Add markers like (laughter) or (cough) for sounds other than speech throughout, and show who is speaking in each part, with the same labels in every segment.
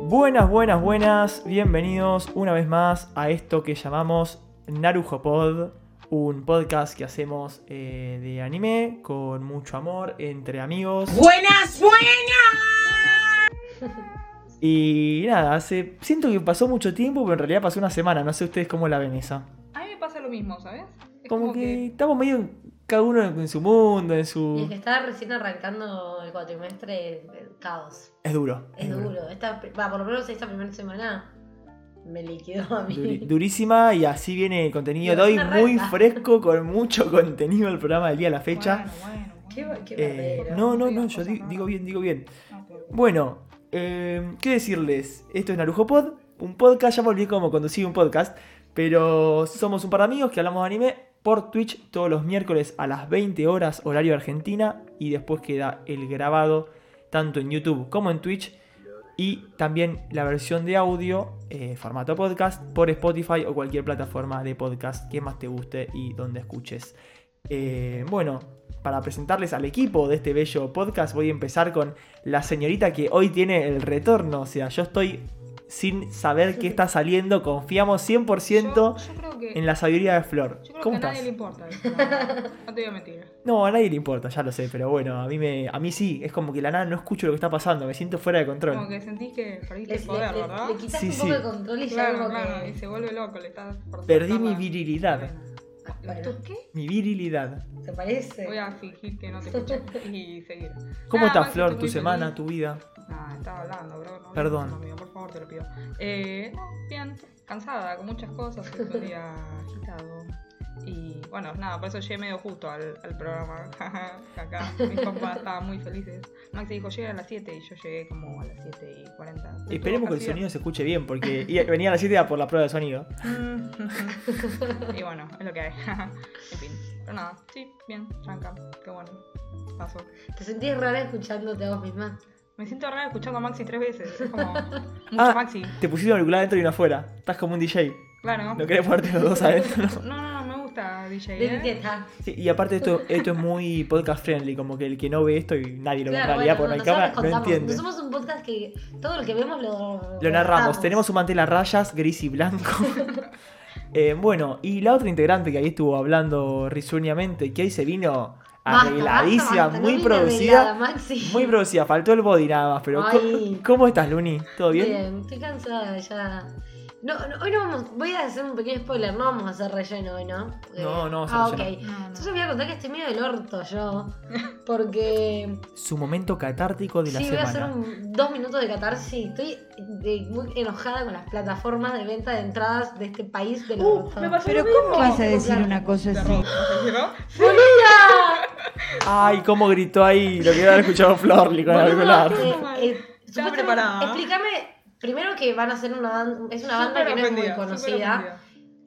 Speaker 1: Buenas, buenas, buenas. Bienvenidos una vez más a esto que llamamos Narujo Pod, un podcast que hacemos eh, de anime con mucho amor entre amigos.
Speaker 2: Buenas, buenas.
Speaker 1: Y nada, hace siento que pasó mucho tiempo, pero en realidad pasó una semana. No sé ustedes cómo la ven esa.
Speaker 3: A mí me pasa lo mismo, ¿sabes? Es
Speaker 1: Como que estamos medio en- cada uno en su mundo, en
Speaker 4: Y es
Speaker 1: su.
Speaker 4: que está recién arrancando el cuatrimestre, eh, caos.
Speaker 1: Es duro.
Speaker 4: Es duro. Esta, va, por lo menos esta primera semana me liquidó a mí. (laughs)
Speaker 1: Duri- durísima y así viene el contenido de
Speaker 4: Dios,
Speaker 1: hoy
Speaker 4: una
Speaker 1: muy
Speaker 4: rata.
Speaker 1: fresco con mucho (laughs) contenido del programa del día a la fecha.
Speaker 3: Bueno, bueno, bueno.
Speaker 4: Qué, qué
Speaker 1: Eh,
Speaker 4: barbero.
Speaker 1: no, no, no,
Speaker 3: Digas
Speaker 1: yo
Speaker 3: cosas
Speaker 1: di-
Speaker 3: raras.
Speaker 1: digo bien, digo bien.
Speaker 3: No, pero-
Speaker 1: Bueno, eh, ¿qué decirles? Esto es Narujo Pod, un podcast, ya me olvidé cómo conducir un podcast, pero somos un par de amigos que hablamos de anime por Twitch todos los miércoles a las 20 horas horario Argentina y después queda el grabado tanto en YouTube como en Twitch y también la versión de audio eh, formato podcast por Spotify o cualquier plataforma de podcast que más te guste y donde escuches. Eh, bueno, para presentarles al equipo de este bello podcast voy a empezar con la señorita que hoy tiene el retorno. O sea, yo estoy sin saber qué está saliendo. Confiamos 100%
Speaker 3: Yo, yo creo que,
Speaker 1: en la sabiduría de Flor.
Speaker 3: yo creo
Speaker 1: ¿Cómo
Speaker 3: que a
Speaker 1: estás?
Speaker 3: nadie le importa. esto, la verdad. No te voy a mentir.
Speaker 1: No, a nadie le importa, ya lo sé. Pero bueno, a mí, me, a mí sí. Es como que la nada no escucho lo que está pasando. Me siento fuera de
Speaker 3: Como
Speaker 1: control.
Speaker 3: que sentís que
Speaker 4: Le,
Speaker 3: perdiste
Speaker 4: le,
Speaker 3: el poder,
Speaker 4: le-
Speaker 3: ¿verdad?
Speaker 4: le quitaste
Speaker 1: Sí,
Speaker 4: un poco
Speaker 1: sí.
Speaker 4: de control y ya
Speaker 3: Claro,
Speaker 4: como
Speaker 3: claro, y
Speaker 4: que...
Speaker 3: se vuelve loco, le estás por
Speaker 1: Perdí mi
Speaker 3: soltarla.
Speaker 1: virilidad.
Speaker 3: Bueno,
Speaker 4: ah, Bueno,
Speaker 3: ¿Tú qué?
Speaker 1: Mi virilidad.
Speaker 4: ¿Te parece?
Speaker 3: Voy a fingir que no te escuché (laughs) y seguir.
Speaker 1: ¿Cómo
Speaker 3: Nada
Speaker 4: Ah,
Speaker 1: estás,
Speaker 3: más que
Speaker 1: Flor?
Speaker 3: estoy
Speaker 1: ¿Tu
Speaker 3: muy
Speaker 1: semana?
Speaker 3: feliz.
Speaker 1: ¿Tu vida?
Speaker 3: Ah, estaba hablando, bro. No,
Speaker 1: Perdón.
Speaker 3: no, amigo, por favor, te lo pido. Eh, no, bien, cansada, con muchas cosas, fue
Speaker 1: (laughs)
Speaker 3: un día agitado. Y bueno, nada, por eso llegué medio justo al, al programa. (laughs) que Acá mis papás estaban muy felices. Maxi dijo, llega a las 7 y yo llegué como a las 7 y 40.
Speaker 1: Esperemos que el
Speaker 3: Así
Speaker 1: sonido se escuche bien, porque (laughs) i- venía a la 7 por la prueba de sonido.
Speaker 3: Mm. (laughs) y bueno, es lo que hay. en fin. Pero nada, sí, bien, tranca. Qué bueno. Pasó.
Speaker 4: ¿Te sentías rara escuchándote a vos misma?
Speaker 3: Me siento rara escuchando a Maxi tres veces.
Speaker 1: (laughs)
Speaker 3: Es como. Mucho
Speaker 1: Ah.
Speaker 3: Maxi.
Speaker 1: Te pusiste un auricular adentro y uno afuera. Estás como un DJ.
Speaker 3: Claro.
Speaker 1: No querés ponerte los dos
Speaker 4: (laughs)
Speaker 1: adentro.
Speaker 3: No, no, no, me gusta DJ.
Speaker 4: De
Speaker 3: ¿eh?
Speaker 4: etiqueta.
Speaker 1: Sí, y aparte esto, esto es muy podcast friendly, como que el que no ve esto y nadie lo ve en realidad
Speaker 4: bueno,
Speaker 1: por la
Speaker 4: nosotros
Speaker 1: cámara, no
Speaker 4: contamos.
Speaker 1: entiende.
Speaker 4: No somos un podcast que todo lo que vemos lo...
Speaker 1: Lo narramos, tenemos un mantel a rayas gris y blanco.
Speaker 4: (laughs)
Speaker 1: Eh, bueno, y la otra integrante que ahí estuvo hablando risueñamente, que ahí se vino
Speaker 4: Basta,
Speaker 1: arregladísima,
Speaker 4: basta, basta, no
Speaker 1: muy
Speaker 4: vine
Speaker 1: producida.
Speaker 4: arreglada, Maxi.
Speaker 1: Muy producida, faltó el body nada más, pero
Speaker 4: Ay.
Speaker 1: ¿cómo, cómo estás, Luni? ¿Todo bien?
Speaker 4: estoy cansada ya. No, no, hoy no vamos, voy a hacer un pequeño spoiler, no vamos a hacer relleno hoy, ¿no? Porque-
Speaker 1: No, no vamos a
Speaker 4: Ah,
Speaker 1: hacer
Speaker 4: ok.
Speaker 3: No, no.
Speaker 4: Entonces voy a contar que estoy medio del orto yo, porque
Speaker 1: Su momento catártico (laughs) de la
Speaker 4: sí voy a hacer
Speaker 1: semana.
Speaker 4: un, dos minutos de catarsis, estoy de- muy enojada con las plataformas de venta de entradas de este país del
Speaker 3: Uh,
Speaker 4: orto.
Speaker 3: me pasó
Speaker 5: Pero
Speaker 3: lo mismo.
Speaker 5: ¿cómo vas a decir
Speaker 4: Claro.
Speaker 5: una cosa
Speaker 3: Te
Speaker 5: así?
Speaker 3: rompo, ¿no?
Speaker 4: ¡Boluda!
Speaker 1: Ay, cómo gritó ahí, lo que haber escuchado Florly con el
Speaker 4: Boluda,
Speaker 1: auricular.
Speaker 4: que, eh,
Speaker 3: Estaba
Speaker 4: supuestamente-
Speaker 3: preparada.
Speaker 4: Explícame, primero que van a ser una, ban- es una banda
Speaker 3: Súper
Speaker 4: que no es muy
Speaker 3: ofendida, súper
Speaker 4: conocida.
Speaker 3: ofendida.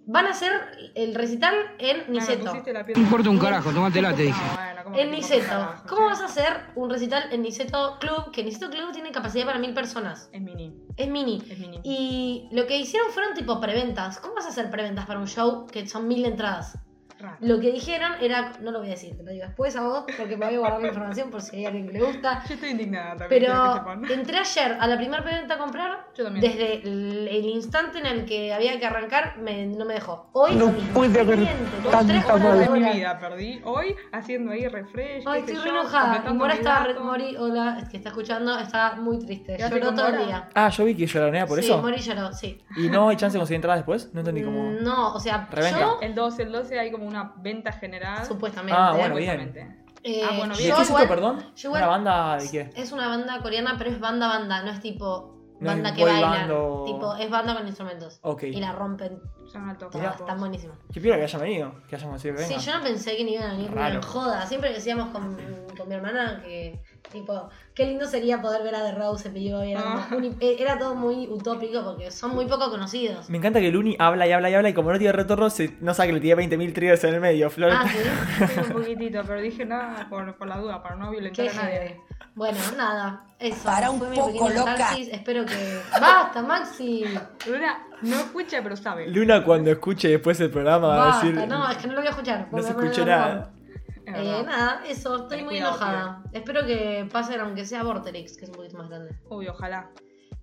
Speaker 4: Van a hacer el recital en
Speaker 3: Ah, me
Speaker 4: Niceto.
Speaker 3: pusiste la piel-
Speaker 6: No importa un carajo, tómatela, te dije.
Speaker 3: Ah, bueno, ¿cómo que
Speaker 4: En
Speaker 3: te importa un
Speaker 4: Niceto.
Speaker 3: carajo?
Speaker 4: ¿Cómo vas a hacer un recital en Niceto Club? Que Niceto Club tiene capacidad para mil personas.
Speaker 3: Es mini,
Speaker 4: Es mini.
Speaker 3: es mini.
Speaker 4: Y lo que hicieron fueron tipo preventas. ¿Cómo vas a hacer preventas para un show que son mil entradas?
Speaker 3: Raro.
Speaker 4: Lo que dijeron era. No lo voy a decir, te lo digo después a vos, porque me voy a guardar la información por si hay alguien que le gusta.
Speaker 3: (laughs) Yo estoy indignada también. quiero que
Speaker 4: Pero
Speaker 3: sepan.
Speaker 4: entré ayer a la primera preventa a comprar.
Speaker 3: Yo también.
Speaker 4: Desde el, el instante en el que había que arrancar, me- no me dejó. Hoy
Speaker 6: No
Speaker 4: lo mismo.
Speaker 6: puede haber
Speaker 4: Siguiente, con
Speaker 6: tanta
Speaker 4: tres horas de
Speaker 3: Es
Speaker 6: maldad.
Speaker 3: mi
Speaker 4: hora.
Speaker 3: vida, perdí hoy haciendo ahí refresh.
Speaker 4: Ay,
Speaker 3: qué sé
Speaker 4: estoy re
Speaker 3: yo,
Speaker 4: enojada. Y
Speaker 3: completando
Speaker 4: Mora
Speaker 3: mi
Speaker 4: estaba re,
Speaker 3: dato.
Speaker 4: Mori, hola, es que está escuchando, está muy triste.
Speaker 3: Quédate
Speaker 4: Lloró
Speaker 3: con
Speaker 4: todo el
Speaker 3: Mora.
Speaker 4: día.
Speaker 1: Ah, yo vi que lloroneaba por
Speaker 4: sí,
Speaker 1: eso.
Speaker 4: Mori lloró, sí. Mm,
Speaker 1: ¿Y no hay chance de conseguir entradas después? No entendí cómo...
Speaker 4: No, o sea,
Speaker 1: Reventa.
Speaker 4: yo
Speaker 3: El 12, el 12 hay como una venta general.
Speaker 4: supuestamente.
Speaker 1: Ah, bueno, bien.
Speaker 3: Supuestamente.
Speaker 4: Eh,
Speaker 3: Ah, bueno,
Speaker 1: ¿Y
Speaker 3: bien.
Speaker 1: qué
Speaker 4: Yo
Speaker 1: es esto,
Speaker 4: igual-
Speaker 1: perdón?
Speaker 4: yo igual-
Speaker 1: ¿Una banda de qué?
Speaker 4: Es una banda coreana, pero es banda banda, no es tipo
Speaker 1: No es
Speaker 4: banda que
Speaker 1: boy
Speaker 4: baila.
Speaker 1: band o-
Speaker 4: Tipo, es banda con instrumentos.
Speaker 1: Ok.
Speaker 4: Y la rompen
Speaker 3: Son altos
Speaker 4: todas,
Speaker 3: capos.
Speaker 4: están buenísimas.
Speaker 1: Qué piola que hayan venido, que hayan conseguido que
Speaker 4: Sí,
Speaker 1: vengan.
Speaker 4: yo no pensé que ni iban a venir ni
Speaker 1: Raro.
Speaker 4: en joda. Siempre decíamos con, con mi hermana que, tipo, qué lindo sería poder ver a The Rose en vivo. y Era, como
Speaker 3: Ah.
Speaker 4: un- eh, era todo muy utópico porque son muy poco conocidos.
Speaker 1: Me encanta que Luni habla y habla y habla y como no tiene retorno, se- no sabe que le tiene 20.000 triggers en el medio, Flor.
Speaker 4: Ah, sí.
Speaker 1: (laughs)
Speaker 3: Tengo un poquitito, pero dije nada por, por la duda, para no violentar
Speaker 4: Qué
Speaker 3: a nadie.
Speaker 4: heavy. Bueno, nada, eso.
Speaker 5: Para un
Speaker 4: Fue mi
Speaker 5: poco
Speaker 4: pequeño
Speaker 5: loca.
Speaker 4: catarsis. Espero que. ¡Basta, Maxi!
Speaker 3: Luna no escucha, pero sabe.
Speaker 1: Luna cuando escuche después el programa (laughs) va a
Speaker 4: Basta,
Speaker 1: decir...
Speaker 4: no, es que no lo voy a escuchar.
Speaker 1: no
Speaker 4: porque
Speaker 1: se
Speaker 4: me
Speaker 1: escuchó
Speaker 4: voy a
Speaker 1: nada.
Speaker 3: Es
Speaker 4: Eh,
Speaker 3: verdad.
Speaker 4: nada, eso, estoy
Speaker 3: Tenés
Speaker 4: muy
Speaker 3: cuidado,
Speaker 4: enojada. Espero que pasen, aunque sea Vorterix, que es un poquito más grande.
Speaker 3: Uy, ojalá.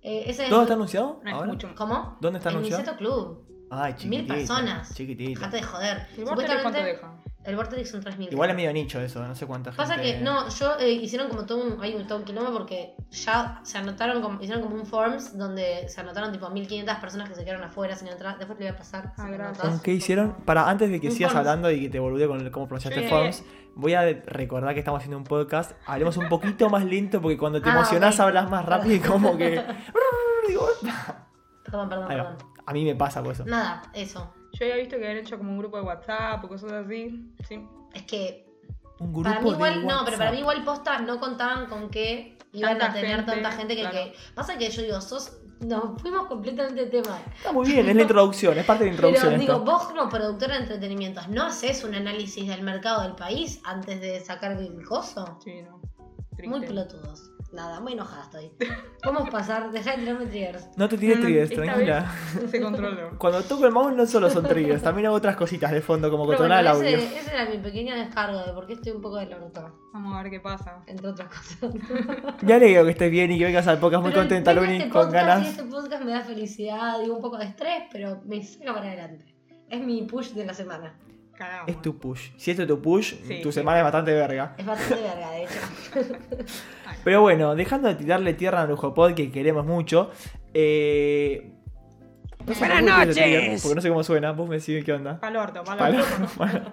Speaker 4: Eh, ese es-
Speaker 1: ¿Todo está anunciado?
Speaker 3: No
Speaker 1: ahora?
Speaker 3: escucho.
Speaker 4: ¿Cómo?
Speaker 1: ¿Dónde está
Speaker 4: el
Speaker 1: anunciado?
Speaker 4: Niceto Club.
Speaker 1: Ay,
Speaker 4: Mil
Speaker 1: chiquitito.
Speaker 4: personas.
Speaker 1: Chiquitito.
Speaker 4: Dejate de joder.
Speaker 3: ¿El Vortex cuánto
Speaker 4: Supuestamente,
Speaker 3: deja?
Speaker 4: el Vortex son 3.000.
Speaker 1: Igual es
Speaker 4: creo.
Speaker 1: medio nicho eso, no sé cuánta
Speaker 4: Pasa
Speaker 1: gente-
Speaker 4: que, no, yo eh, hicieron como todo un, hay un, todo un quilombo porque ya se anotaron, como, hicieron como un forms donde se anotaron tipo 1500 personas que se quedaron afuera sin entrar. Después te voy a pasar. si
Speaker 3: Ah,
Speaker 4: me
Speaker 3: gracias.
Speaker 1: ¿Con
Speaker 4: anotás.
Speaker 1: qué hicieron? Para antes de que
Speaker 4: Un
Speaker 1: sigas
Speaker 4: forms.
Speaker 1: hablando y que te boludeo con el- cómo pronunciaste
Speaker 3: Sí.
Speaker 1: forms, voy a recordar que estamos haciendo un podcast. Hablemos un poquito más lento porque cuando te
Speaker 4: Ah,
Speaker 1: emocionás
Speaker 4: ok.
Speaker 1: hablas más rápido y como
Speaker 4: (laughs)
Speaker 1: que. Digo,
Speaker 4: Perdón, perdón,
Speaker 1: Ahí va.
Speaker 4: perdón.
Speaker 1: A mí me pasa por eso.
Speaker 4: Nada, eso.
Speaker 3: Yo había visto que habían hecho como un grupo de WhatsApp o cosas así. Sí.
Speaker 4: Es que
Speaker 1: Un grupo
Speaker 4: para mí
Speaker 1: de
Speaker 4: igual, no, pero para mí
Speaker 1: WhatsApp.
Speaker 4: igual postas no contaban con que iban
Speaker 3: Tanta
Speaker 4: a tener
Speaker 3: gente,
Speaker 4: tanta gente que,
Speaker 3: claro.
Speaker 4: que- Pasa que yo digo, sos. Nos fuimos completamente de tema.
Speaker 1: Está muy bien, es la introducción, es parte de la introducción.
Speaker 4: (laughs) Pero digo,
Speaker 1: esto.
Speaker 4: vos como productora de entretenimientos, ¿no haces un análisis del mercado del país antes de sacar el coso?
Speaker 3: Sí, no.
Speaker 4: Muy
Speaker 3: Triste.
Speaker 4: pelotudos. Nada, muy enojada estoy. Vamos a pasar, dejá de tirarme triggers.
Speaker 1: No te tires
Speaker 3: Mm,
Speaker 1: triggers,
Speaker 3: esta
Speaker 1: tranquila.
Speaker 3: Se controló.
Speaker 1: Cuando toco el mouse no solo son triggers, también hago otras cositas de fondo como
Speaker 4: Pero
Speaker 1: controlar
Speaker 4: bueno,
Speaker 1: el audio.
Speaker 4: ese, ese era mi pequeño descargo de por qué estoy un poco de la bruta,
Speaker 3: Vamos a ver qué pasa.
Speaker 4: entre otras cosas.
Speaker 1: Me alegro que estés bien y que vengas al podcast muy
Speaker 4: Pero
Speaker 1: contenta,
Speaker 4: tengo
Speaker 1: Luni,
Speaker 4: este
Speaker 1: con
Speaker 4: podcast
Speaker 1: ganas.
Speaker 4: y este podcast me da felicidad, digo un poco de estrés, pero me saca para adelante. Es mi push de la semana.
Speaker 3: Cagamos.
Speaker 1: Es tu push. Si esto es tu push,
Speaker 3: Sí,
Speaker 1: tu
Speaker 3: sí.
Speaker 1: semana es bastante verga.
Speaker 4: Es bastante verga, de (laughs) hecho.
Speaker 1: Pero bueno, dejando de tirarle tierra a Lujo Pod, que queremos mucho. Eh... no sé
Speaker 2: Buenas
Speaker 1: cómo se
Speaker 2: noches.
Speaker 1: dice, porque no sé cómo suena. Vos me decís qué onda.
Speaker 3: Pal orto, pal
Speaker 1: Palo.
Speaker 3: orto.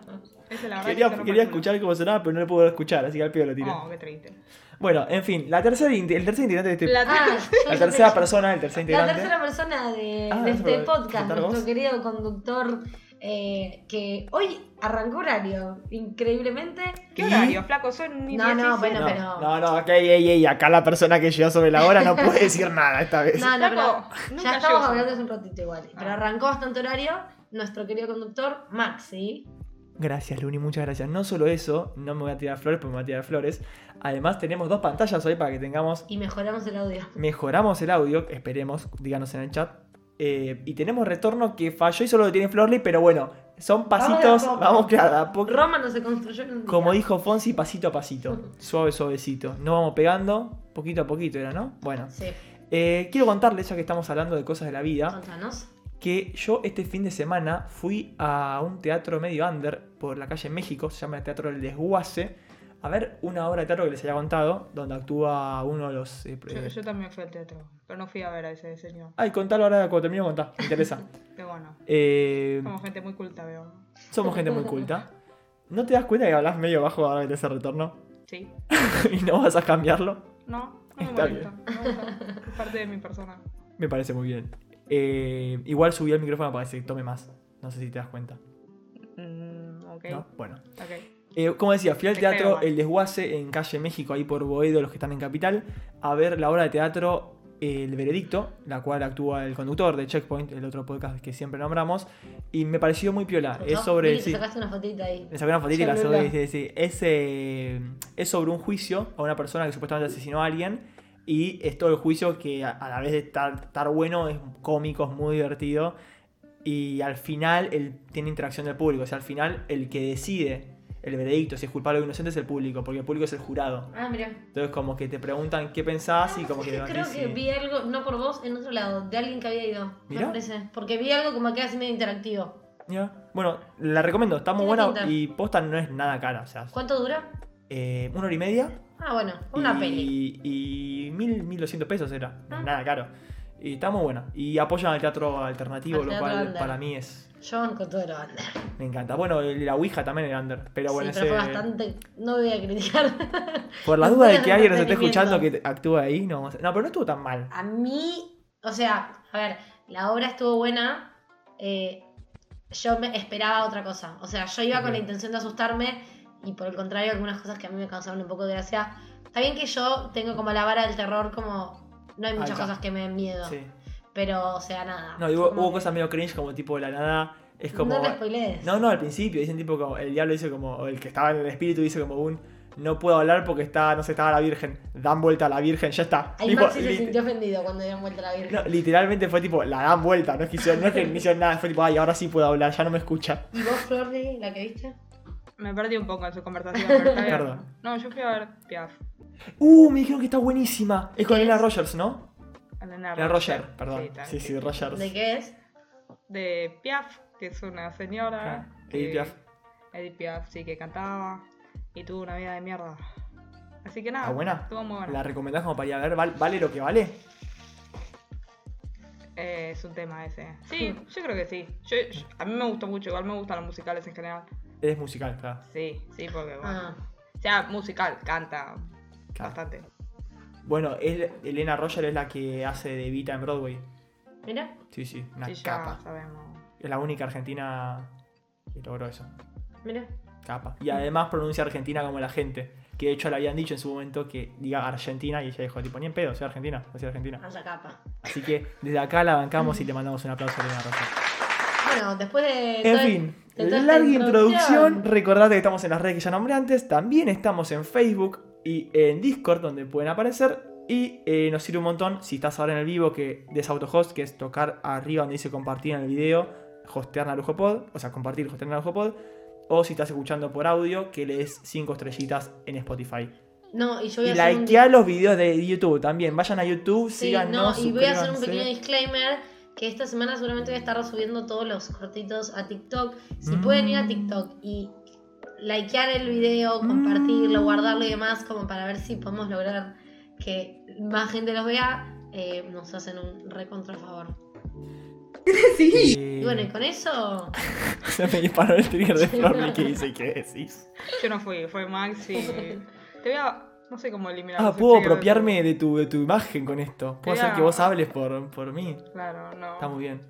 Speaker 3: Esa es la verdad que se
Speaker 1: quería
Speaker 3: rompe
Speaker 1: quería
Speaker 3: el culo.
Speaker 1: escuchar cómo sonaba, pero no lo pude escuchar, así que al pie lo tiré.
Speaker 3: Oh, qué triste.
Speaker 1: Bueno, en fin, la tercera, inte- el tercer integrante de este. La,
Speaker 3: La-
Speaker 4: Ah, yo-
Speaker 1: tercera persona, el tercer
Speaker 4: La
Speaker 1: integrante.
Speaker 4: tercera persona de,
Speaker 1: Ah,
Speaker 4: de
Speaker 1: no se
Speaker 4: este
Speaker 1: puede
Speaker 4: podcast,
Speaker 1: contar
Speaker 4: nuestro
Speaker 1: vos.
Speaker 4: querido conductor, eh, que hoy arrancó horario, increíblemente.
Speaker 3: ¿Qué
Speaker 1: ¿Y?
Speaker 3: horario, flaco? Son ni
Speaker 4: No,
Speaker 3: 17.
Speaker 4: no, bueno,
Speaker 1: No,
Speaker 4: pero-
Speaker 1: no, no, ok, ey, ey, acá la persona que llegó sobre la hora no puede decir nada esta vez.
Speaker 4: No, no,
Speaker 3: Flaco, nunca
Speaker 4: pero ya
Speaker 3: llego
Speaker 4: estamos
Speaker 3: solo.
Speaker 4: hablando hace un ratito igual. Pero arrancó bastante horario nuestro querido conductor, Maxi.
Speaker 1: Gracias, Luni, muchas gracias. No solo eso, no me voy a tirar flores porque me voy a tirar flores. Además, tenemos dos pantallas hoy para que tengamos.
Speaker 4: Y mejoramos el audio.
Speaker 1: Mejoramos el audio, esperemos, díganos en el chat. Eh, y tenemos retorno que falló y solo lo tiene Florly, pero bueno, son
Speaker 4: de a
Speaker 1: pasitos.
Speaker 4: poco.
Speaker 1: Vamos, claro, a poco.
Speaker 4: Roma no se construyó en un día.
Speaker 1: Como dijo Fonsi, pasito a pasito. Suave, suavecito. No vamos pegando, poquito a poquito era, ¿no? Bueno,
Speaker 4: Sí,
Speaker 1: eh, quiero contarles, ya que estamos hablando de cosas de la vida.
Speaker 4: contanos.
Speaker 1: que yo este fin de semana fui a un teatro medio under por la calle México, se llama el Teatro del Desguace, a ver una obra de teatro que les había contado, donde actúa uno de los... eh,
Speaker 3: Yo,
Speaker 1: eh,
Speaker 3: yo también fui al teatro, pero no fui a ver a ese señor.
Speaker 1: Ay, contalo ahora cuando termino de contar, me
Speaker 3: (laughs)
Speaker 1: interesa.
Speaker 3: Qué bueno.
Speaker 1: Eh,
Speaker 3: Somos gente muy culta, veo.
Speaker 1: somos gente muy
Speaker 3: (laughs)
Speaker 1: culta. ¿No te das cuenta que hablas medio bajo ahora de ese retorno? (laughs)
Speaker 3: Sí.
Speaker 1: ¿Y no vas a cambiarlo?
Speaker 3: No, no me
Speaker 1: Está
Speaker 3: molesta. No, está- es parte de mi persona.
Speaker 1: Me parece muy bien. Eh, igual subí el micrófono para que se tome más. No sé si te das cuenta.
Speaker 3: Mm, ok,
Speaker 1: ¿No? Bueno.
Speaker 3: ok.
Speaker 1: Eh, como decía, fui al
Speaker 3: Te creo,
Speaker 1: teatro
Speaker 3: Mar.
Speaker 1: El Desguace en calle México, ahí por Boedo, los que están en Capital, a ver la obra de teatro eh, El Veredicto, la cual actúa el conductor de Checkpoint, el otro podcast que siempre nombramos, y me pareció muy piola. Ah, Es
Speaker 4: ¿No?
Speaker 1: sobre.
Speaker 4: Mili, te
Speaker 1: sí,
Speaker 4: sacaste una fotita ahí.
Speaker 1: me sacó una fotito y la
Speaker 4: Celular.
Speaker 1: subí, sí, sí. Es, eh, es sobre un juicio a una persona que supuestamente asesinó a alguien. Y es todo el juicio que a, a la vez de estar, estar bueno es cómico, es muy divertido. Y al final él tiene interacción del público. O sea, al final el que decide el veredicto, si es culpable o inocente, es el público. Porque el público es el jurado.
Speaker 4: Ah, mira.
Speaker 1: Entonces como que te preguntan qué pensás y como que...
Speaker 4: Yo creo
Speaker 1: debatís
Speaker 4: que
Speaker 1: y-
Speaker 4: vi algo, no por vos, en otro lado, de alguien que había ido.
Speaker 1: Mirá.
Speaker 4: Me parece. Porque vi algo como que así medio interactivo.
Speaker 1: Ya. Bueno, la recomiendo. Está muy
Speaker 4: Tiene
Speaker 1: buena
Speaker 4: pinta.
Speaker 1: y posta no es nada cara. O sea,
Speaker 4: ¿Cuánto dura?
Speaker 1: eh, una hora y media.
Speaker 4: Ah, bueno, una
Speaker 1: y,
Speaker 4: peli.
Speaker 1: Y mil, 1200 pesos era,
Speaker 4: Ah.
Speaker 1: nada caro. Y está muy buena. Y apoyan al teatro alternativo,
Speaker 4: Al
Speaker 1: lo
Speaker 4: teatro
Speaker 1: cual
Speaker 4: under.
Speaker 1: para mí es.
Speaker 4: Yo banco todo lo banda.
Speaker 1: Me encanta. Bueno, el- la Ouija también era under. Pero bueno,
Speaker 4: sí, pero fue
Speaker 1: ese-
Speaker 4: bastante. No voy a criticar. (laughs)
Speaker 1: por la duda de
Speaker 4: Bastante
Speaker 1: que alguien nos esté
Speaker 4: entretenimiento.
Speaker 1: escuchando que actúa ahí, no vamos a- No, pero no estuvo tan mal.
Speaker 4: a mí, o sea, a ver, la obra estuvo buena. eh, yo me esperaba otra cosa. O sea, yo iba con la
Speaker 1: Ok.
Speaker 4: intención de asustarme y por el contrario, algunas cosas que a mí me causaron un poco de gracia. Está bien que yo tengo como la vara del terror, como. No hay muchas
Speaker 1: Alta.
Speaker 4: cosas que me den miedo.
Speaker 1: Sí.
Speaker 4: Pero, o sea, nada.
Speaker 1: No, y hubo,
Speaker 4: Como
Speaker 1: hubo
Speaker 4: que-
Speaker 1: cosas medio cringe, como tipo de la nada. Es como.
Speaker 4: No te spoilees.
Speaker 1: No, no, al principio dicen tipo como el diablo dice como o el que estaba en el espíritu dice como un no puedo hablar porque está no sé estaba la virgen dan vuelta a la virgen ya está.
Speaker 4: Ahí
Speaker 1: Tipo,
Speaker 4: Maxi se
Speaker 1: lit-
Speaker 4: sintió ofendido cuando dieron vuelta a la Virgen.
Speaker 1: No, literalmente fue tipo, la dan vuelta, no es que hicieron, no es que no hicieron nada, fue tipo, ay, ahora sí puedo hablar, ya no me escucha.
Speaker 4: ¿Y vos, Florly, la que viste?
Speaker 3: Me perdí un poco en su conversación. Pero
Speaker 1: (laughs)
Speaker 3: está bien.
Speaker 1: Perdón.
Speaker 3: No, yo fui a ver Piaf.
Speaker 1: Uh, me dijeron que está buenísima. Es con
Speaker 4: ¿Qué
Speaker 1: Ella
Speaker 4: es?
Speaker 1: Rogers, ¿no?
Speaker 3: El de Ana
Speaker 1: Era Roger,
Speaker 3: Ah, Sí,
Speaker 1: perdón.
Speaker 3: tal,
Speaker 1: Sí, sí, Roger.
Speaker 4: ¿De qué es?
Speaker 3: De Piaf, que es una señora.
Speaker 1: Ah,
Speaker 3: que-
Speaker 1: Edith Piaf.
Speaker 3: Edith Piaf, sí, que cantaba y tuvo una vida de mierda. Así que nada,
Speaker 1: ¿Está Ah, buena?
Speaker 3: estuvo muy buena.
Speaker 1: ¿La recomendás como para ir a ver? ¿Val- ¿Vale lo que vale?
Speaker 3: Eh, es un tema ese. Sí, yo creo que sí. Yo, yo- a mí me gustó mucho, igual me gustan los musicales en general.
Speaker 1: Es musical, claro.
Speaker 3: Sí, sí, porque bueno.
Speaker 4: Ah,
Speaker 3: O sea, musical, canta
Speaker 1: Claro.
Speaker 3: bastante.
Speaker 1: Bueno, es- Elena Roger es la que hace de Vita en Broadway.
Speaker 4: mira.
Speaker 1: Sí, sí, una
Speaker 3: Sí, ya
Speaker 1: capa.
Speaker 3: sabemos.
Speaker 1: Es la única argentina que logró eso.
Speaker 4: Mira.
Speaker 1: Capa. Y además pronuncia Argentina como la gente. Que de hecho le habían dicho en su momento que diga Argentina y ella dijo, tipo, ni en pedo, soy Argentina, soy Argentina.
Speaker 4: Haya capa.
Speaker 1: Así que desde acá la bancamos y le mandamos un aplauso a Elena Roger.
Speaker 4: Bueno, después de.
Speaker 1: En
Speaker 4: todo-
Speaker 1: fin,
Speaker 4: de toda esta
Speaker 1: larga introducción. Recordad que estamos en las redes que ya nombré antes. También estamos en Facebook y en Discord, donde pueden aparecer. Y eh, nos sirve un montón si estás ahora en el vivo que de ese autohost, que es tocar arriba donde dice compartir en el video, hostear Narujo Pod, o sea, compartir, hostear Narujo Pod. O si estás escuchando por audio, que le des 5 estrellitas en Spotify.
Speaker 4: No, y yo voy
Speaker 1: Y
Speaker 4: a hacer. un-
Speaker 1: likea los videos de YouTube también. Vayan a YouTube,
Speaker 4: Sí,
Speaker 1: síganos.
Speaker 4: no, y voy a hacer un
Speaker 1: suscríbanse.
Speaker 4: pequeño disclaimer que esta semana seguramente voy a estar subiendo todos los cortitos a TikTok. Si
Speaker 1: Mm.
Speaker 4: pueden ir a TikTok y likear el
Speaker 1: Mm.
Speaker 4: video, compartirlo, guardarlo y demás, como para ver si podemos lograr que más gente los vea, eh, nos hacen un recontra favor.
Speaker 1: Eh,
Speaker 4: Y bueno, y con eso,
Speaker 1: Se (laughs) me disparó el trigger de Florly que dice, ¿qué decís?
Speaker 3: Yo no fui, fue (laughs) Maxi. Te voy a. No sé cómo eliminar.
Speaker 1: Ah,
Speaker 3: ese
Speaker 1: puedo
Speaker 3: trigger de
Speaker 1: apropiarme de tu, de tu imagen con esto. Puedo hacer
Speaker 3: Mirá.
Speaker 1: que vos hables por, por mí.
Speaker 3: tu- Claro, no.
Speaker 1: Está muy bien.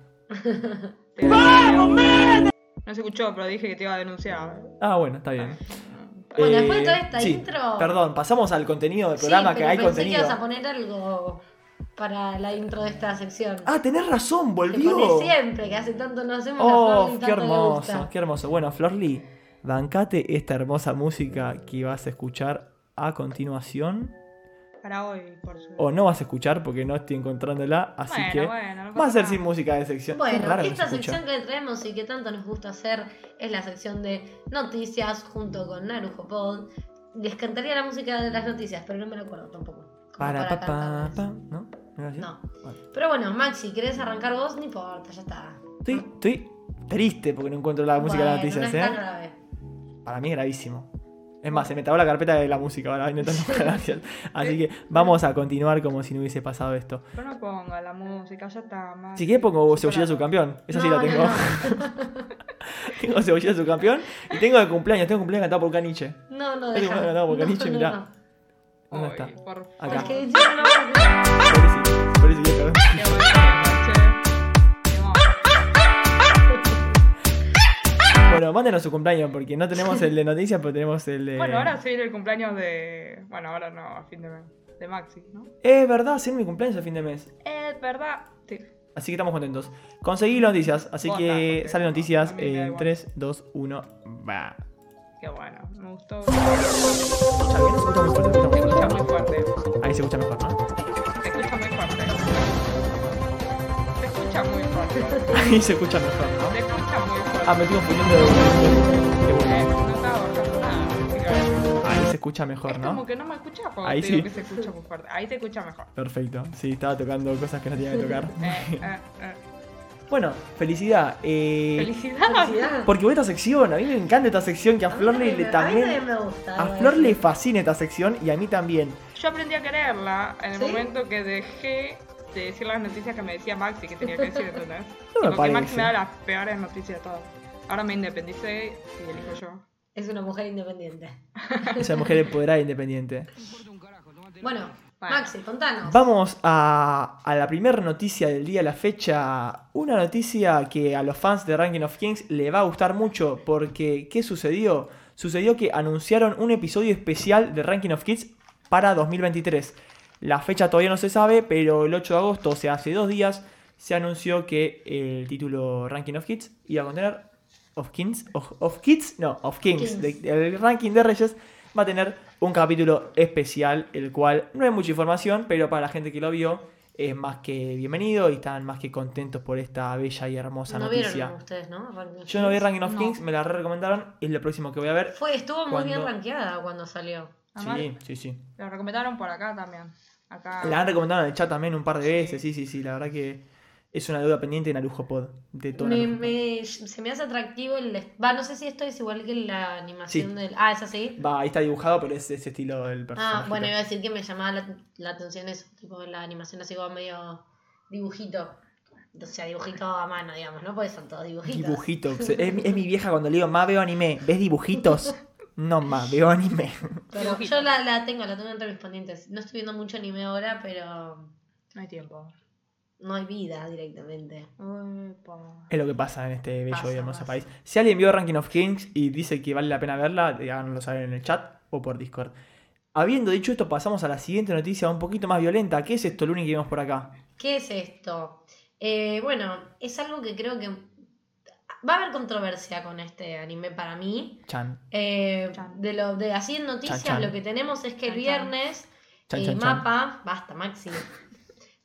Speaker 3: Te- No se escuchó, pero dije que te iba a denunciar.
Speaker 1: Ah, bueno, está bien.
Speaker 4: Bueno,
Speaker 1: Eh,
Speaker 4: después de toda esta
Speaker 1: sí,
Speaker 4: intro-
Speaker 1: Perdón, pasamos al contenido del
Speaker 4: sí,
Speaker 1: programa que
Speaker 4: pero
Speaker 1: hay
Speaker 4: pensé que
Speaker 1: contenido.
Speaker 4: ibas a poner algo para la intro de esta sección.
Speaker 1: Ah, tenés razón,
Speaker 4: que
Speaker 1: volvió.
Speaker 4: pone siempre, que hace tanto no hacemos la
Speaker 1: Oh,
Speaker 4: Flor ni
Speaker 1: qué
Speaker 4: tanto le gusta.
Speaker 1: hermoso, qué hermoso. Bueno, Florly, bancate esta hermosa música que vas a escuchar a continuación.
Speaker 3: Para hoy, por suerte.
Speaker 1: O no vas a escuchar porque no estoy encontrándola, así
Speaker 3: bueno,
Speaker 1: que.
Speaker 3: bueno, no
Speaker 1: Va a
Speaker 3: pasa
Speaker 1: ser
Speaker 3: nada.
Speaker 1: sin música de sección. Qué
Speaker 4: Bueno,
Speaker 1: raro que
Speaker 4: esta
Speaker 1: se escucha.
Speaker 4: sección que traemos y que tanto nos gusta hacer es la sección de noticias junto con Narujo Pod. Les cantaría la música de las noticias, pero no me la acuerdo tampoco. como
Speaker 1: Para pa, pa,
Speaker 4: cantarles.
Speaker 1: pa, ¿no? ¿No era así?
Speaker 4: No.
Speaker 1: Bueno.
Speaker 4: Pero bueno, Maxi, ¿querés arrancar vos? No importa, ya está.
Speaker 1: Estoy, estoy triste porque no encuentro la música de
Speaker 4: Bueno,
Speaker 1: las noticias,
Speaker 4: no es tan
Speaker 1: ¿eh?
Speaker 4: grave.
Speaker 1: Para mí es gravísimo. Es más, se me trabó la carpeta de la música ahora intentando (laughs) buscar las noticias. Así que vamos a continuar como si no hubiese pasado esto.
Speaker 3: Pero no ponga la música, ya está. Maxi.
Speaker 1: Si quieres pongo
Speaker 3: Sí,
Speaker 1: cebollita
Speaker 3: para-
Speaker 1: su campeón. Esa sí
Speaker 4: No,
Speaker 1: la
Speaker 4: no,
Speaker 1: tengo.
Speaker 4: no.
Speaker 1: (laughs) tengo cebollita su campeón. Y tengo de cumpleaños, tengo cumpleaños cantado por Caniche.
Speaker 4: No, no,
Speaker 1: Ay,
Speaker 4: deja.
Speaker 1: bueno, no, porque Nietzsche, mirá. ¿Dónde
Speaker 3: Ay,
Speaker 1: está?
Speaker 3: Por
Speaker 1: Acá.
Speaker 4: Es
Speaker 3: favor.
Speaker 4: que yo no,
Speaker 1: (laughs) Pobrecito,
Speaker 4: porque-
Speaker 1: pobrecito, cabrón.
Speaker 3: Qué bueno, che. Qué bueno.
Speaker 1: Bueno, mándenos su cumpleaños porque no tenemos el de noticias, pero tenemos el de.
Speaker 3: Bueno, ahora se viene el cumpleaños de. Bueno, ahora no, a fin de mes. De Maxi, ¿no?
Speaker 1: Es verdad, sí, es mi cumpleaños a fin de mes.
Speaker 3: Es Eh, verdad. Sí.
Speaker 1: Así que estamos contentos. Conseguí las noticias, así
Speaker 3: Posta,
Speaker 1: que
Speaker 3: porque
Speaker 1: salen
Speaker 3: no,
Speaker 1: noticias
Speaker 3: a mí me da
Speaker 1: en
Speaker 3: igual.
Speaker 1: 3, 2, 1, va.
Speaker 3: Qué bueno, me gustó.
Speaker 1: Ya, bien, se escucha muy fuerte, se
Speaker 3: Se
Speaker 1: escucha muy fuerte.
Speaker 3: escucha muy fuerte.
Speaker 1: Ahí se escucha mejor, ¿no?
Speaker 3: Se escucha muy fuerte. Se escucha muy fuerte.
Speaker 1: Ahí se escucha mejor,
Speaker 3: Se
Speaker 1: ¿no? (laughs)
Speaker 3: escucha muy fuerte.
Speaker 1: Ah, me estoy confundiendo de- de
Speaker 3: Eh,
Speaker 1: volumen.
Speaker 3: no estaba bajando nada. así que-
Speaker 1: Ahí se escucha
Speaker 3: Eh. Es
Speaker 1: mejor,
Speaker 3: como
Speaker 1: ¿no?
Speaker 3: que no me escuchaba cuando
Speaker 1: Ahí
Speaker 3: te digo
Speaker 1: sí.
Speaker 3: que se escucha muy fuerte. Ahí se escucha mejor.
Speaker 1: Perfecto, sí, estaba tocando cosas que no tenía que
Speaker 3: (laughs)
Speaker 1: tocar.
Speaker 3: Eh, eh, eh.
Speaker 1: Bueno, felicidad. eh,
Speaker 3: Felicidades.
Speaker 4: Felicidad.
Speaker 1: porque voy a esta sección, a mí me encanta esta sección, que a Flor le, le
Speaker 4: A mí
Speaker 1: también...
Speaker 4: me gusta.
Speaker 1: A
Speaker 4: bueno.
Speaker 1: Flor le fascina esta sección y a mí también.
Speaker 3: Yo aprendí a quererla en el
Speaker 4: ¿Sí?
Speaker 3: momento que dejé de decir las noticias que me decía Maxi que tenía que decir, ¿entendés?
Speaker 1: (laughs) No me
Speaker 3: Porque
Speaker 1: parece.
Speaker 3: Maxi me da las peores noticias de todas. Ahora me independicé y elijo yo.
Speaker 4: Es una mujer independiente.
Speaker 1: Esa mujer empoderada
Speaker 3: (laughs)
Speaker 1: e independiente.
Speaker 4: Bueno,
Speaker 3: Bueno.
Speaker 4: Maxi, contanos.
Speaker 1: Vamos a, a la primera noticia del día, la fecha. Una noticia que a los fans de Ranking of Kings le va a gustar mucho porque ¿qué sucedió? Sucedió que anunciaron un episodio especial de Ranking of Kings para 2023. La fecha todavía no se sabe, pero el 8 de agosto, o sea, hace dos días, se anunció que el título Ranking of Kids iba a contener of Kings, of, of Kids, no, of Kings,
Speaker 4: Kings.
Speaker 1: de- el ranking de Reyes va a tener un capítulo especial, el cual no hay mucha información, pero para la gente que lo vio es más que bienvenido y están más que contentos por esta bella y hermosa
Speaker 4: no
Speaker 1: noticia.
Speaker 4: vieron ustedes, ¿no? Ranking
Speaker 1: Yo no vi Ranking of
Speaker 3: No.
Speaker 1: Kings, me la re recomendaron, es lo próximo que voy a ver.
Speaker 4: Fue, estuvo muy bien
Speaker 1: Cuando-
Speaker 4: rankeada cuando salió.
Speaker 3: Amar.
Speaker 1: Sí, sí, sí.
Speaker 3: Lo recomendaron por acá también. Acá.
Speaker 1: La han recomendado en el chat también un par de veces, sí, sí, sí. La verdad que es una deuda pendiente en Arujo Pod. De todo
Speaker 4: Me-
Speaker 1: Narujo Pod.
Speaker 4: me- se me hace atractivo el. Va, no sé si esto es igual que la animación
Speaker 1: Sí.
Speaker 4: del. Ah, es así.
Speaker 1: Va, ahí está dibujado, pero es ese estilo del personaje.
Speaker 4: Ah, bueno, iba a decir que me llamaba la, la atención eso, tipo la animación así como medio dibujito. O sea, dibujito a mano, digamos, ¿no? Porque son todos dibujitos. (laughs)
Speaker 1: Dibujitos. Es, mi- es mi vieja cuando le digo, ma, veo anime. ¿Ves dibujitos? No, ma, veo anime. (laughs)
Speaker 4: Pero
Speaker 3: Dibujito.
Speaker 4: yo la, la tengo, la tengo entre mis pendientes. No estoy viendo mucho anime ahora, pero
Speaker 3: No hay tiempo.
Speaker 4: no hay vida directamente.
Speaker 3: Uepa.
Speaker 1: Es lo que pasa en este bello
Speaker 4: Pasa,
Speaker 1: y hermoso
Speaker 4: pasa.
Speaker 1: país. Si alguien vio Ranking of Kings y dice que vale la pena verla, háganoslo saber en el chat o por Discord. Habiendo dicho esto, pasamos a la siguiente noticia un poquito más violenta. ¿Qué es esto, Luni, que vemos por acá?
Speaker 4: ¿Qué es esto? Eh, bueno, es algo que creo que va a haber controversia con este anime para mí.
Speaker 1: Chan,
Speaker 4: Eh,
Speaker 3: Chan.
Speaker 4: de lo de así en noticias,
Speaker 1: Chan, chan.
Speaker 4: lo que tenemos es que
Speaker 3: Chan,
Speaker 4: el
Speaker 3: chan.
Speaker 4: viernes
Speaker 1: chan,
Speaker 4: eh,
Speaker 1: chan, chan.
Speaker 4: Mapa, basta, Maxi, (laughs)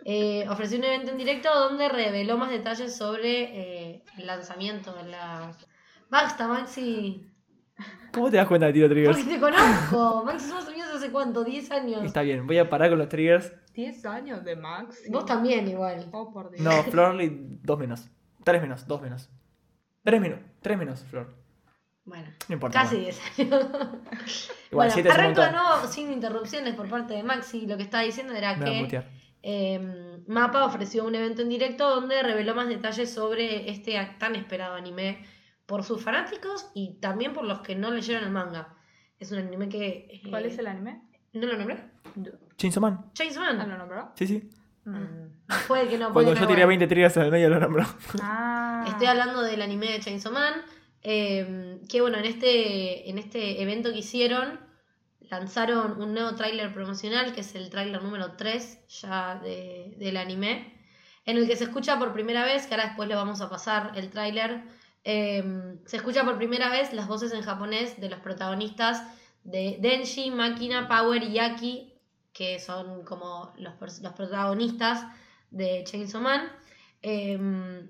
Speaker 4: eh, ofreció un evento en directo donde reveló más detalles sobre eh, el lanzamiento de la. Basta, Maxi.
Speaker 1: ¿Cómo te das cuenta de tiro
Speaker 4: Porque
Speaker 1: triggers?
Speaker 4: te conozco. Maxi, somos amigos hace cuánto, 10 años.
Speaker 1: Está bien, voy a parar con los triggers.
Speaker 3: 10 años de Max.
Speaker 4: Vos también igual.
Speaker 3: Oh, por Dios.
Speaker 1: No, Florly, dos menos. Tres menos, dos menos. Tres menos, tres menos, Flor.
Speaker 4: Bueno,
Speaker 1: No importa.
Speaker 4: casi 10 años. (laughs)
Speaker 1: Igual,
Speaker 4: bueno,
Speaker 1: siete es un
Speaker 4: arranco de
Speaker 1: montón.
Speaker 4: nuevo sin interrupciones por parte de Maxi. Lo que estaba diciendo era
Speaker 1: Me voy a
Speaker 4: que
Speaker 1: mutear.
Speaker 4: eh, Mapa ofreció un evento en directo donde reveló más detalles sobre este tan esperado anime por sus fanáticos y también por los que no leyeron el manga. Es un anime que. eh,
Speaker 3: ¿Cuál es el anime?
Speaker 4: ¿No lo nombré?
Speaker 1: Chainsaw Man.
Speaker 4: Chainsaw
Speaker 3: Ah,
Speaker 4: Man.
Speaker 3: ¿lo nombró?
Speaker 1: Sí, Eh, sí.
Speaker 3: Mm.
Speaker 4: Puede que no. puede
Speaker 1: Cuando yo
Speaker 4: que no,
Speaker 1: tiré
Speaker 4: bueno.
Speaker 1: 20 triggers en el medio lo (laughs) nombró.
Speaker 3: Ah.
Speaker 4: Estoy hablando del anime de Chainsaw Man. eh, que bueno, en este, en este evento que hicieron, lanzaron un nuevo tráiler promocional, que es el tráiler número 3 ya de- del anime, en el que se escucha por primera vez, que ahora después le vamos a pasar el tráiler, eh, se escucha por primera vez las voces en japonés de los protagonistas de Denji, Makina, Power y Yaki, que son como los, pers- los protagonistas de Chainsaw Man. Eh,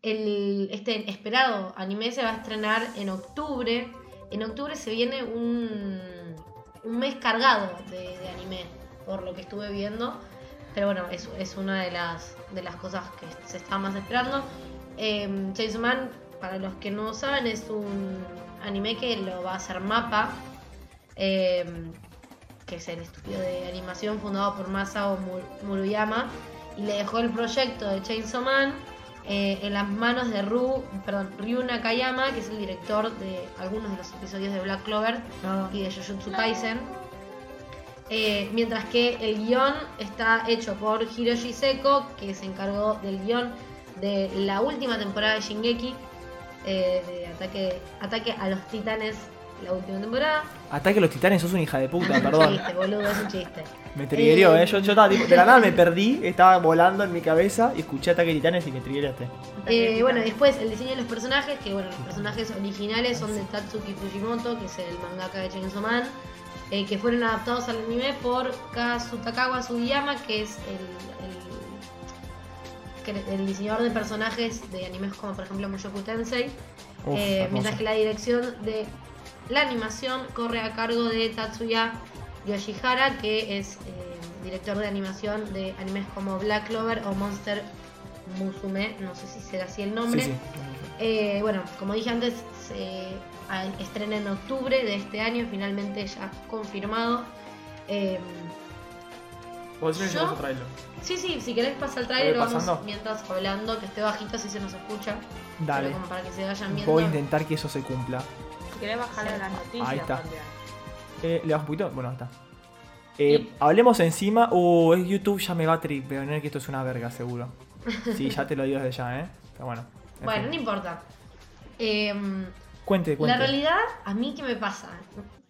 Speaker 4: el, este esperado anime se va a estrenar en octubre. En octubre se viene un, un mes cargado de, de anime, por lo que estuve viendo. Pero bueno, es, es una de las, de las cosas que se está más esperando. Eh, Chainsaw Man, para los que no saben, es un anime que lo va a hacer Mapa, que es el estudio de animación fundado por Masao Mur- Muruyama, y le dejó el proyecto de Chainsaw Man eh, en las manos de Ru, perdón, Ryu Nakayama, que es el director de algunos de los episodios de Black Clover y de Jujutsu Kaisen. Eh, mientras que el guión está hecho por Hiroshi Seko, que se encargó del guión de la última temporada de Shingeki, eh, de ataque, ataque a los titanes, la última temporada.
Speaker 1: Ataque a los titanes, sos una hija de puta,
Speaker 4: Es un
Speaker 1: Ah, perdón.
Speaker 4: chiste, boludo, es un chiste.
Speaker 1: Me triggerió,
Speaker 4: Eh,
Speaker 1: eh. Yo, yo estaba tipo, de la nada me perdí, estaba volando en mi cabeza y escuché ataque de titanes y me triggeraste.
Speaker 4: Eh, bueno, después el diseño de los personajes, que bueno, los personajes originales son de Tatsuki Fujimoto, que es el mangaka de Chainsaw Man, eh, que fueron adaptados al anime por Kazutakawa Sugiyama, que es el, el, cre- el diseñador de personajes de animes como por ejemplo Mushoku Tensei,
Speaker 1: Uf,
Speaker 4: eh,
Speaker 1: hermoso.
Speaker 4: mientras que la dirección de la animación corre a cargo de Tatsuya Yoshihara, que es eh, director de animación de animes como Black Clover o Monster Musume, no sé si será así el
Speaker 1: Sí,
Speaker 4: nombre.
Speaker 1: sí.
Speaker 4: Eh, bueno, como dije antes, se a- estrena en octubre de este año, finalmente ya confirmado. Eh,
Speaker 1: Vos siempre
Speaker 4: Yo-
Speaker 1: llevas a traerlo.
Speaker 4: sí, sí, si querés pasar el trailer,
Speaker 1: ¿Voy
Speaker 4: vamos
Speaker 1: pasando?
Speaker 4: mientras hablando, que esté bajito así se nos escucha,
Speaker 1: Dale.
Speaker 4: pero como para que se vayan viendo.
Speaker 1: Voy a intentar que eso se cumpla.
Speaker 3: Si querés bajarle las noticias.
Speaker 1: Ahí está.
Speaker 3: también.
Speaker 1: Eh, ¿Le das un poquito? Bueno, ahí está. Eh, Hablemos encima. Uh, es YouTube ya me va a tripeoner que esto es una verga, seguro. Sí, ya te lo digo desde ya, ¿eh? Pero bueno. en
Speaker 4: Bueno,
Speaker 1: fin.
Speaker 4: no importa. Eh,
Speaker 1: Cuente, cuente.
Speaker 4: la realidad, a mí que me pasa,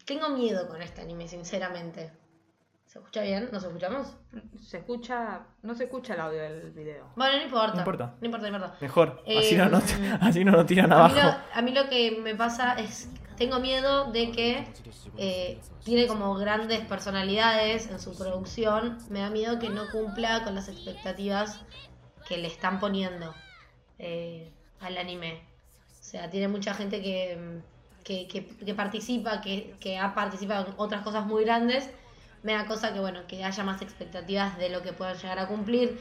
Speaker 4: tengo miedo con este anime, sinceramente. ¿Se escucha bien? ¿Nos escuchamos?
Speaker 3: Se escucha. No se escucha el audio del video.
Speaker 4: Bueno, no importa.
Speaker 1: No importa.
Speaker 4: No importa, no importa.
Speaker 1: Mejor. Así,
Speaker 4: Eh,
Speaker 1: no nos, (laughs) así no nos tiran
Speaker 4: A mí,
Speaker 1: abajo.
Speaker 4: lo, a mí lo que me pasa es, tengo miedo de que eh, tiene como grandes personalidades en su producción, me da miedo que no cumpla con las expectativas que le están poniendo eh, al anime. O sea, tiene mucha gente que, mm, que, que- que participa, que, que ha participado en otras cosas muy grandes, Me da cosa que, bueno, que haya más expectativas de lo que puedan llegar a cumplir.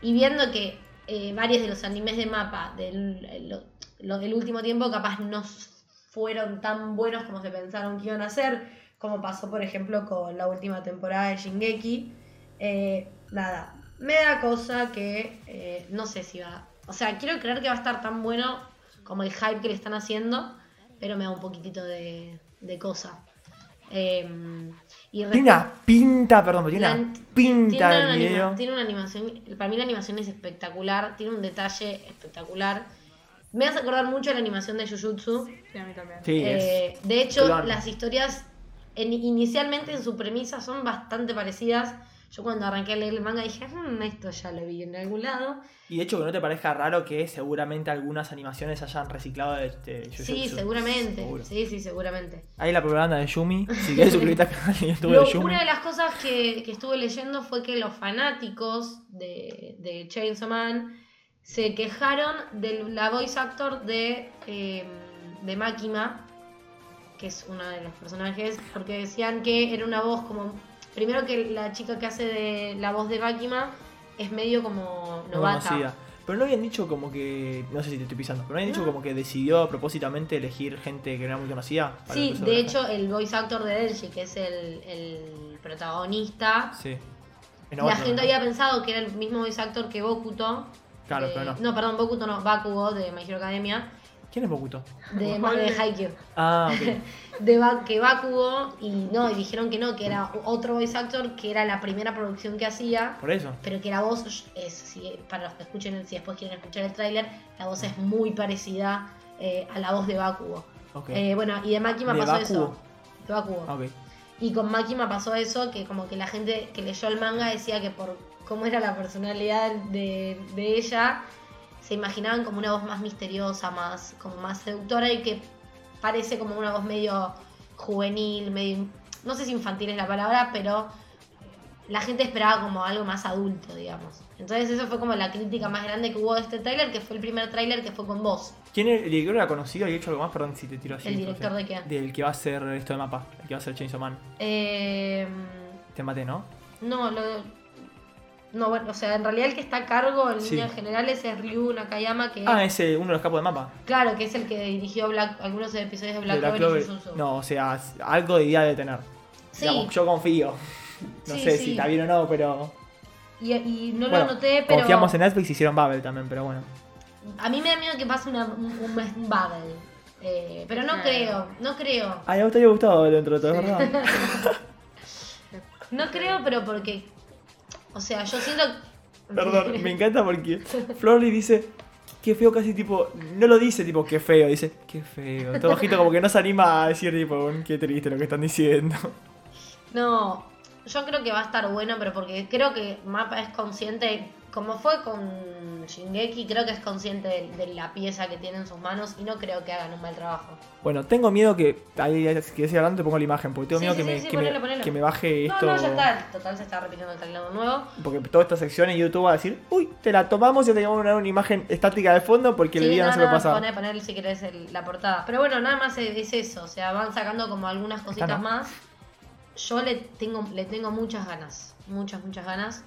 Speaker 4: Y viendo que eh, varios de los animes de mapa del, el- lo- lo del último tiempo capaz no s- fueron tan buenos como se pensaron que iban a ser, como pasó, por ejemplo, con la última temporada de Shingeki. Eh, nada, me da cosa que eh, no sé si va. O sea, quiero creer que va a estar tan bueno como el hype que le están haciendo, pero me da un poquitito de, de cosa. Em, y
Speaker 1: Tiene
Speaker 4: respecto-
Speaker 1: una pinta, perdón, pero tiene
Speaker 4: la-
Speaker 1: una pinta
Speaker 4: tiene
Speaker 1: el
Speaker 4: una
Speaker 1: video.
Speaker 4: anima- tiene una animación, para mí la animación es espectacular, tiene un detalle espectacular. Me hace acordar mucho a la animación de Jujutsu.
Speaker 3: Sí, a mí también.
Speaker 1: Sí, es.
Speaker 4: Eh, de hecho,
Speaker 1: Claro.
Speaker 4: las historias en- inicialmente en su premisa son bastante parecidas. Yo cuando arranqué a leer el manga dije, "Hmm, esto ya lo vi en algún lado.
Speaker 1: Y de hecho que no te parezca raro que seguramente algunas animaciones hayan reciclado este, de, de Jujutsu.
Speaker 4: sí, seguramente.
Speaker 1: Seguro.
Speaker 4: Sí, sí, seguramente.
Speaker 1: Ahí la propaganda de Yumi. Si
Speaker 4: (laughs)
Speaker 1: quieres suscribirte al canal de YouTube
Speaker 4: Lo-
Speaker 1: de Yumi.
Speaker 4: una de las cosas que, que estuve leyendo fue que los fanáticos de, de Chainsaw Man se quejaron de la voice actor de, eh, de Makima, que es uno de los personajes, porque decían que era una voz como... Primero que la chica que hace de la voz de Makima es medio como
Speaker 1: No
Speaker 4: novata.
Speaker 1: conocida. Pero no habían dicho como que. No sé si te estoy pisando, pero no habían dicho
Speaker 4: No.
Speaker 1: como que decidió propósitamente elegir gente que no era muy conocida. para
Speaker 4: sí,
Speaker 1: el
Speaker 4: de
Speaker 1: personaje.
Speaker 4: hecho el voice actor de Denji, que es el, el protagonista,
Speaker 1: Sí. Es
Speaker 4: la
Speaker 1: novato,
Speaker 4: gente
Speaker 1: ¿no?
Speaker 4: había pensado que era el mismo voice actor que Bokuto,
Speaker 1: Claro,
Speaker 4: de-
Speaker 1: pero no.
Speaker 4: perdón, Bokuto no, Bakugo de My Hero Academia,
Speaker 1: ¿Quién es Bokuto?
Speaker 4: de, ma- de Haikyuu.
Speaker 1: Ah,
Speaker 4: (laughs)
Speaker 1: ok.
Speaker 4: De Ba- que Bakugo, y no, y dijeron que no, que era otro voice actor, que era la primera producción que hacía,
Speaker 1: Por eso.
Speaker 4: pero que la voz, es, si- para los que escuchen, si después quieren escuchar el tráiler, la voz es muy parecida eh, a la voz de Bakugo.
Speaker 1: Ok.
Speaker 4: Eh, bueno, y de Makima
Speaker 1: ¿De
Speaker 4: pasó
Speaker 1: Bakugo?
Speaker 4: eso. De Bakugo.
Speaker 1: Ah, ok.
Speaker 4: Y con Makima pasó eso, que como que la gente que leyó el manga decía que por cómo era la personalidad de, de ella, se imaginaban como una voz más misteriosa, más, como más seductora y que parece como una voz medio juvenil, medio, no sé si infantil es la palabra, pero la gente esperaba como algo más adulto, digamos. Entonces eso fue como la crítica más grande que hubo de este tráiler, que fue el primer tráiler que fue con voz.
Speaker 1: ¿Quién es el director era conocido? ¿Había hecho algo más? Perdón si te tiro así.
Speaker 4: ¿El director
Speaker 1: entonces.
Speaker 4: de qué?
Speaker 1: Del que va a ser esto de mapa. El que va a ser Chainsaw Man.
Speaker 4: Eh,
Speaker 1: Te maté, ¿no?
Speaker 4: No, lo No, bueno, o sea, en realidad el que está a cargo en
Speaker 1: Sí.
Speaker 4: líneas generales es Ryu Nakayama, que
Speaker 1: Ah, es eh, uno de los capos de mapa.
Speaker 4: claro, que es el que dirigió Black- algunos episodios de Black,
Speaker 1: de Black
Speaker 4: Clover y
Speaker 1: Clover.
Speaker 4: Jujutsu.
Speaker 1: No, o sea, algo de idea de tener.
Speaker 4: Sí,
Speaker 1: Digamos, yo confío. (laughs) No
Speaker 4: Sí,
Speaker 1: sé
Speaker 4: sí.
Speaker 1: si está bien o no, pero.
Speaker 4: y, y no
Speaker 1: Bueno,
Speaker 4: lo anoté, pero
Speaker 1: Confiamos en Netflix y hicieron Babel también, pero bueno.
Speaker 4: a mí me da miedo que pase una, un, un, un Babel. Eh, pero no
Speaker 3: Claro.
Speaker 4: creo, no creo.
Speaker 1: Ay, a vos te había gustado dentro de todo,
Speaker 3: Sí.
Speaker 1: ¿verdad?
Speaker 4: (laughs) No creo, pero porque... O sea, yo siento...
Speaker 1: Perdón, me encanta porque Florly dice. Qué feo, casi tipo. No lo dice tipo qué feo, dice qué feo. Todo bajito como que no se anima a decir tipo "Mm, qué triste lo que están diciendo.
Speaker 4: No, yo creo que va a estar bueno, pero porque creo que Mapa es consciente, como fue con Shingeki, creo que es consciente de, de la pieza que tiene en sus manos y no creo que hagan un mal trabajo.
Speaker 1: Bueno, tengo miedo que. Ahí que siga hablando te pongo la imagen, porque tengo
Speaker 4: Sí,
Speaker 1: miedo
Speaker 4: sí,
Speaker 1: que,
Speaker 4: sí,
Speaker 1: me,
Speaker 4: sí,
Speaker 1: que,
Speaker 4: ponelo,
Speaker 1: me,
Speaker 4: ponelo.
Speaker 1: que me baje esto.
Speaker 4: No, no, ya está. Total, se está repitiendo el tráiler de nuevo.
Speaker 1: Porque toda esta sección en YouTube va a decir, uy, te la tomamos y te vamos a poner una imagen estática de fondo porque el
Speaker 4: Sí,
Speaker 1: video no, se lo pasa.
Speaker 4: poné, poné, si querés el- la portada. Pero bueno, nada más es, es eso. O sea, van sacando como algunas cositas
Speaker 1: no.
Speaker 4: más. Yo le tengo, le tengo muchas ganas. Muchas, muchas ganas.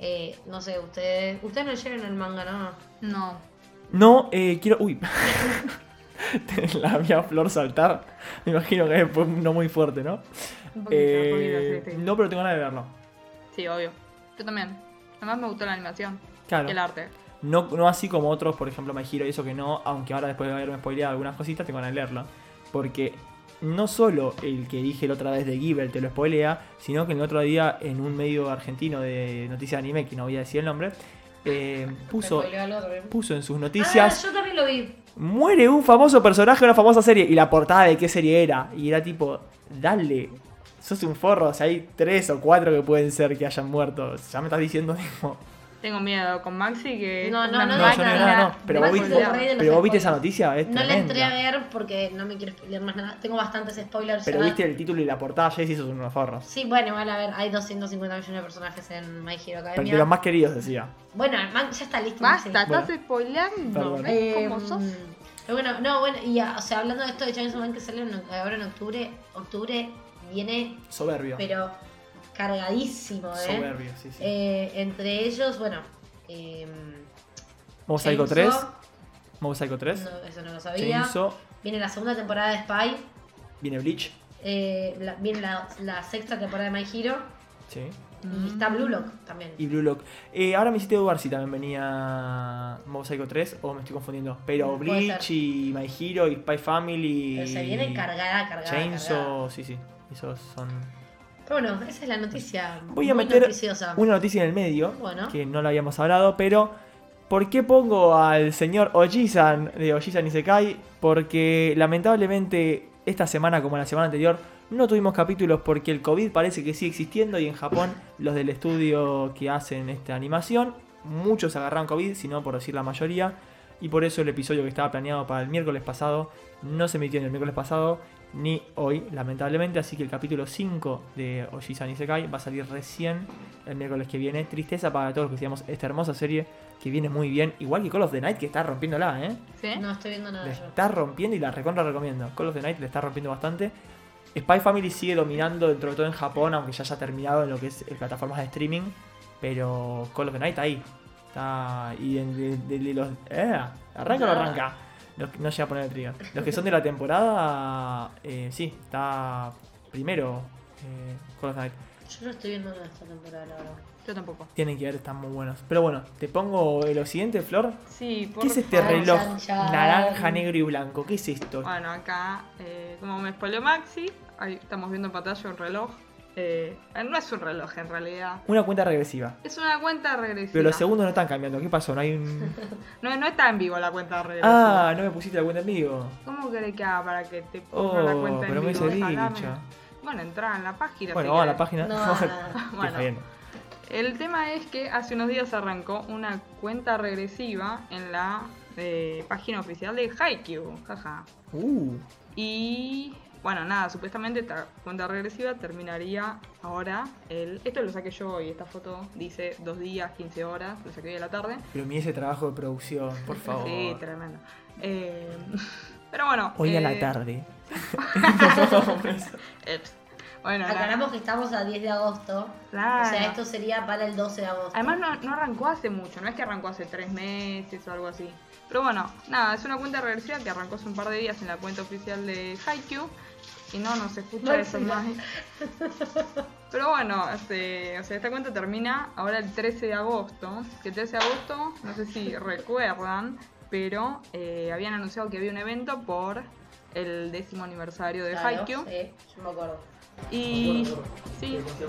Speaker 4: Eh, no sé, ustedes. Ustedes no lleven el manga, ¿no?
Speaker 3: No.
Speaker 1: No, eh, quiero. Uy. (laughs) la vi a flor saltar. Me imagino que fue no muy fuerte, ¿no?
Speaker 3: Un poquito, un poquito,
Speaker 1: Eh,
Speaker 3: sí, sí.
Speaker 1: no, pero tengo ganas de verlo.
Speaker 3: Sí, obvio. Yo también. Además me gustó la animación
Speaker 1: Claro.
Speaker 3: y el arte.
Speaker 1: No, no así como otros, por ejemplo, My Hero y eso que no, aunque ahora después de haberme spoileado algunas cositas, tengo ganas de leerlo. Porque no solo el que dije la otra vez de Giver te lo spoilea, sino que el otro día en un medio argentino de noticias de anime, que no voy a decir el nombre, eh, puso,
Speaker 4: Me spoileó al otro, ¿eh?
Speaker 1: puso en sus
Speaker 4: Ah,
Speaker 1: noticias,
Speaker 4: yo también lo vi.
Speaker 1: muere un famoso personaje de una famosa serie, y la portada de qué serie era, y era tipo, dale. Sos un forro, o sea, hay tres o cuatro que pueden ser que hayan muerto. Ya me estás diciendo, (laughs) tipo,
Speaker 3: Tengo miedo con Maxi que...
Speaker 4: No, no,
Speaker 3: una
Speaker 4: no,
Speaker 1: No, yo
Speaker 3: máquina
Speaker 1: no, no, no.
Speaker 4: nada.
Speaker 1: Pero
Speaker 3: de
Speaker 1: vos
Speaker 4: Maxi
Speaker 1: viste,
Speaker 4: es el rey de los
Speaker 1: pero vos viste
Speaker 4: spoilers.
Speaker 1: esa noticia, es
Speaker 4: No la entré a
Speaker 1: tremenda.
Speaker 4: ver porque no me quiero spoiler más nada. Tengo bastantes spoilers
Speaker 1: Pero
Speaker 4: ya.
Speaker 1: viste el título y la portada, ya esos son unos forros.
Speaker 4: Sí, bueno, igual a ver, hay 250 millones de personajes en My Hero
Speaker 1: Pero de los
Speaker 4: Academia.
Speaker 1: más queridos decía.
Speaker 4: Bueno, man, ya está listo.
Speaker 3: Basta,
Speaker 1: Bueno.
Speaker 3: estás spoileando.
Speaker 1: Perdón.
Speaker 3: ¿Ves
Speaker 4: Eh,
Speaker 3: cómo
Speaker 1: mm,
Speaker 3: sos?
Speaker 4: pero bueno, no, bueno, y ah, o sea, hablando de esto de Chainsaw Man que sale en- ahora en octubre, octubre viene,
Speaker 1: Soberbio.
Speaker 4: pero cargadísimo, ¿eh?
Speaker 1: Soberbio, sí, sí.
Speaker 4: Eh, entre ellos, bueno. Eh,
Speaker 1: Mob Psycho 3.
Speaker 4: Chainsaw,
Speaker 1: Mob Psycho 3.
Speaker 4: no, eso no lo sabía.
Speaker 1: Chainsaw.
Speaker 4: Viene la segunda temporada de Spy.
Speaker 1: Viene Bleach.
Speaker 4: eh, la- viene la, la sexta temporada de My Hero.
Speaker 1: Sí.
Speaker 4: Y está Blue Lock también.
Speaker 1: Y Blue Lock. Eh, ahora me hiciste dudar si también venía Mob Psycho 3 o me estoy confundiendo. Pero
Speaker 4: Mm, puede
Speaker 1: Bleach
Speaker 4: ser.
Speaker 1: y My Hero y Spy Family.
Speaker 4: Pero se viene cargada, cargada, cargada.
Speaker 1: Chainsaw, sí, sí. Esos son.
Speaker 4: Pero bueno, esa es la noticia.
Speaker 1: Voy a
Speaker 4: muy
Speaker 1: meter
Speaker 4: noticiosa.
Speaker 1: Una noticia en el medio,
Speaker 4: Bueno.
Speaker 1: que no la habíamos hablado, pero ¿por qué pongo al señor Ojisan de Ojisan Isekai? Porque lamentablemente esta semana, como la semana anterior, no tuvimos capítulos porque el COVID parece que sigue existiendo y en Japón los del estudio que hacen esta animación, muchos agarraron COVID, si no por decir la mayoría, y por eso el episodio que estaba planeado para el miércoles pasado no se emitió en el miércoles pasado ni hoy, lamentablemente, así que el capítulo 5 de Ojisan Isekai va a salir recién el miércoles que viene. Tristeza para todos los que hacíamos esta hermosa serie que viene muy bien. Igual que Call of the Night que está rompiéndola, ¿eh?
Speaker 3: ¿Sí?
Speaker 4: No estoy viendo nada
Speaker 1: La
Speaker 4: Ah, yo.
Speaker 1: está rompiendo y la recontra recomiendo. Call of the Night le está rompiendo bastante. Spy Family sigue dominando dentro de todo en Japón, aunque ya haya terminado en lo que es eh, plataformas de streaming. Pero Call of the Night ahí. Está. Y en- de, de- de los. ¿Eh? ¿Arranca o no arranca? Los que- no llega a poner el trigger. Los que son de la temporada. eh, sí, está primero eh, Call of the Night.
Speaker 4: Yo no estoy viendo nada esta temporada, la verdad.
Speaker 3: Yo tampoco.
Speaker 1: Tienen que ver, están muy buenos. Pero bueno, te pongo el occidente, Flor.
Speaker 3: Sí, por
Speaker 1: ¿Qué es este
Speaker 4: favor.
Speaker 1: reloj
Speaker 4: Chan, chan.
Speaker 1: naranja, negro y blanco? ¿Qué es esto?
Speaker 3: Bueno, acá, eh, como me spoileó Maxi, ahí estamos viendo en pantalla un reloj. Eh, no es un reloj en realidad.
Speaker 1: Una cuenta regresiva.
Speaker 3: Es una cuenta regresiva.
Speaker 1: Pero los segundos no están cambiando. ¿Qué pasó? No hay
Speaker 3: (laughs)
Speaker 1: un...
Speaker 3: No, no está en vivo la cuenta regresiva.
Speaker 1: Ah, no me pusiste la cuenta en vivo.
Speaker 3: ¿Cómo querés que haga para que te ponga la
Speaker 1: Oh,
Speaker 3: cuenta en
Speaker 1: pero me
Speaker 3: vivo?
Speaker 1: hice
Speaker 3: Ojalá me-
Speaker 1: dicha.
Speaker 3: Bueno, entrá en la página.
Speaker 1: Bueno,
Speaker 3: si
Speaker 1: vamos a la
Speaker 3: querés.
Speaker 1: página.
Speaker 4: No, no.
Speaker 3: (laughs)
Speaker 1: Qué
Speaker 3: Bueno.
Speaker 1: jodiendo.
Speaker 3: El tema es que hace unos días arrancó una cuenta regresiva en la eh, página oficial de Haikyuu. Jaja.
Speaker 1: Uh,
Speaker 3: Y bueno, nada, supuestamente esta cuenta regresiva terminaría ahora el. Esto lo saqué yo hoy, esta foto dice dos días, 15 horas, lo saqué hoy a la tarde.
Speaker 1: pero mira ese trabajo de producción, por favor.
Speaker 3: Sí, tremendo. Eh, (laughs) pero bueno.
Speaker 1: Hoy a
Speaker 3: eh,
Speaker 1: la
Speaker 3: (laughs)
Speaker 1: tarde.
Speaker 3: eps. Bueno, nada.
Speaker 4: Aclaramos que estamos a 10 de agosto.
Speaker 3: Claro.
Speaker 4: O sea, esto sería para el 12 de agosto.
Speaker 3: Además no, no arrancó hace mucho, no es que arrancó hace tres meses o algo así. Pero bueno, nada, es una cuenta regresiva que arrancó hace un par de días en la cuenta oficial de Haikyuu. Y no nos escucha
Speaker 4: Maxi,
Speaker 3: eso
Speaker 4: no.
Speaker 3: más. (laughs) Pero bueno, este, o sea, esta cuenta termina ahora el 13 de agosto. Que el 13 de agosto, no sé si recuerdan, pero eh, habían anunciado que había un evento por el décimo aniversario de
Speaker 4: Claro,
Speaker 3: Haikyuu.
Speaker 4: Sí, yo me acuerdo.
Speaker 3: Y... Sí,
Speaker 1: Ah, estoy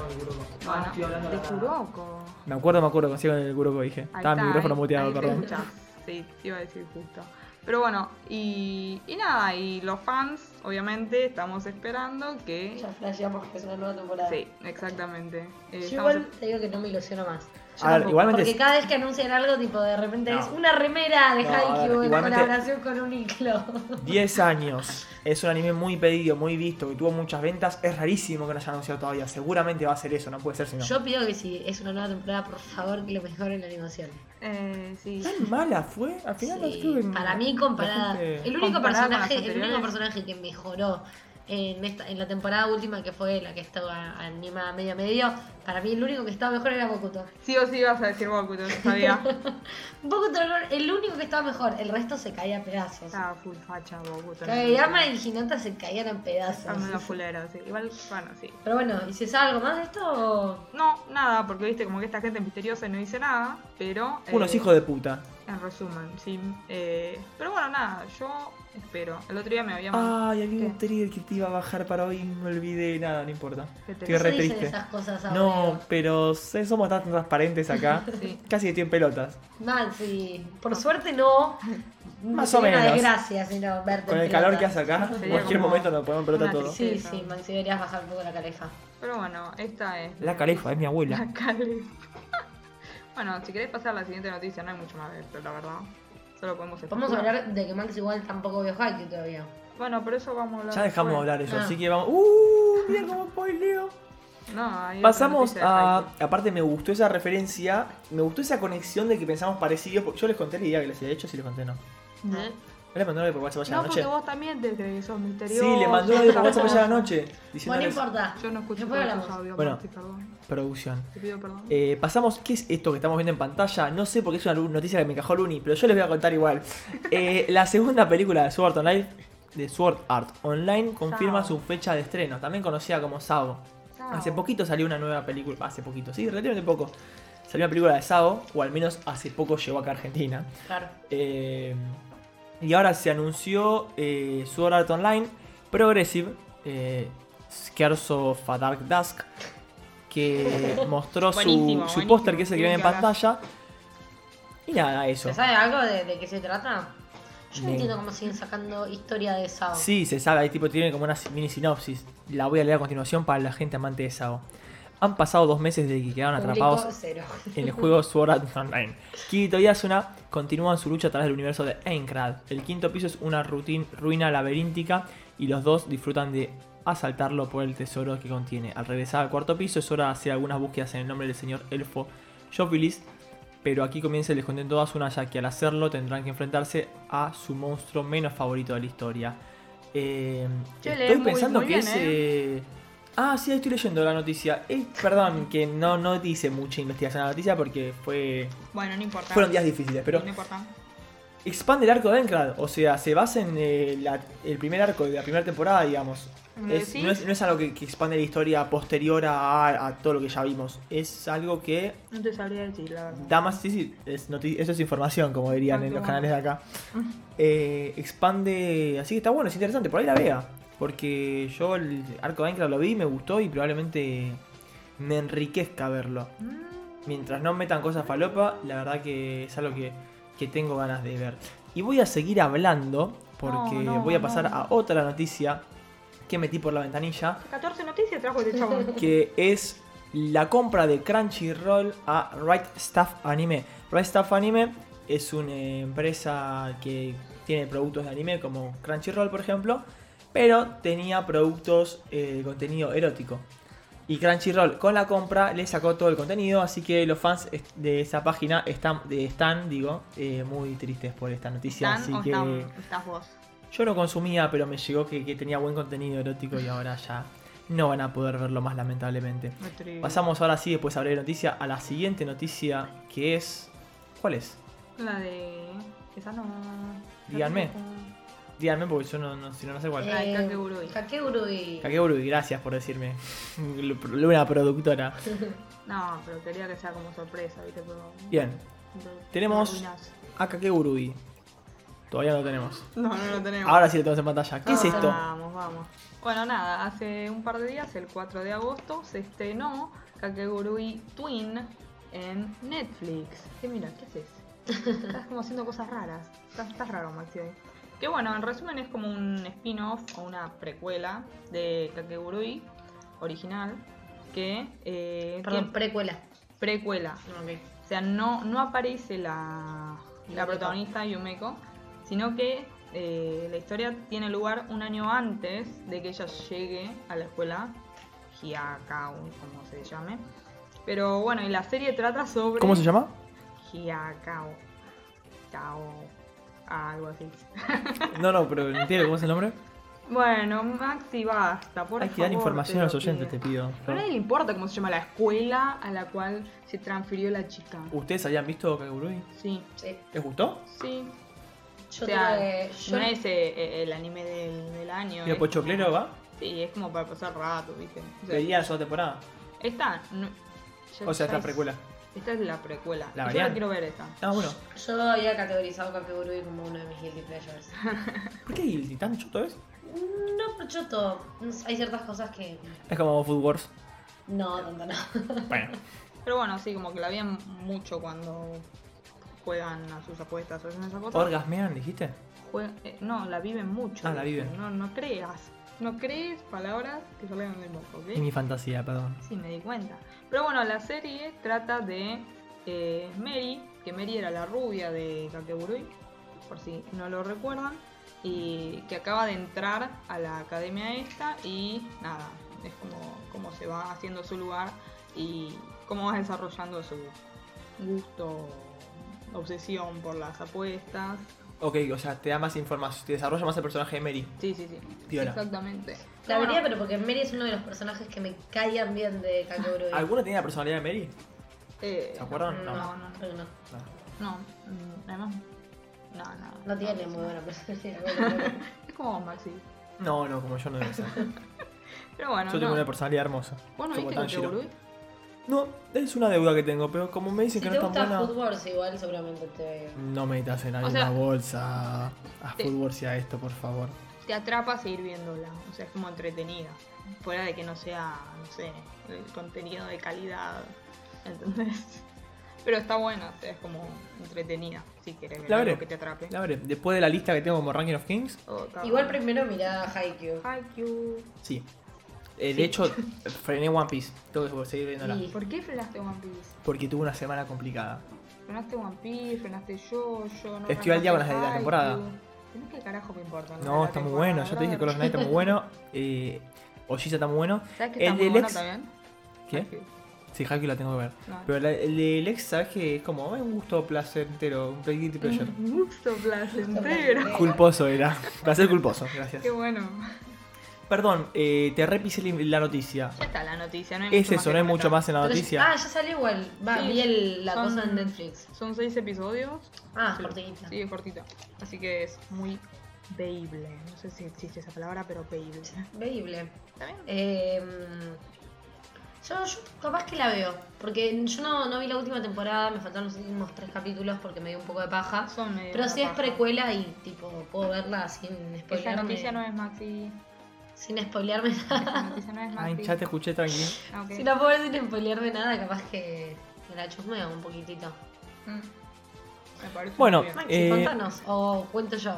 Speaker 3: bueno,
Speaker 1: hablando
Speaker 3: de
Speaker 1: la-
Speaker 3: Kuroko.
Speaker 1: Me acuerdo, me acuerdo, consigo en el Kuroko dije.
Speaker 3: Ahí
Speaker 1: Estaba mi micrófono
Speaker 3: ahí-
Speaker 1: muteado,
Speaker 3: ahí te
Speaker 1: perdón.
Speaker 3: escuchás. Sí, te iba a decir justo. Pero bueno, y, y nada, y los fans, obviamente, estamos esperando que.
Speaker 4: Ya flasheamos que es una nueva temporada.
Speaker 3: Sí, exactamente. Eh,
Speaker 4: Yo
Speaker 3: estamos-
Speaker 4: igual te digo que no me ilusiono más. Yo
Speaker 1: A ver,
Speaker 4: tampoco,
Speaker 1: igualmente
Speaker 4: Porque
Speaker 1: es-
Speaker 4: cada vez que anuncian algo, tipo, de repente
Speaker 1: No.
Speaker 4: es una remera de
Speaker 1: No, a ver,
Speaker 4: Haikyuu en
Speaker 1: igualmente-
Speaker 4: colaboración con Uniqlo.
Speaker 1: 10 años. Es un anime muy pedido, muy visto, que tuvo muchas ventas. Es rarísimo que no haya anunciado todavía. Seguramente va a ser eso, no puede ser sino.
Speaker 4: Yo pido que si es una nueva temporada, por favor, que lo mejoren la animación.
Speaker 3: eh, sí.
Speaker 1: ¿Tan mala fue? Al final
Speaker 4: Sí,
Speaker 1: creo que-
Speaker 4: para mí comparada
Speaker 1: la gente-
Speaker 4: el único
Speaker 3: comparada con
Speaker 4: personaje
Speaker 3: las
Speaker 4: el único
Speaker 3: anteriores.
Speaker 4: personaje que mejoró en esta en la temporada última que fue la que estaba animada medio a medio para mí el único que estaba mejor era Bokuto
Speaker 3: Sí o sí vas a decir Bokuto, yo sabía.
Speaker 4: Bokuto era el único que estaba mejor el resto se caía a pedazos
Speaker 3: Estaba full facha Bokuto.
Speaker 4: Kageyama Eh, y Hinata se caían a pedazos
Speaker 3: Estaba medio fulero, sí. Igual, bueno, sí.
Speaker 4: pero bueno y si sabe algo más de esto
Speaker 3: No, nada, porque viste como que esta gente es misteriosa y no dice nada, pero. eh,
Speaker 1: Unos hijos de puta.
Speaker 3: En resumen, sí. Eh, pero bueno, nada, yo espero. El otro día me había
Speaker 1: Ay, había un
Speaker 3: ¿Qué?
Speaker 1: trigger que te iba a bajar para hoy y me olvidé. Nada, no importa.
Speaker 3: ¿Qué te
Speaker 1: Estoy
Speaker 4: no
Speaker 1: re
Speaker 4: se dicen
Speaker 1: triste.
Speaker 4: esas cosas ahora
Speaker 1: No, pero se- somos tan transparentes
Speaker 4: (laughs)
Speaker 1: acá.
Speaker 3: Sí.
Speaker 1: Casi que estoy en pelotas.
Speaker 4: Maxi por suerte no
Speaker 1: Ah. Más
Speaker 4: Sería
Speaker 1: o
Speaker 4: una
Speaker 1: menos.
Speaker 4: desgracia sino verte
Speaker 1: Con
Speaker 4: en
Speaker 1: el calor que
Speaker 4: pelotas.
Speaker 1: hace acá, en
Speaker 3: Sería
Speaker 1: cualquier
Speaker 3: como
Speaker 1: momento nos ponemos en pelota
Speaker 3: una
Speaker 1: todo.
Speaker 3: tristeza.
Speaker 4: Sí,
Speaker 3: Sí,
Speaker 4: sí,
Speaker 3: no.
Speaker 4: Maxi, deberías bajar un poco la calefa.
Speaker 3: Pero bueno, esta es.
Speaker 1: La calefa, es mi abuela.
Speaker 3: La Cale. (laughs) bueno, si querés pasar a la siguiente noticia, no hay mucho más de esto, la verdad. Solo podemos
Speaker 4: Vamos a
Speaker 3: especular.
Speaker 4: hablar de que Max igual tampoco vio Haikyuu todavía.
Speaker 3: Bueno, por eso vamos a hablar.
Speaker 1: Ya dejamos de
Speaker 3: después.
Speaker 1: hablar eso,
Speaker 4: Ah.
Speaker 1: así que vamos. ¡Uh! Mira cómo spoileo.
Speaker 3: No, hay otra
Speaker 1: Pasamos
Speaker 3: noticia de
Speaker 1: a.
Speaker 3: Haikyuu.
Speaker 1: Aparte, me gustó esa referencia. Me gustó esa conexión de que pensamos parecidos. porque Yo les conté la idea que les había hecho, si les conté no.
Speaker 3: ¿Eh?
Speaker 1: le mandó un audio por WhatsApp allá
Speaker 5: No,
Speaker 1: a la noche?
Speaker 5: porque vos también te crees que sos misterioso.
Speaker 1: Sí, le mandó un audio por WhatsApp allá a la
Speaker 5: tramposo.
Speaker 1: noche.
Speaker 4: Bueno,
Speaker 1: Diciendo
Speaker 4: no importa.
Speaker 5: Yo no escuché
Speaker 4: Después
Speaker 5: todos
Speaker 4: hablamos.
Speaker 5: tus audios,
Speaker 1: Bueno.
Speaker 5: Marti, perdón.
Speaker 1: producción.
Speaker 5: Te pido perdón.
Speaker 1: Eh, pasamos, ¿qué es esto que estamos viendo en pantalla? No sé porque es una lu- noticia que me encajó Luni, pero yo les voy a contar igual. Eh, la segunda película de Sword, Online, de Sword Art Online confirma
Speaker 5: Sao.
Speaker 1: su fecha de estreno, también conocida como SAO.
Speaker 3: Ah.
Speaker 5: Chao.
Speaker 1: Hace poquito salió una nueva película, hace poquito, sí, relativamente poco. Salió una película de SAO, o al menos hace poco llegó acá a Argentina.
Speaker 4: Claro.
Speaker 1: Eh, y ahora se anunció eh, Sword Art Online Progressive, eh, Scares of a Dark Dusk, que mostró su,
Speaker 3: Buenísimo,
Speaker 1: su
Speaker 3: buenísimo.
Speaker 1: póster que es el que ven en
Speaker 3: Tienen que
Speaker 1: pantalla. Y nada, eso.
Speaker 4: ¿Se sabe algo de, de qué se trata? Yo no
Speaker 1: Bien.
Speaker 4: entiendo cómo siguen sacando historia de Sao.
Speaker 1: Sí, se sabe, ahí tipo tiene como una mini sinopsis. La voy a leer a continuación para la gente amante de SAO. Han pasado dos meses desde que quedaron
Speaker 4: Público
Speaker 1: atrapados
Speaker 4: cero.
Speaker 1: en el juego Sword Art Online. Kirito y Asuna continúan su lucha a través del universo de Aincrad. El quinto piso es una rutin- ruina laberíntica y los dos disfrutan de asaltarlo por el tesoro que contiene. Al regresar al cuarto piso es hora de hacer algunas búsquedas en el nombre del señor elfo Jovilis, pero aquí comienza el descontento de Asuna ya que al hacerlo tendrán que enfrentarse a su monstruo menos favorito de la historia. Eh,
Speaker 3: Che,
Speaker 1: estoy
Speaker 3: lees muy-
Speaker 1: pensando
Speaker 3: muy
Speaker 1: que
Speaker 3: bien,
Speaker 1: es... eh, Ah, sí, ahí estoy leyendo la noticia. Eh, perdón, que no, no hice mucha investigación a la noticia porque fue,
Speaker 3: Bueno, no importa.
Speaker 1: fueron días difíciles, pero
Speaker 3: No importa.
Speaker 1: expande el arco de Encrad. O sea, se basa en eh, la- el primer arco de la primera temporada, digamos.
Speaker 5: ¿Me
Speaker 1: Es-
Speaker 5: decís?
Speaker 1: no, es, no es algo que, que expande la historia posterior a, a todo lo que ya vimos. Es algo que
Speaker 5: No te sabría decir, la verdad.
Speaker 1: da más... Sí, sí, es noti- eso es información, como dirían
Speaker 5: Ah,
Speaker 1: en
Speaker 5: qué
Speaker 1: los
Speaker 5: bueno.
Speaker 1: canales de
Speaker 5: (laughs)
Speaker 1: acá. Eh, expande... Así que está bueno, es interesante. Por ahí la vea. Porque yo el arco de Encrad lo vi, me gustó y probablemente me enriquezca verlo.
Speaker 3: Mm,
Speaker 1: Mientras no metan cosas falopa, la verdad que es algo que, que tengo ganas de ver. Y voy a seguir hablando porque
Speaker 5: No, no,
Speaker 1: voy a pasar
Speaker 5: no.
Speaker 1: a otra noticia que metí por la ventanilla,
Speaker 3: 14 noticias trajo este chabón.
Speaker 1: que es la compra de Crunchyroll a Right Stuff Anime. Right Stuff Anime es una empresa que tiene productos de anime como Crunchyroll, por ejemplo, pero tenía productos eh, de contenido erótico. Y Crunchyroll con la compra le sacó todo el contenido, así que los fans est- de esa página están, de- están digo, eh, muy tristes por esta noticia.
Speaker 3: ¿Están o
Speaker 1: así que
Speaker 3: están- estás vos?
Speaker 1: yo no consumía, pero me llegó que, que tenía buen contenido erótico y ahora ya no van a poder verlo más lamentablemente.
Speaker 3: Me estoy-
Speaker 1: Pasamos ahora sí, después hablaré de noticia, a la siguiente noticia que es... ¿Cuál es?
Speaker 3: La de. Esa no.
Speaker 1: Díganme. Díganme porque yo no, no, si no, no sé cuál.
Speaker 4: Eh,
Speaker 3: Ay, Kakegurui.
Speaker 4: Kakegurui.
Speaker 1: Kakegurui, gracias por decirme. (laughs) Una productora.
Speaker 3: No, pero quería que sea como sorpresa, ¿viste? Pero-
Speaker 1: Bien,
Speaker 3: pero-
Speaker 1: Tenemos-
Speaker 3: arruinas.
Speaker 1: a Kakegurui. Todavía no lo tenemos.
Speaker 3: No, no lo tenemos.
Speaker 1: Ahora sí lo tenemos en pantalla. ¿Qué es
Speaker 3: Ah.
Speaker 1: esto?
Speaker 3: Vamos, vamos. Bueno, nada, hace un par de días, el 4 de agosto, se estrenó Kakegurui Twin en Netflix. Que mira, ¿qué haces? Estás como haciendo cosas raras. Estás, estás raro, Maxi. hoy. Que bueno, en resumen es como un spin-off o una precuela de Kakegurui original que... Eh,
Speaker 4: Perdón,
Speaker 3: tiene-
Speaker 4: precuela.
Speaker 3: precuela.
Speaker 4: Ok.
Speaker 3: O sea, no, no aparece la, la
Speaker 4: Yumeko.
Speaker 3: protagonista Yumeko, sino que eh, la historia tiene lugar un año antes de que ella llegue a la escuela Hyakaun, como se llame. Pero bueno, y la serie trata sobre...
Speaker 1: ¿Cómo se llama?
Speaker 3: Hyakaun. Kao. Algo así. (laughs)
Speaker 1: No, no, pero entiendo cómo es el nombre.
Speaker 3: Bueno, Maxi, basta, por
Speaker 1: Hay que dar
Speaker 3: favor,
Speaker 1: información
Speaker 3: te
Speaker 1: a
Speaker 3: lo
Speaker 1: los oyentes, te
Speaker 3: pido.
Speaker 1: pido.
Speaker 3: Pero a nadie le importa cómo se llama la escuela a la cual se transfirió la chica.
Speaker 1: ¿Ustedes habían visto Kakegurui?
Speaker 3: Sí,
Speaker 4: Sí.
Speaker 1: ¿Les gustó?
Speaker 3: sí,
Speaker 4: Yo
Speaker 3: o sea,
Speaker 4: tuve- yo-
Speaker 3: no es eh, eh, el anime del, del año.
Speaker 1: ¿Pero
Speaker 3: es
Speaker 1: Pochoclero
Speaker 3: como-
Speaker 1: va?
Speaker 3: Sí, es como para pasar rato, ¿viste? O sea,
Speaker 1: Veía la segunda temporada.
Speaker 3: Esta. no- ya-
Speaker 1: O sea,
Speaker 3: ya
Speaker 1: esta
Speaker 3: es-
Speaker 1: precuela.
Speaker 3: Esta es la precuela.
Speaker 1: La
Speaker 3: Yo
Speaker 1: variante.
Speaker 3: la quiero ver esta.
Speaker 1: Ah, bueno.
Speaker 4: Yo había categorizado Kakegurui como uno de mis guilty pleasures.
Speaker 1: ¿Por qué Guilty? ¿Tan chuto es?
Speaker 4: No, pero yo todo. no sé, Hay ciertas cosas que.
Speaker 1: Es como Food Wars.
Speaker 4: No, tanto no.
Speaker 1: Bueno.
Speaker 3: Pero bueno, sí, como que la vean mucho cuando juegan a sus apuestas o hacen esas cosas.
Speaker 1: ¿Orgasmean, dijiste?
Speaker 3: Jue- eh, no, la viven mucho.
Speaker 1: Ah, la
Speaker 3: dice.
Speaker 1: viven.
Speaker 3: No, no creas. No crees palabras que salgan del moco, ¿ok?
Speaker 1: Y mi fantasía, perdón.
Speaker 3: Sí, me di cuenta. Pero bueno, la serie trata de eh, Mary, que Mary era la rubia de Kakegurui, por si no lo recuerdan, y que acaba de entrar a la academia esta y nada, es como, como se va haciendo su lugar y cómo va desarrollando su gusto, obsesión por las apuestas
Speaker 1: Ok, o sea, te da más información, te desarrolla más el personaje de Mary.
Speaker 5: Sí, sí, sí.
Speaker 1: Piola.
Speaker 3: Exactamente.
Speaker 4: La
Speaker 3: Bueno,
Speaker 4: vería, pero porque Mary es uno de los personajes que me caían bien de Kakegurui.
Speaker 1: ¿Alguna tenía la personalidad de Mary?
Speaker 3: eh,
Speaker 1: ¿Se acuerdan?
Speaker 4: No,
Speaker 1: No.
Speaker 4: no, creo que no.
Speaker 1: No.
Speaker 3: No, mm, además. No, no.
Speaker 4: No tiene
Speaker 3: no,
Speaker 4: muy buena
Speaker 1: (laughs)
Speaker 4: personalidad.
Speaker 3: Es como vos, Maxi.
Speaker 1: No, no, como yo no debe ser.
Speaker 3: Pero bueno,
Speaker 1: Yo tengo
Speaker 3: no.
Speaker 1: una personalidad hermosa.
Speaker 3: ¿Vos no
Speaker 1: Yo como
Speaker 3: viste que
Speaker 1: Tanjiro.
Speaker 3: Uruguay?
Speaker 1: No, es una deuda que tengo, pero como me dicen
Speaker 4: Si
Speaker 1: que
Speaker 4: te
Speaker 1: no es tan
Speaker 4: gusta
Speaker 1: buena.
Speaker 4: Footballs, igual seguramente te.
Speaker 1: No metas en alguna
Speaker 3: O sea,
Speaker 1: bolsa a
Speaker 3: te-
Speaker 1: fútbol y a esto, por favor.
Speaker 3: Te atrapa seguir viéndola. O sea, es como entretenida. Fuera de que no sea, no sé, el contenido de calidad. ¿Entendés? (laughs) Pero está buena, o sea, es como entretenida. Si querés ver
Speaker 1: La
Speaker 3: algo
Speaker 1: veré.
Speaker 3: que te atrape.
Speaker 1: A ver, después de la lista que tengo como Ranking of Kings,
Speaker 3: Oh, está
Speaker 4: Igual
Speaker 3: bueno.
Speaker 4: primero mirá Haikyuu.
Speaker 3: Haikyuu.
Speaker 1: sí. Eh, De hecho, frené One Piece. Tengo que seguir viéndola.
Speaker 4: Y-
Speaker 3: ¿Por qué frenaste One Piece?
Speaker 1: Porque tuve una semana complicada.
Speaker 3: Frenaste One Piece, frenaste yo, yo, no.
Speaker 1: Estoy al día con las de la
Speaker 3: frenaste
Speaker 1: temporada.
Speaker 3: Haikyuu. Tenés que carajo me importa.
Speaker 1: No, está muy bueno. Yo te dije que Color Knight está muy bueno. Eh, Ojiza está muy bueno.
Speaker 3: ¿Sabes que
Speaker 1: El
Speaker 3: está muy
Speaker 1: del
Speaker 3: bueno
Speaker 1: ex-
Speaker 3: también?
Speaker 1: ¿Qué?
Speaker 3: Haikyuu.
Speaker 1: Sí, Haikyuu la tengo que ver.
Speaker 3: No.
Speaker 1: Pero la- el del ex, ¿sabes qué? Es como es un gusto placentero, un guilty pleasure.
Speaker 5: Gusto
Speaker 1: (laughs)
Speaker 5: placentero.
Speaker 1: Culposo era. Placer culposo, gracias.
Speaker 3: Qué bueno.
Speaker 1: Perdón, eh, te repise la noticia.
Speaker 3: Ya está la noticia, no hay
Speaker 1: Es
Speaker 3: mucho más
Speaker 1: eso,
Speaker 3: que
Speaker 1: no hay mucho
Speaker 3: comentar.
Speaker 1: más en la
Speaker 4: Pero ya-
Speaker 1: noticia.
Speaker 4: Ah, ya salió igual. Va,
Speaker 3: Sí,
Speaker 4: vi el- la
Speaker 3: son-
Speaker 4: cosa en Netflix.
Speaker 3: Son seis episodios.
Speaker 4: Ah,
Speaker 3: Sí.
Speaker 4: cortita.
Speaker 3: Sí, es cortito. Así que es muy veíble. No sé si existe esa palabra, pero veíble.
Speaker 4: Veíble.
Speaker 3: ¿Está bien?
Speaker 4: Eh, yo, yo capaz que la veo, porque yo no, no vi la última temporada, me faltaron los últimos tres capítulos porque me dio un poco de paja.
Speaker 3: Son medio
Speaker 4: Pero
Speaker 3: una
Speaker 4: si es
Speaker 3: paja.
Speaker 4: precuela y tipo puedo verla sin
Speaker 3: Esa
Speaker 4: spoilearme.
Speaker 3: noticia no es (laughs) Maxi.
Speaker 4: Sin spoilearme nada.
Speaker 3: Esa noticia no es
Speaker 1: Ay,
Speaker 3: Maxi.
Speaker 1: ya te escuché tranquilo.
Speaker 3: Ah, ok.
Speaker 4: Si la puedo ver sin spoilearme nada, capaz que me la chusmeo un poquitito.
Speaker 3: Mm. Me parece
Speaker 1: Bueno,
Speaker 3: muy bien.
Speaker 4: Maxi,
Speaker 1: Eh,
Speaker 4: contanos, o cuento yo.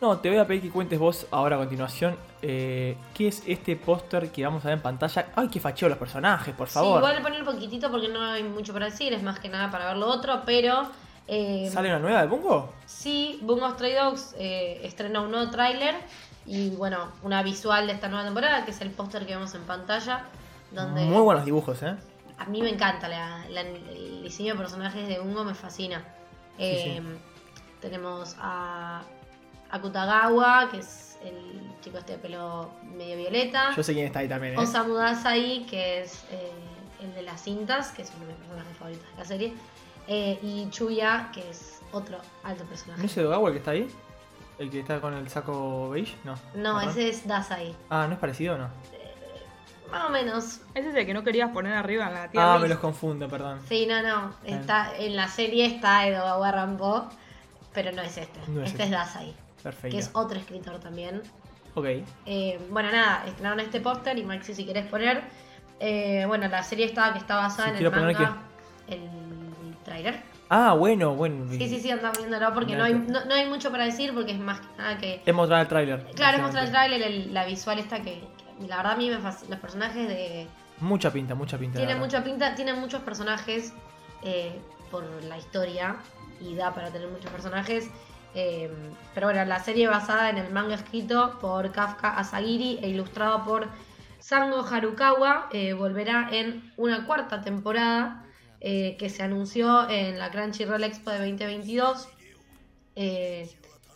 Speaker 1: No, te voy a pedir que cuentes vos ahora a continuación eh, qué es este póster que vamos a ver en pantalla. Ay, qué facheo los personajes, por
Speaker 4: Sí,
Speaker 1: favor.
Speaker 4: igual poner un poquitito porque no hay mucho para decir, es más que nada para ver lo otro, pero... eh,
Speaker 1: ¿Sale una nueva de Bungo?
Speaker 4: Sí, Bungo Stray Dogs eh, estrena un nuevo tráiler y bueno, una visual de esta nueva temporada, que es el póster que vemos en pantalla, donde
Speaker 1: Muy buenos dibujos, ¿eh?
Speaker 4: a mí me encanta la- la- el diseño de personajes de Bungo, me fascina. Eh, Tenemos a Akutagawa, que es el chico este de pelo medio violeta.
Speaker 1: Yo sé quién está ahí también, ¿eh?
Speaker 4: Osamu Dazai, que es eh, el de las cintas, que es uno de mis personajes favoritos de la serie. eh, y Chuya, que es otro alto personaje.
Speaker 1: ¿No es Edogawa el que está ahí? ¿El que está con el saco beige? No.
Speaker 4: No,
Speaker 1: Perdón.
Speaker 4: ese es Dazai.
Speaker 1: Ah, ¿no es parecido o no?
Speaker 4: Más o menos.
Speaker 3: Ese es el que no querías poner arriba en la tierra.
Speaker 1: Ah, me los confundo, perdón.
Speaker 4: Sí, no, no.
Speaker 1: Bien.
Speaker 4: Está, en la serie está Edogawa Rambo, pero no es este.
Speaker 1: No es este.
Speaker 4: este es Dazai,
Speaker 1: Perfecto.
Speaker 4: que es otro escritor también.
Speaker 1: Ok.
Speaker 4: Eh, bueno, nada, estrenaron este póster y Maxi, si querés poner. eh, bueno, la serie está, que está basada
Speaker 1: Si
Speaker 4: en el
Speaker 1: quiero poner
Speaker 4: manga. El trailer.
Speaker 1: Ah, bueno, bueno.
Speaker 4: Sí, sí, sí, andan viéndolo porque no hay, no, no hay mucho para decir porque es más que nada que...
Speaker 1: Es mostrar el tráiler.
Speaker 4: Claro, es
Speaker 1: básicamente.
Speaker 4: mostrar el trailer, el- la visual esta que, que la verdad a mí me fasc- los personajes de...
Speaker 1: Mucha pinta, mucha pinta. la
Speaker 4: Tienen
Speaker 1: verdad.
Speaker 4: mucha pinta, tienen muchos personajes eh, por la historia y da para tener muchos personajes. eh, pero bueno, la serie basada en el manga escrito por Kafka Asagiri e ilustrado por Sango Harukawa eh, volverá en una cuarta temporada eh, que se anunció en la Crunchyroll Expo de 2022. eh,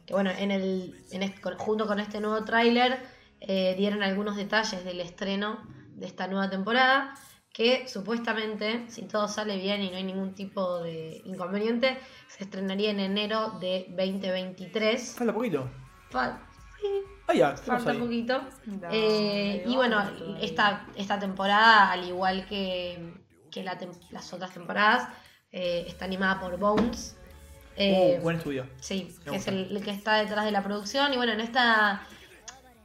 Speaker 4: que bueno, en el, en este- con- junto con este nuevo tráiler eh, dieron algunos detalles del estreno de esta nueva temporada que supuestamente, si todo sale bien y no hay ningún tipo de inconveniente, se estrenaría en enero de 2023.
Speaker 1: Falta poquito.
Speaker 4: Fa- sí,
Speaker 1: Ah, ya, estamos
Speaker 4: falta
Speaker 1: ahí.
Speaker 4: poquito.
Speaker 3: Da,
Speaker 4: Eh,
Speaker 3: medio
Speaker 4: y bueno,
Speaker 3: año todavía.
Speaker 4: esta, esta temporada, al igual que, que la tem- las otras temporadas, eh, está animada por Bones. Eh,
Speaker 1: Uh, buen estudio.
Speaker 4: Sí,
Speaker 1: Me
Speaker 4: que es
Speaker 1: gusta.
Speaker 4: el, el que está detrás de la producción. Y bueno, en esta,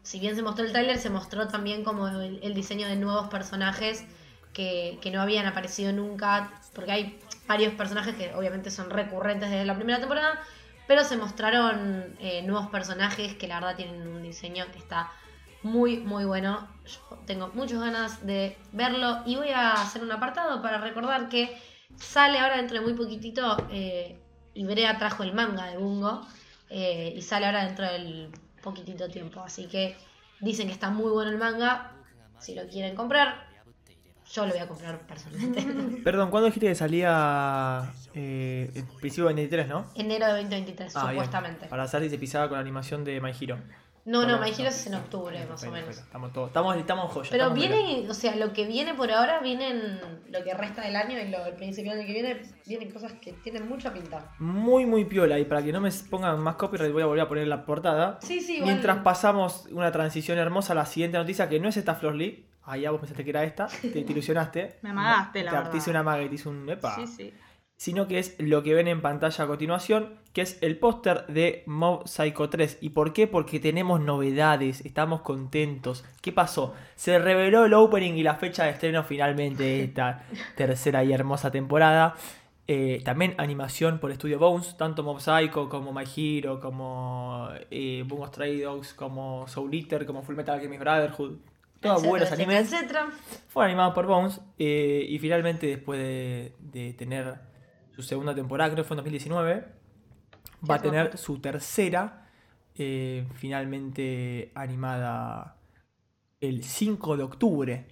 Speaker 4: si bien se mostró el tráiler, se mostró también como el, el diseño de nuevos personajes que, que no habían aparecido nunca, porque hay varios personajes que obviamente son recurrentes desde la primera temporada, pero se mostraron eh, nuevos personajes que la verdad tienen un diseño que está muy, muy bueno. Yo tengo muchas ganas de verlo y voy a hacer un apartado para recordar que sale ahora dentro de muy poquitito eh, Ibrea trajo el manga de Bungo eh, y sale ahora dentro del poquitito tiempo. Así que dicen que está muy bueno el manga. Si lo quieren comprar, Yo lo voy a comprar personalmente.
Speaker 1: Perdón, ¿cuándo dijiste que salía eh, en principio de 23, no?
Speaker 4: Enero de 2023,
Speaker 1: Ah, bien.
Speaker 4: supuestamente.
Speaker 1: Para saber si se pisaba con la animación de My Hero.
Speaker 4: No, no,
Speaker 1: Bueno,
Speaker 4: My Hero
Speaker 1: no.
Speaker 4: es en octubre, más o
Speaker 1: Perfecto,
Speaker 4: menos.
Speaker 1: Estamos todos, estamos, estamos joya.
Speaker 4: Pero
Speaker 1: estamos mega.
Speaker 4: vienen, o sea, lo que viene por ahora, vienen lo que resta del año y lo, el principio del año que viene, vienen cosas que tienen mucha pinta.
Speaker 1: Muy, muy piola. Y para que no me pongan más copyright, voy a volver a poner la portada.
Speaker 4: Sí, sí, igual.
Speaker 1: Mientras pasamos una transición hermosa a la siguiente noticia, que no es esta Flor Lee. Ahí ah, vos pensaste que era esta, te, te ilusionaste.
Speaker 3: (laughs) Me amagaste, la
Speaker 1: Te-
Speaker 3: verdad.
Speaker 1: Te hice una maga y te hice un epa.
Speaker 3: Sí, sí.
Speaker 1: Sino que es lo que ven en pantalla a continuación, que es el póster de Mob Psycho 3. ¿Y por qué? Porque tenemos novedades, estamos contentos. ¿Qué pasó? Se reveló el opening y la fecha de estreno finalmente de esta tercera y hermosa temporada. Eh, también animación por Studio Bones, tanto Mob Psycho como My Hero, como eh, Bungo Stray Dogs, como Soul Eater, como Full Metal Alchemist Brotherhood. Todos
Speaker 4: etcétera,
Speaker 1: buenos
Speaker 4: etcétera,
Speaker 1: animes.
Speaker 4: etcétera.
Speaker 1: Fue animado por Bones eh, y finalmente después de, de tener su segunda temporada, creo que fue en 2019, va a
Speaker 4: Qué
Speaker 1: tener su tercera eh, finalmente animada el 5 de octubre.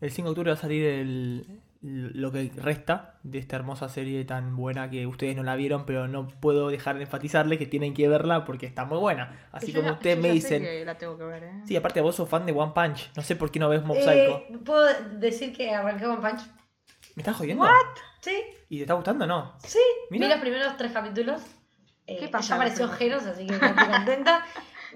Speaker 1: El 5 de octubre va a salir el, lo que resta de esta hermosa serie tan buena que ustedes no la vieron, pero no puedo dejar de enfatizarle que tienen que verla porque está muy buena. Así
Speaker 3: Yo
Speaker 1: como
Speaker 3: ya-
Speaker 1: ustedes
Speaker 3: yo
Speaker 1: me
Speaker 3: ya sé
Speaker 1: dicen...
Speaker 3: que la tengo que ver, ¿eh?
Speaker 1: Sí, aparte vos sos fan de One Punch. No sé por qué no ves Mob Psycho.
Speaker 4: Eh, ¿Puedo decir que arranqué con Punch?
Speaker 1: ¿Me estás jodiendo?
Speaker 4: Sí,
Speaker 1: ¿Y te está gustando o no?
Speaker 4: sí.
Speaker 1: Mira.
Speaker 4: Mira. los primeros tres capítulos. Eh,
Speaker 3: ¿Qué pasa
Speaker 4: Ya
Speaker 3: en los
Speaker 4: apareció
Speaker 3: primeros?
Speaker 4: Jeros, así que estoy contenta.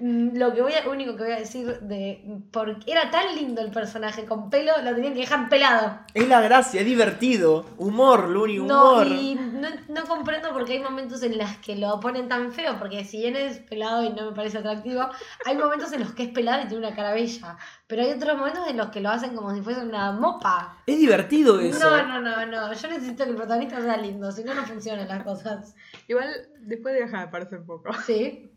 Speaker 4: Mm, Lo que voy a, único que voy a decir de. Porque era tan lindo el personaje con pelo, lo tenían que dejar pelado.
Speaker 1: Es la gracia, es divertido. Humor, Luni,
Speaker 4: No,
Speaker 1: humor.
Speaker 4: y no, no comprendo por qué hay momentos en los que lo ponen tan feo, porque si bien es pelado y no me parece atractivo, hay momentos en los que es pelado y tiene una cara bella, pero hay otros momentos en los que lo hacen como si fuese una mopa.
Speaker 1: Es divertido eso.
Speaker 4: No, no, no, no, yo necesito que el protagonista sea lindo, si no, no funcionan las cosas.
Speaker 3: Igual después deja de aparecer un poco.
Speaker 4: Sí,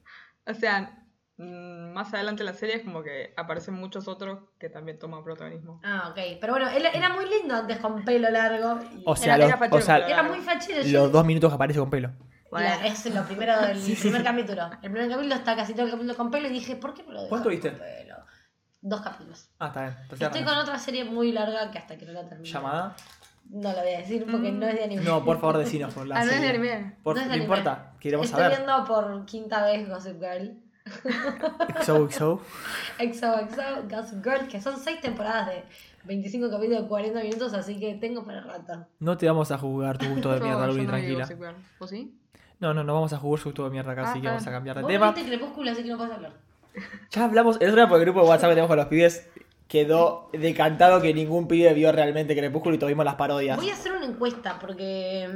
Speaker 3: O sea, mm, más adelante en la serie es como que aparecen muchos otros que también toman protagonismo.
Speaker 4: ah, ok, pero bueno, él era muy lindo antes con pelo largo. y
Speaker 1: O sea,
Speaker 3: Era-
Speaker 1: los,
Speaker 3: era
Speaker 1: o
Speaker 3: fachero,
Speaker 1: sea,
Speaker 3: pero-
Speaker 4: Era muy fachero, yo-
Speaker 1: los dos minutos que aparece con pelo.
Speaker 3: Bueno,
Speaker 4: La- es lo
Speaker 1: (laughs)
Speaker 4: primero del primer capítulo. El primer capítulo está casi todo el capítulo con pelo y dije, ¿por qué no lo dejaron
Speaker 1: ¿Cuánto viste?
Speaker 4: con pelo? Dos capítulos.
Speaker 1: Ah, está bien. Entonces,
Speaker 4: Estoy con otra serie muy larga que hasta que no la termine.
Speaker 1: ¿Llamada?
Speaker 4: No la voy a decir porque no es de anime.
Speaker 1: No, por favor,
Speaker 4: (laughs)
Speaker 1: decinos por la
Speaker 3: Ah, no es de
Speaker 1: serie.
Speaker 3: anime.
Speaker 1: Por- no
Speaker 4: Eh. No es de anime.
Speaker 1: importa, queremos
Speaker 4: Estoy
Speaker 1: saber.
Speaker 4: viendo por quinta vez Gossip Girl.
Speaker 1: (laughs) XOXO.
Speaker 4: XOXO, Gossip Girl, que son seis temporadas de 25 capítulos de 40 minutos, así que tengo para rato.
Speaker 1: No te vamos a jugar tu gusto de
Speaker 3: Yo-
Speaker 1: mierda,
Speaker 3: yo
Speaker 1: Luni,
Speaker 3: no vi
Speaker 1: tranquila.
Speaker 3: Gossip Girl. ¿Vos sí?
Speaker 1: No, no, no vamos a jugar su gusto de mierda acá,
Speaker 3: Ah,
Speaker 1: así que
Speaker 3: está
Speaker 1: vamos a
Speaker 3: bien.
Speaker 1: cambiar de
Speaker 4: Vos
Speaker 1: tema.
Speaker 4: viste Crepúsculo, así que no puedes hablar.
Speaker 1: Ya hablamos, el otro día por el grupo de WhatsApp que tenemos con los pibes quedó decantado que ningún pibe vio realmente Crepúsculo y tuvimos las parodias.
Speaker 4: Voy a hacer una encuesta porque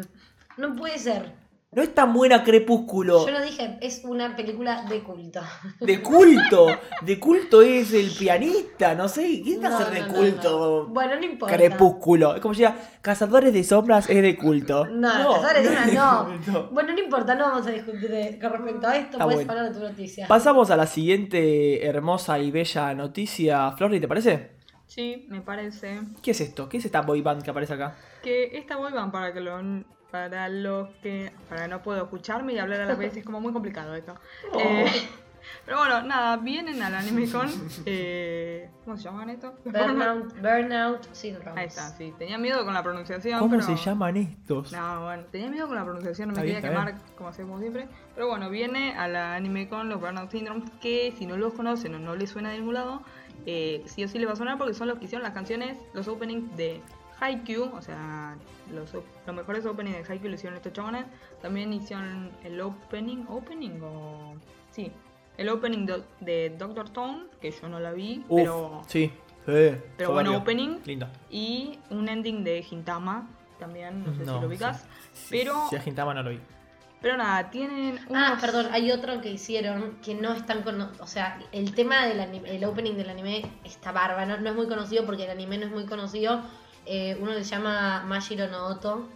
Speaker 4: no puede ser.
Speaker 1: No es tan buena Crepúsculo.
Speaker 4: Yo no dije, es una película de culto.
Speaker 1: De culto. De culto es el pianista, no sé. ¿Quién va a
Speaker 4: No,
Speaker 1: ser de
Speaker 4: no, no,
Speaker 1: culto?
Speaker 4: no. Bueno, no importa.
Speaker 1: Crepúsculo. Es como si dijera, Cazadores de Sombras es de culto.
Speaker 4: No, Cazadores de Sombras no.
Speaker 1: es de (laughs) culto.
Speaker 4: Bueno, no importa, no vamos a discutir de- con respecto a esto.
Speaker 1: Está
Speaker 4: puedes
Speaker 1: bueno.
Speaker 4: hablar de tu noticia.
Speaker 1: Pasamos a la siguiente hermosa y bella noticia, Florly, ¿te parece?
Speaker 3: Sí, me parece
Speaker 1: ¿Qué es esto? ¿Qué es esta boy band que aparece acá?
Speaker 3: que esta boyband para que lo para los que para no puedo escucharme y hablar a la vez es como muy
Speaker 1: (laughs)
Speaker 3: complicado esto.
Speaker 1: Oh.
Speaker 3: Eh, pero bueno, nada, vienen al anime con eh, ¿cómo se llaman esto?
Speaker 4: Burnout, burnout syndrome.
Speaker 3: Ahí está, sí. Tenía miedo con la pronunciación.
Speaker 1: ¿Cómo
Speaker 3: pero-
Speaker 1: se llaman estos?
Speaker 3: No, bueno, tenía miedo con la pronunciación, no me
Speaker 1: Está bien,
Speaker 3: quería
Speaker 1: está
Speaker 3: quemar como hacemos siempre. Pero bueno, viene a la anime con los Burnout Syndrome, que si no los conocen o no les suena de ningún lado, eh, sí o sí les va a sonar porque son los que hicieron las canciones, los openings de Haikyuu, o sea, los, op- los mejores openings de Haikyuu lo hicieron estos chabones. También hicieron el opening, opening o... Sí, el opening do- de Doctor Stone, que yo no la vi,
Speaker 1: Uf,
Speaker 3: pero...
Speaker 1: sí. sí,
Speaker 3: Pero bueno,
Speaker 1: soberbio.
Speaker 3: opening
Speaker 1: Lindo.
Speaker 3: y un ending de Gintama también, no sé
Speaker 1: No,
Speaker 3: si lo ubicas.
Speaker 1: sí.
Speaker 3: Pero,
Speaker 1: Si a Gintama no lo vi.
Speaker 3: pero nada, tienen unos...
Speaker 4: Ah, perdón, hay otro que hicieron que no es tan cono- O sea, el tema del anime, el opening del anime está bárbaro. No es muy conocido porque el anime no es muy conocido. Eh, uno que se llama Mashiro no Oto.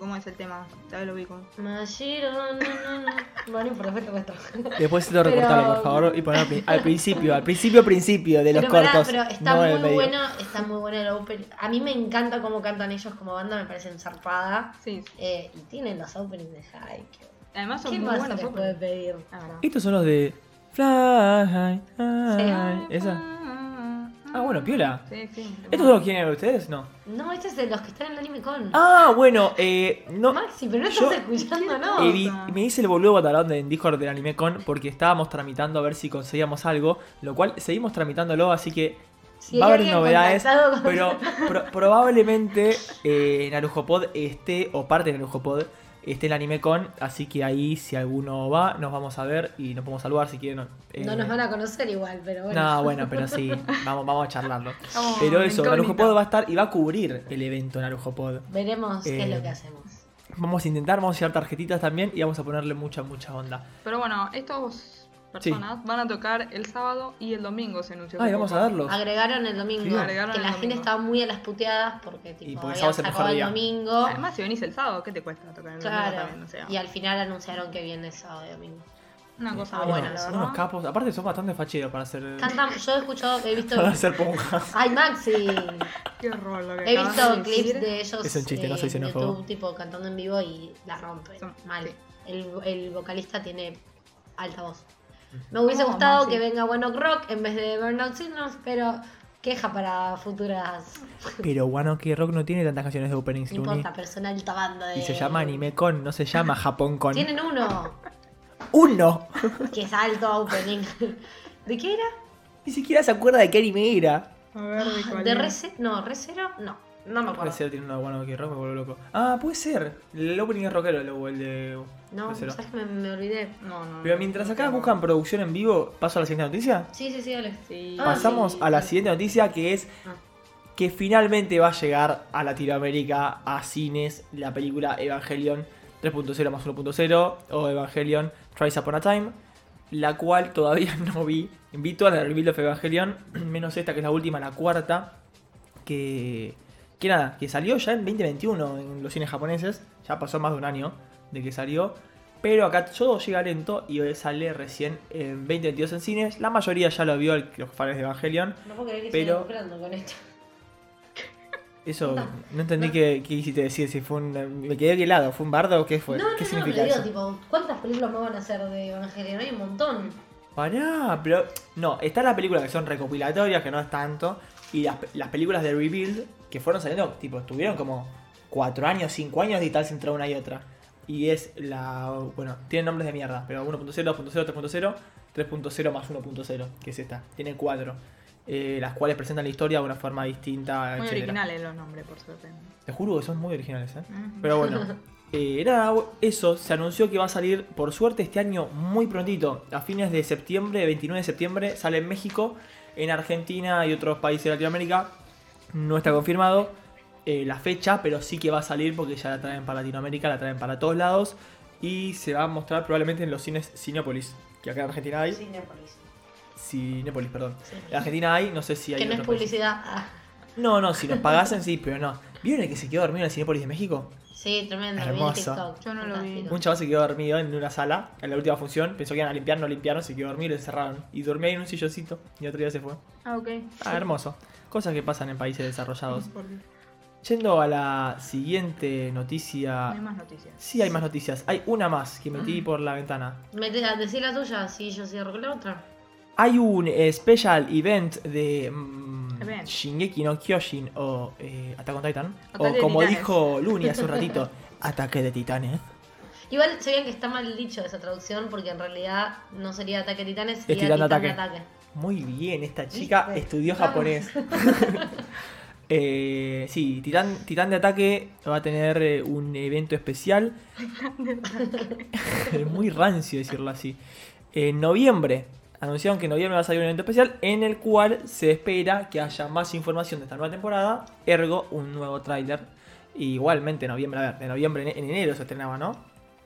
Speaker 3: ¿Cómo es el tema? Ya lo ubico.
Speaker 4: Mashiro no no no. (laughs) Bueno, por después te muestro.
Speaker 1: Después lo
Speaker 4: Pero-
Speaker 1: recortalo, por favor, y ponerlo al pri- al principio, al principio, principio de los
Speaker 4: pero pará,
Speaker 1: cortos.
Speaker 4: pero está
Speaker 1: no en el
Speaker 4: muy
Speaker 1: medio.
Speaker 4: bueno, está muy bueno el opening. A mí me encanta cómo cantan ellos como banda, me parecen zarpada.
Speaker 3: Sí,
Speaker 4: Eh, y tienen los openings de Haikyuu.
Speaker 3: además son
Speaker 4: ¿Qué
Speaker 3: muy
Speaker 4: más se
Speaker 3: buenos.
Speaker 4: les
Speaker 3: otros.
Speaker 4: puede pedir?
Speaker 3: La verdad.
Speaker 1: Estos son los de Fly. high, high. Esa. Ah, bueno, piola.
Speaker 3: Sí, sí.
Speaker 1: ¿Estos son los quieren ustedes? No.
Speaker 4: No, este es de los que están en el anime con.
Speaker 1: Ah, bueno, eh, no.
Speaker 4: Maxi, pero no
Speaker 1: yo-
Speaker 4: estás escuchando, ¿no?
Speaker 1: Eh, vi- me hice el boludo batalón en Discord del Anime Con porque estábamos tramitando a ver si conseguíamos algo, lo cual seguimos tramitándolo, así que
Speaker 4: Si
Speaker 1: va a
Speaker 4: hay
Speaker 1: haber
Speaker 4: alguien
Speaker 1: novedades,
Speaker 4: contactado con-
Speaker 1: (laughs) pero pro- probablemente eh, Narujopod esté, o parte de Narujopod, esté el Anime Con, así que ahí si alguno va, nos vamos a ver y nos podemos saludar si quieren. eh,
Speaker 4: (laughs) No nos van a conocer igual, pero bueno.
Speaker 1: no, bueno, pero
Speaker 4: (laughs)
Speaker 1: sí, vamos, vamos a charlarlo.
Speaker 3: Vamos,
Speaker 1: Pero eso,
Speaker 3: incógnita.
Speaker 1: Narujopod va a estar y va a cubrir el evento Narujopod.
Speaker 4: Veremos qué es
Speaker 1: Eh,
Speaker 4: lo que hacemos.
Speaker 1: Vamos a intentar, vamos a llevar tarjetitas también y vamos a ponerle mucha, mucha onda.
Speaker 3: Pero bueno, estos personas van a tocar el sábado y el domingo, se anunció.
Speaker 1: Ay,
Speaker 3: hace
Speaker 1: vamos a
Speaker 3: poco.
Speaker 1: verlos.
Speaker 4: Agregaron el domingo.
Speaker 1: Sí,
Speaker 3: agregaron
Speaker 4: que
Speaker 3: el
Speaker 4: la gente
Speaker 3: domingo.
Speaker 4: estaba muy a las puteadas porque tipo,
Speaker 1: porque sábado
Speaker 4: habían
Speaker 1: es el
Speaker 4: sacado el
Speaker 1: mejor
Speaker 4: domingo.
Speaker 3: Además, si venís el sábado, ¿qué te cuesta tocar el domingo
Speaker 4: Claro.
Speaker 3: también? O sea,
Speaker 4: Y al final anunciaron que viene sábado y domingo.
Speaker 3: una cosa
Speaker 4: Ah,
Speaker 1: Bueno,
Speaker 3: buena,
Speaker 4: bueno,
Speaker 3: la
Speaker 1: son
Speaker 3: verdad.
Speaker 1: unos capos. Aparte son bastante facheros para hacer.
Speaker 4: Cantan, yo he escuchado, he
Speaker 1: (laughs)
Speaker 4: visto.
Speaker 1: Para hacer ponjas.
Speaker 4: ¡Ay, Maxi!
Speaker 3: Qué horror lo que
Speaker 4: He
Speaker 3: acabas
Speaker 4: visto
Speaker 3: de
Speaker 4: clips
Speaker 3: decir.
Speaker 4: de ellos eh,
Speaker 1: Es un chiste, no soy
Speaker 4: en
Speaker 1: xenófobo.
Speaker 4: YouTube, tipo cantando en vivo y la rompe.
Speaker 3: Son-
Speaker 4: Mal.
Speaker 3: sí.
Speaker 4: El, el vocalista tiene alta voz. Me hubiese
Speaker 3: Oh,
Speaker 4: gustado
Speaker 3: Maxi.
Speaker 4: que venga One Ok Rock en vez de Burnout Syndrome, pero queja para futuras.
Speaker 1: Pero One Ok Rock no tiene tantas canciones de openings,
Speaker 4: No
Speaker 1: Luni.
Speaker 4: importa, pero son alta banda de.
Speaker 1: Y se llama Anime Con, no se
Speaker 4: (laughs)
Speaker 1: llama Japón Con.
Speaker 4: Tienen uno
Speaker 1: ¡Uno!
Speaker 4: que es alto opening.
Speaker 1: (laughs)
Speaker 4: ¿De qué era?
Speaker 1: Ni siquiera se acuerda de qué anime era.
Speaker 3: A ver, de cuál
Speaker 4: Ah, ¿De
Speaker 3: era.
Speaker 4: Re Cero? No, Re Cero, no. No me
Speaker 1: Puede
Speaker 4: acuerdo.
Speaker 1: ser, tiene uno de One Ok Rock, me vuelvo loco. Ah, puede ser. El opening es rockero, el- el de.
Speaker 4: No,
Speaker 1: Re Cero.
Speaker 4: sabes que me, me olvidé.
Speaker 3: No, no, no.
Speaker 1: Pero mientras acá
Speaker 3: No.
Speaker 1: buscan producción en vivo, paso a la siguiente noticia.
Speaker 4: Sí, sí, sí, dale.
Speaker 3: Sí.
Speaker 4: Ah,
Speaker 1: Pasamos
Speaker 4: sí.
Speaker 1: a la siguiente noticia que es
Speaker 4: Ah.
Speaker 1: que finalmente va a llegar a Latinoamérica, a cines, la película Evangelion 3.0 más 1.0 o Evangelion Tries Upon a Time, la cual (laughs) todavía no vi. Invito a la review of Evangelion, (clears throat) menos esta que es la última, la cuarta, que, que nada, que salió ya en 2021 en los cines japoneses, ya pasó más de un año de que salió. Pero acá todo llega lento y sale recién en 2022 en cines. La mayoría ya lo vio el- los fans de Evangelion.
Speaker 4: No puedo creer que
Speaker 1: Pero-
Speaker 4: estoy lucrando con esto.
Speaker 1: Eso, no entendí qué, qué quisiste decir, si fue un... Me quedé helado, ¿fue un bardo o qué fue?
Speaker 4: No, no,
Speaker 1: ¿Qué
Speaker 4: no,
Speaker 1: significa
Speaker 4: pero digo,
Speaker 1: eso?
Speaker 4: tipo, ¿cuántas películas más van a hacer de Evangelion? Hay un montón.
Speaker 1: Pará, pero... No, están las películas que son recopilatorias, que no es tanto, y las, las películas de Rebuild, que fueron saliendo, tipo, estuvieron como cuatro años, cinco años de distancia entre una y otra. Y es la... Bueno, tienen nombres de mierda, pero 1.0, 2.0, 3.0, 3.0 más 1.0, que es esta. Tiene cuatro, eh, las cuales presentan la historia de una forma distinta,
Speaker 3: Muy
Speaker 1: etcétera.
Speaker 3: originales los nombres, por suerte.
Speaker 1: Te juro que son muy originales, ¿eh?
Speaker 3: Ujú.
Speaker 1: Pero
Speaker 4: (laughs)
Speaker 1: bueno, eh, nada, eso se anunció que va a salir, por suerte, este año muy prontito. A fines de septiembre, 29 de septiembre, sale en México, en Argentina y otros países de Latinoamérica. No está confirmado eh, la fecha, pero sí que va a salir porque ya la traen para Latinoamérica, la traen para todos lados. Y se va a mostrar probablemente en los cines Cinepolis, que acá en Argentina hay.
Speaker 4: Cinépolis.
Speaker 1: Cinepolis, perdón.
Speaker 4: Sí.
Speaker 1: En Argentina hay, no sé si hay.
Speaker 4: Que no
Speaker 1: en
Speaker 4: es
Speaker 1: otro país.
Speaker 4: publicidad. Ah,
Speaker 1: No, no, si nos pagasen sí, pero no. ¿Vieron el que se quedó dormido en el Cinepolis de México?
Speaker 4: sí, tremendo. vi el
Speaker 1: Hermoso.
Speaker 4: TikTok.
Speaker 3: Yo no lo vi.
Speaker 4: Fantástico.
Speaker 1: Un chaval se quedó dormido en una sala, en la última función, pensó que iban a limpiar, no limpiaron, se quedó dormido y lo encerraron. Y dormía ahí en un silloncito y otro día se fue.
Speaker 3: Ah, ok.
Speaker 1: Ah, hermoso. Cosas que pasan en países desarrollados.
Speaker 3: Por Dios.
Speaker 1: Yendo a la siguiente
Speaker 3: No hay
Speaker 1: noticia.
Speaker 3: más Ah. noticias.
Speaker 1: Sí, hay más noticias. Hay una más que metí por la ventana.
Speaker 4: Mete- ah, Decí la tuya, sí, yo cierro con la otra.
Speaker 1: Hay un eh, special event de mm,
Speaker 3: Event.
Speaker 1: Shingeki no Kyojin o eh, Attack on Titan.
Speaker 3: Ataque
Speaker 1: o
Speaker 3: de
Speaker 1: como
Speaker 3: titanes.
Speaker 1: dijo Luni
Speaker 3: (laughs)
Speaker 1: hace un ratito, Ataque de Titanes.
Speaker 4: Igual sabían que está mal dicho esa traducción porque en realidad no sería ataque de titanes, sería
Speaker 1: titán
Speaker 4: titán
Speaker 1: de
Speaker 4: de
Speaker 1: ataque.
Speaker 4: ataque.
Speaker 1: Muy bien, esta chica
Speaker 4: ¿Viste?
Speaker 1: estudió
Speaker 4: Vamos. (laughs)
Speaker 1: japonés. Eh, sí, Titán, Titán de Ataque va a tener eh, un evento especial. (laughs) Es Muy rancio decirlo así. En noviembre, anunciaron que en noviembre va a salir un evento especial en el cual se espera que haya más información de esta nueva temporada, ergo un nuevo tráiler. Igualmente en noviembre, a ver, de noviembre en en enero se estrenaba, ¿no?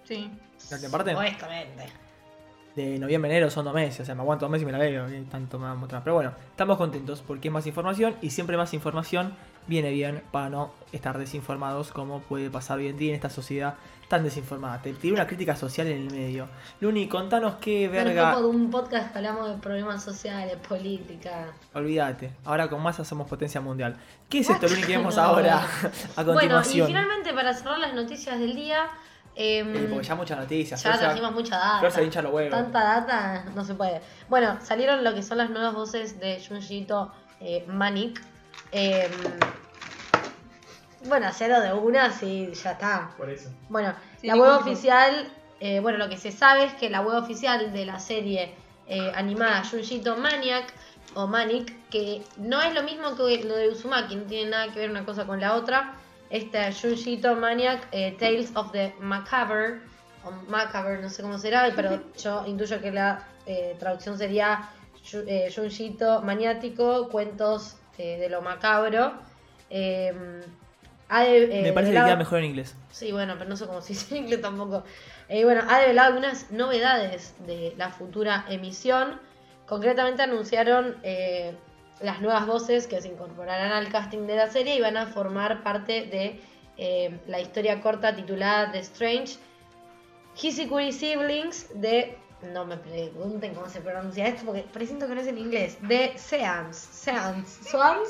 Speaker 3: Sí.
Speaker 1: La que parte
Speaker 4: Supuestamente.
Speaker 1: de noviembre a enero son dos meses, o sea, me aguanto dos meses y me la veo, eh, tanto me va a mostrar. Pero bueno, estamos contentos porque es más información y siempre más información viene bien para no estar desinformados como puede pasar hoy en día en esta sociedad tan desinformada. Te tiene una crítica social en el medio. Luni, contanos qué
Speaker 4: Bueno,
Speaker 1: verga.
Speaker 4: fue por un podcast que hablamos de problemas sociales, política.
Speaker 1: Olvídate, ahora con masa somos potencia mundial. ¿Qué es esto, Luni, que vemos
Speaker 4: (laughs) No.
Speaker 1: ahora? (laughs) a
Speaker 4: Bueno, y
Speaker 1: continuación.
Speaker 4: finalmente para cerrar las noticias del día, em,
Speaker 1: Eh, porque ya muchas noticias.
Speaker 4: ya
Speaker 1: Flor se-
Speaker 4: trajimos mucha data.
Speaker 1: Flor se hincha los huevos.
Speaker 4: Tanta data no se puede. Bueno, salieron lo que son las nuevas voces de Junjito eh, Manic. Eh, bueno, hacerlo de una, sí, ya está.
Speaker 7: Por eso.
Speaker 4: Bueno,
Speaker 3: Sí,
Speaker 4: la web
Speaker 3: ningún tipo.
Speaker 4: oficial, eh, bueno, lo que se sabe es que la web oficial de la serie eh, animada Junjito Maniac o Manic, que no es lo mismo que lo de Uzumaki, no tiene nada que ver una cosa con la otra. Esta Junjito Maniac, eh, Tales of the Macabre, o Macabre, no sé cómo será, pero yo intuyo que la eh, traducción sería Yu- eh, Junjito Maniático, cuentos eh, de lo macabro. Eh, ha de- eh,
Speaker 1: Me parece que
Speaker 4: develado-
Speaker 1: queda mejor en inglés.
Speaker 4: Sí, bueno, pero no sé cómo se dice en inglés tampoco. Eh, bueno, ha develado algunas novedades de la futura emisión. Concretamente anunciaron eh, las nuevas voces que se incorporarán al casting de la serie y van a formar parte de eh, la historia corta titulada The Strange Hisikuri Siblings de... No me pregunten cómo se pronuncia esto porque presiento que no es en inglés. De Seams. Seams. Swans.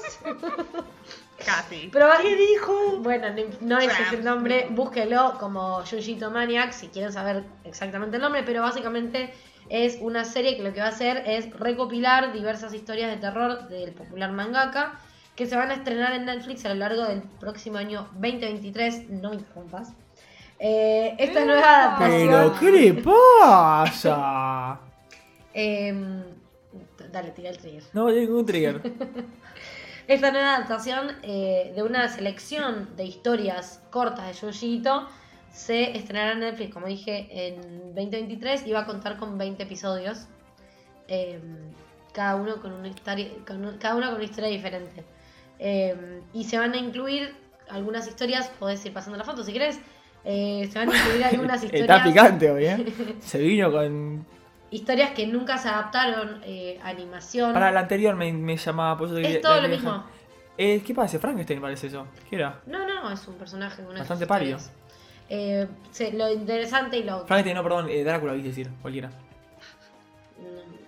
Speaker 3: Casi.
Speaker 4: Pero ¿qué dijo? Bueno, no, no ese es el
Speaker 3: Trump.
Speaker 4: nombre. Búsquelo como Yujito Maniac si quieren saber exactamente el nombre. Pero básicamente es una serie que lo que va a hacer es recopilar diversas historias de terror del popular mangaka que se van a estrenar en Netflix a lo largo del próximo año 2023. No me interrumpas. Eh, esta
Speaker 3: Pero-
Speaker 4: nueva adaptación.
Speaker 1: Pero, ¿qué le
Speaker 4: (laughs)
Speaker 1: pasa?
Speaker 4: Em, dale, tira el trigger.
Speaker 1: No, hay ningún trigger.
Speaker 4: Esta nueva adaptación eh, de una selección de historias cortas de Yuyito se estrenará en Netflix, como dije, en 2023 y va a contar con 20 episodios. eh, cada, uno con una histori- con un- cada uno con una historia diferente. Eh, y se van a incluir algunas historias, podés ir pasando la foto si querés. eh, se van a incluir
Speaker 1: (laughs)
Speaker 4: algunas
Speaker 1: Está
Speaker 4: historias
Speaker 1: picante hoy,
Speaker 4: (laughs)
Speaker 1: ¿eh? Se vino con.
Speaker 4: historias que nunca se adaptaron eh, a animación.
Speaker 1: Para la anterior me, me llamaba. Por eso te
Speaker 4: es
Speaker 1: quería- la
Speaker 4: todo lo
Speaker 1: quería
Speaker 4: mismo.
Speaker 1: dejar. Eh, ¿Qué parece? Frankenstein parece eso. ¿Qué era?
Speaker 4: No, no, es un personaje con unas
Speaker 1: Bastante
Speaker 4: historias. Eh, se- lo interesante y lo.
Speaker 1: Frankenstein, no, perdón, eh, Drácula, quise decir, cualquiera.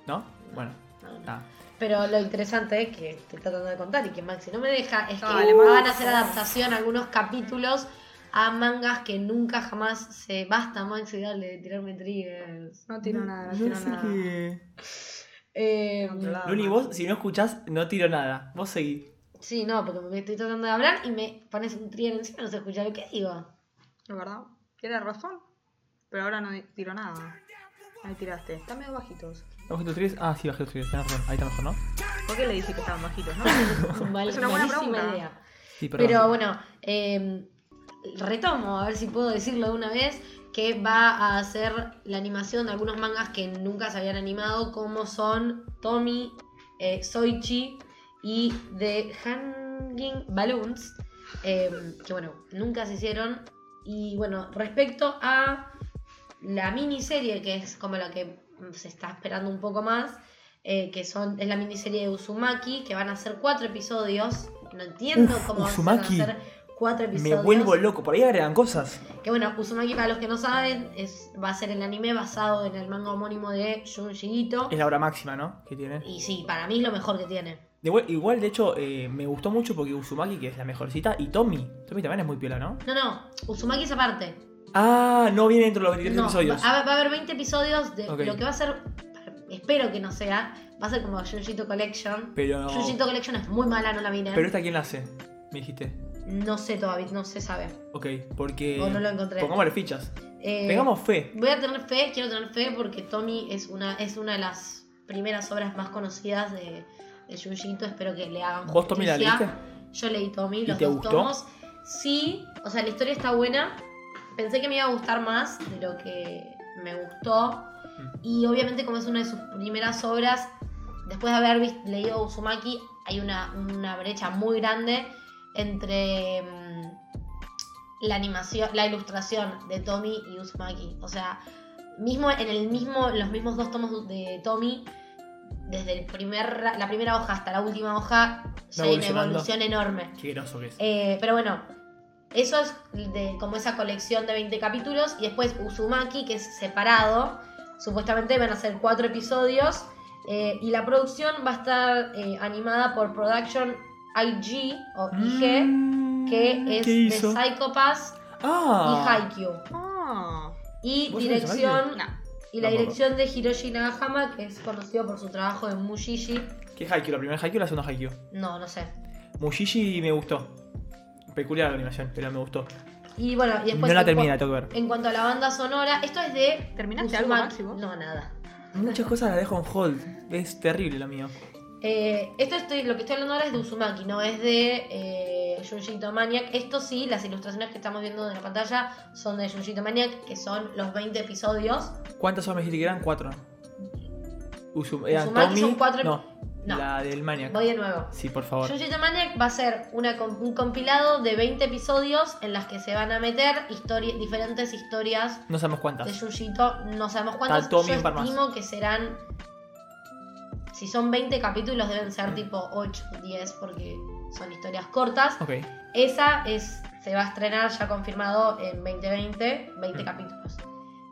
Speaker 4: No,
Speaker 1: ¿No? Bueno,
Speaker 4: no, no.
Speaker 1: nada.
Speaker 4: Pero lo interesante es que estoy tratando de contar y que Maxi no me deja es que
Speaker 3: Dale, Maxi.
Speaker 4: van a hacer adaptación a algunos capítulos a mangas que nunca jamás se. Basta, Maxi, dale, tirarme triggers.
Speaker 5: No tiro nada, no
Speaker 1: Yo
Speaker 5: tiro
Speaker 1: sé
Speaker 5: nada.
Speaker 1: que-
Speaker 4: Eh,
Speaker 1: Luli, vos, si no escuchás, no tiro nada. Vos seguís.
Speaker 4: sí, no, porque me estoy tratando de hablar y me pones un trigger encima, no se escucha lo que
Speaker 3: (laughs)
Speaker 4: digo.
Speaker 3: ¿Es verdad? Tienes razón. Pero ahora no di- tiro nada. Ahí tiraste. Están medio bajitos.
Speaker 1: ¿Bajé los triggers? Ah, sí, bajé los triggers. tenés razón. Ahí está mejor, ¿no?
Speaker 3: ¿Por qué le dice que estaban bajitos?
Speaker 1: (laughs)
Speaker 3: No,
Speaker 4: Mal-
Speaker 3: Es una buena
Speaker 4: malísima
Speaker 3: pregunta.
Speaker 4: idea.
Speaker 1: Sí, perdón.
Speaker 4: Pero bueno, eh, retomo, a ver si puedo decirlo de una vez, que va a hacer la animación de algunos mangas que nunca se habían animado, como son Tommy, eh, Soichi y The Hanging Balloons, eh, que bueno, nunca se hicieron. Y bueno, respecto a la miniserie, que es como la que se está esperando un poco más, eh, que son, es la miniserie de Uzumaki, que van a ser cuatro episodios. No entiendo
Speaker 1: Uf,
Speaker 4: cómo
Speaker 1: Uzumaki.
Speaker 4: van a ser cuatro
Speaker 1: me
Speaker 4: episodios.
Speaker 1: vuelvo loco. Por ahí agregan cosas.
Speaker 4: Que bueno, Uzumaki, para los que no saben, es, va a ser el anime basado en el manga homónimo de Junji Ito.
Speaker 1: Es la hora máxima, ¿no? Que tiene.
Speaker 4: Y sí, para mí es lo mejor que tiene.
Speaker 1: De igual, igual, de hecho, eh, me gustó mucho porque Uzumaki, que es la mejorcita, y Tommy. Tommy también es muy piola, ¿no?
Speaker 4: No, no, Uzumaki es aparte.
Speaker 1: Ah, no viene dentro de los 23
Speaker 4: No,
Speaker 1: episodios.
Speaker 4: Va, a- va a haber 20 episodios de
Speaker 1: Ok.
Speaker 4: lo que va a ser, espero que no sea, va a ser como Junjito Collection.
Speaker 1: Pero.
Speaker 4: Junjito Collection es muy mala, no la miren.
Speaker 1: Pero esta, ¿quién la hace? Me dijiste.
Speaker 4: No sé todavía, no se sabe.
Speaker 1: Ok, porque.
Speaker 4: O no lo encontré.
Speaker 1: Pongámosle fichas.
Speaker 4: Eh,
Speaker 1: Pegamos fe.
Speaker 4: Voy a tener fe, quiero tener fe porque Tommy es una, es una de las primeras obras más conocidas de, de Junjito. Espero que le hagan
Speaker 1: ¿Vos, Tommy, la
Speaker 4: justicia.
Speaker 1: leíste?
Speaker 4: Yo leí Tommy,
Speaker 1: ¿Y
Speaker 4: los
Speaker 1: te
Speaker 4: dos
Speaker 1: gustó?
Speaker 4: tomos. Sí, o sea, la historia está buena. Pensé que me iba a gustar más de lo que me gustó.
Speaker 1: Mm.
Speaker 4: Y obviamente, como es una de sus primeras obras, después de haber vis- leído Uzumaki, hay una, una brecha muy grande entre mm, la animación, la ilustración de Tommy y Uzumaki. O sea, mismo en el mismo, los mismos dos tomos de Tommy, desde el primer, la primera hoja hasta la última hoja, ya hay una
Speaker 1: evolucionando.
Speaker 4: evolución enorme.
Speaker 1: Qué groso que es.
Speaker 4: Eh, pero bueno, eso es de, como esa colección de 20 capítulos. Y después Uzumaki, que es separado. Supuestamente van a ser cuatro episodios. eh, y la producción va a estar eh, animada por Production IG o IG,
Speaker 1: Mm,
Speaker 4: que es
Speaker 1: ¿Qué
Speaker 4: de
Speaker 1: hizo?
Speaker 4: Psychopaths
Speaker 1: Ah,
Speaker 4: y Haikyuu.
Speaker 3: Ah,
Speaker 4: Y
Speaker 1: ¿Vos sabés
Speaker 4: dirección
Speaker 3: no.
Speaker 4: y la
Speaker 1: Tampoco.
Speaker 4: dirección de Hiroshi Nagahama, que es conocido por su trabajo en Mushishi,
Speaker 1: ¿Qué Haikyuu? ¿La primera Haikyuu o la segunda Haikyuu?
Speaker 4: No, no sé.
Speaker 1: Mushishi me gustó. Peculiar la animación, pero me gustó.
Speaker 4: Y bueno, y después.
Speaker 1: no la
Speaker 4: en
Speaker 1: terminé,
Speaker 4: cua-
Speaker 1: la tengo que ver.
Speaker 4: En cuanto a la banda sonora, esto es de.
Speaker 3: ¿Terminaste algo,
Speaker 4: Uzumaki-
Speaker 3: Maxi, vos?
Speaker 4: No, nada.
Speaker 1: Muchas cosas las dejo en hold. Es terrible la mía.
Speaker 4: Eh, esto estoy, lo que estoy hablando ahora es de Uzumaki, no es de eh, Junji Ito Maniac. Esto sí, las ilustraciones que estamos viendo en la pantalla son de Junji Ito Maniac, que son los 20 episodios.
Speaker 1: ¿Cuántas horas me dijiste que eran? Cuatro. Usum eran
Speaker 4: Uzumaki
Speaker 1: Tommy.
Speaker 4: son cuatro-
Speaker 1: No,
Speaker 4: No.
Speaker 1: la del Maniac.
Speaker 4: Voy de nuevo.
Speaker 1: Sí, por favor.
Speaker 4: Junji Ito Maniac va a ser una, com- un compilado de 20 episodios en las que se van a meter histori- diferentes historias
Speaker 1: No sabemos
Speaker 4: de
Speaker 1: cuántas.
Speaker 4: Yuyito. No sabemos cuántas.
Speaker 1: Está todo
Speaker 4: Yo
Speaker 1: bien para más.
Speaker 4: estimo que serán. Si son 20 capítulos, deben ser tipo 8, 10, porque son historias cortas.
Speaker 1: Ok.
Speaker 4: Esa es, se va a estrenar ya confirmado en 2020, 20
Speaker 1: Mm.
Speaker 4: capítulos.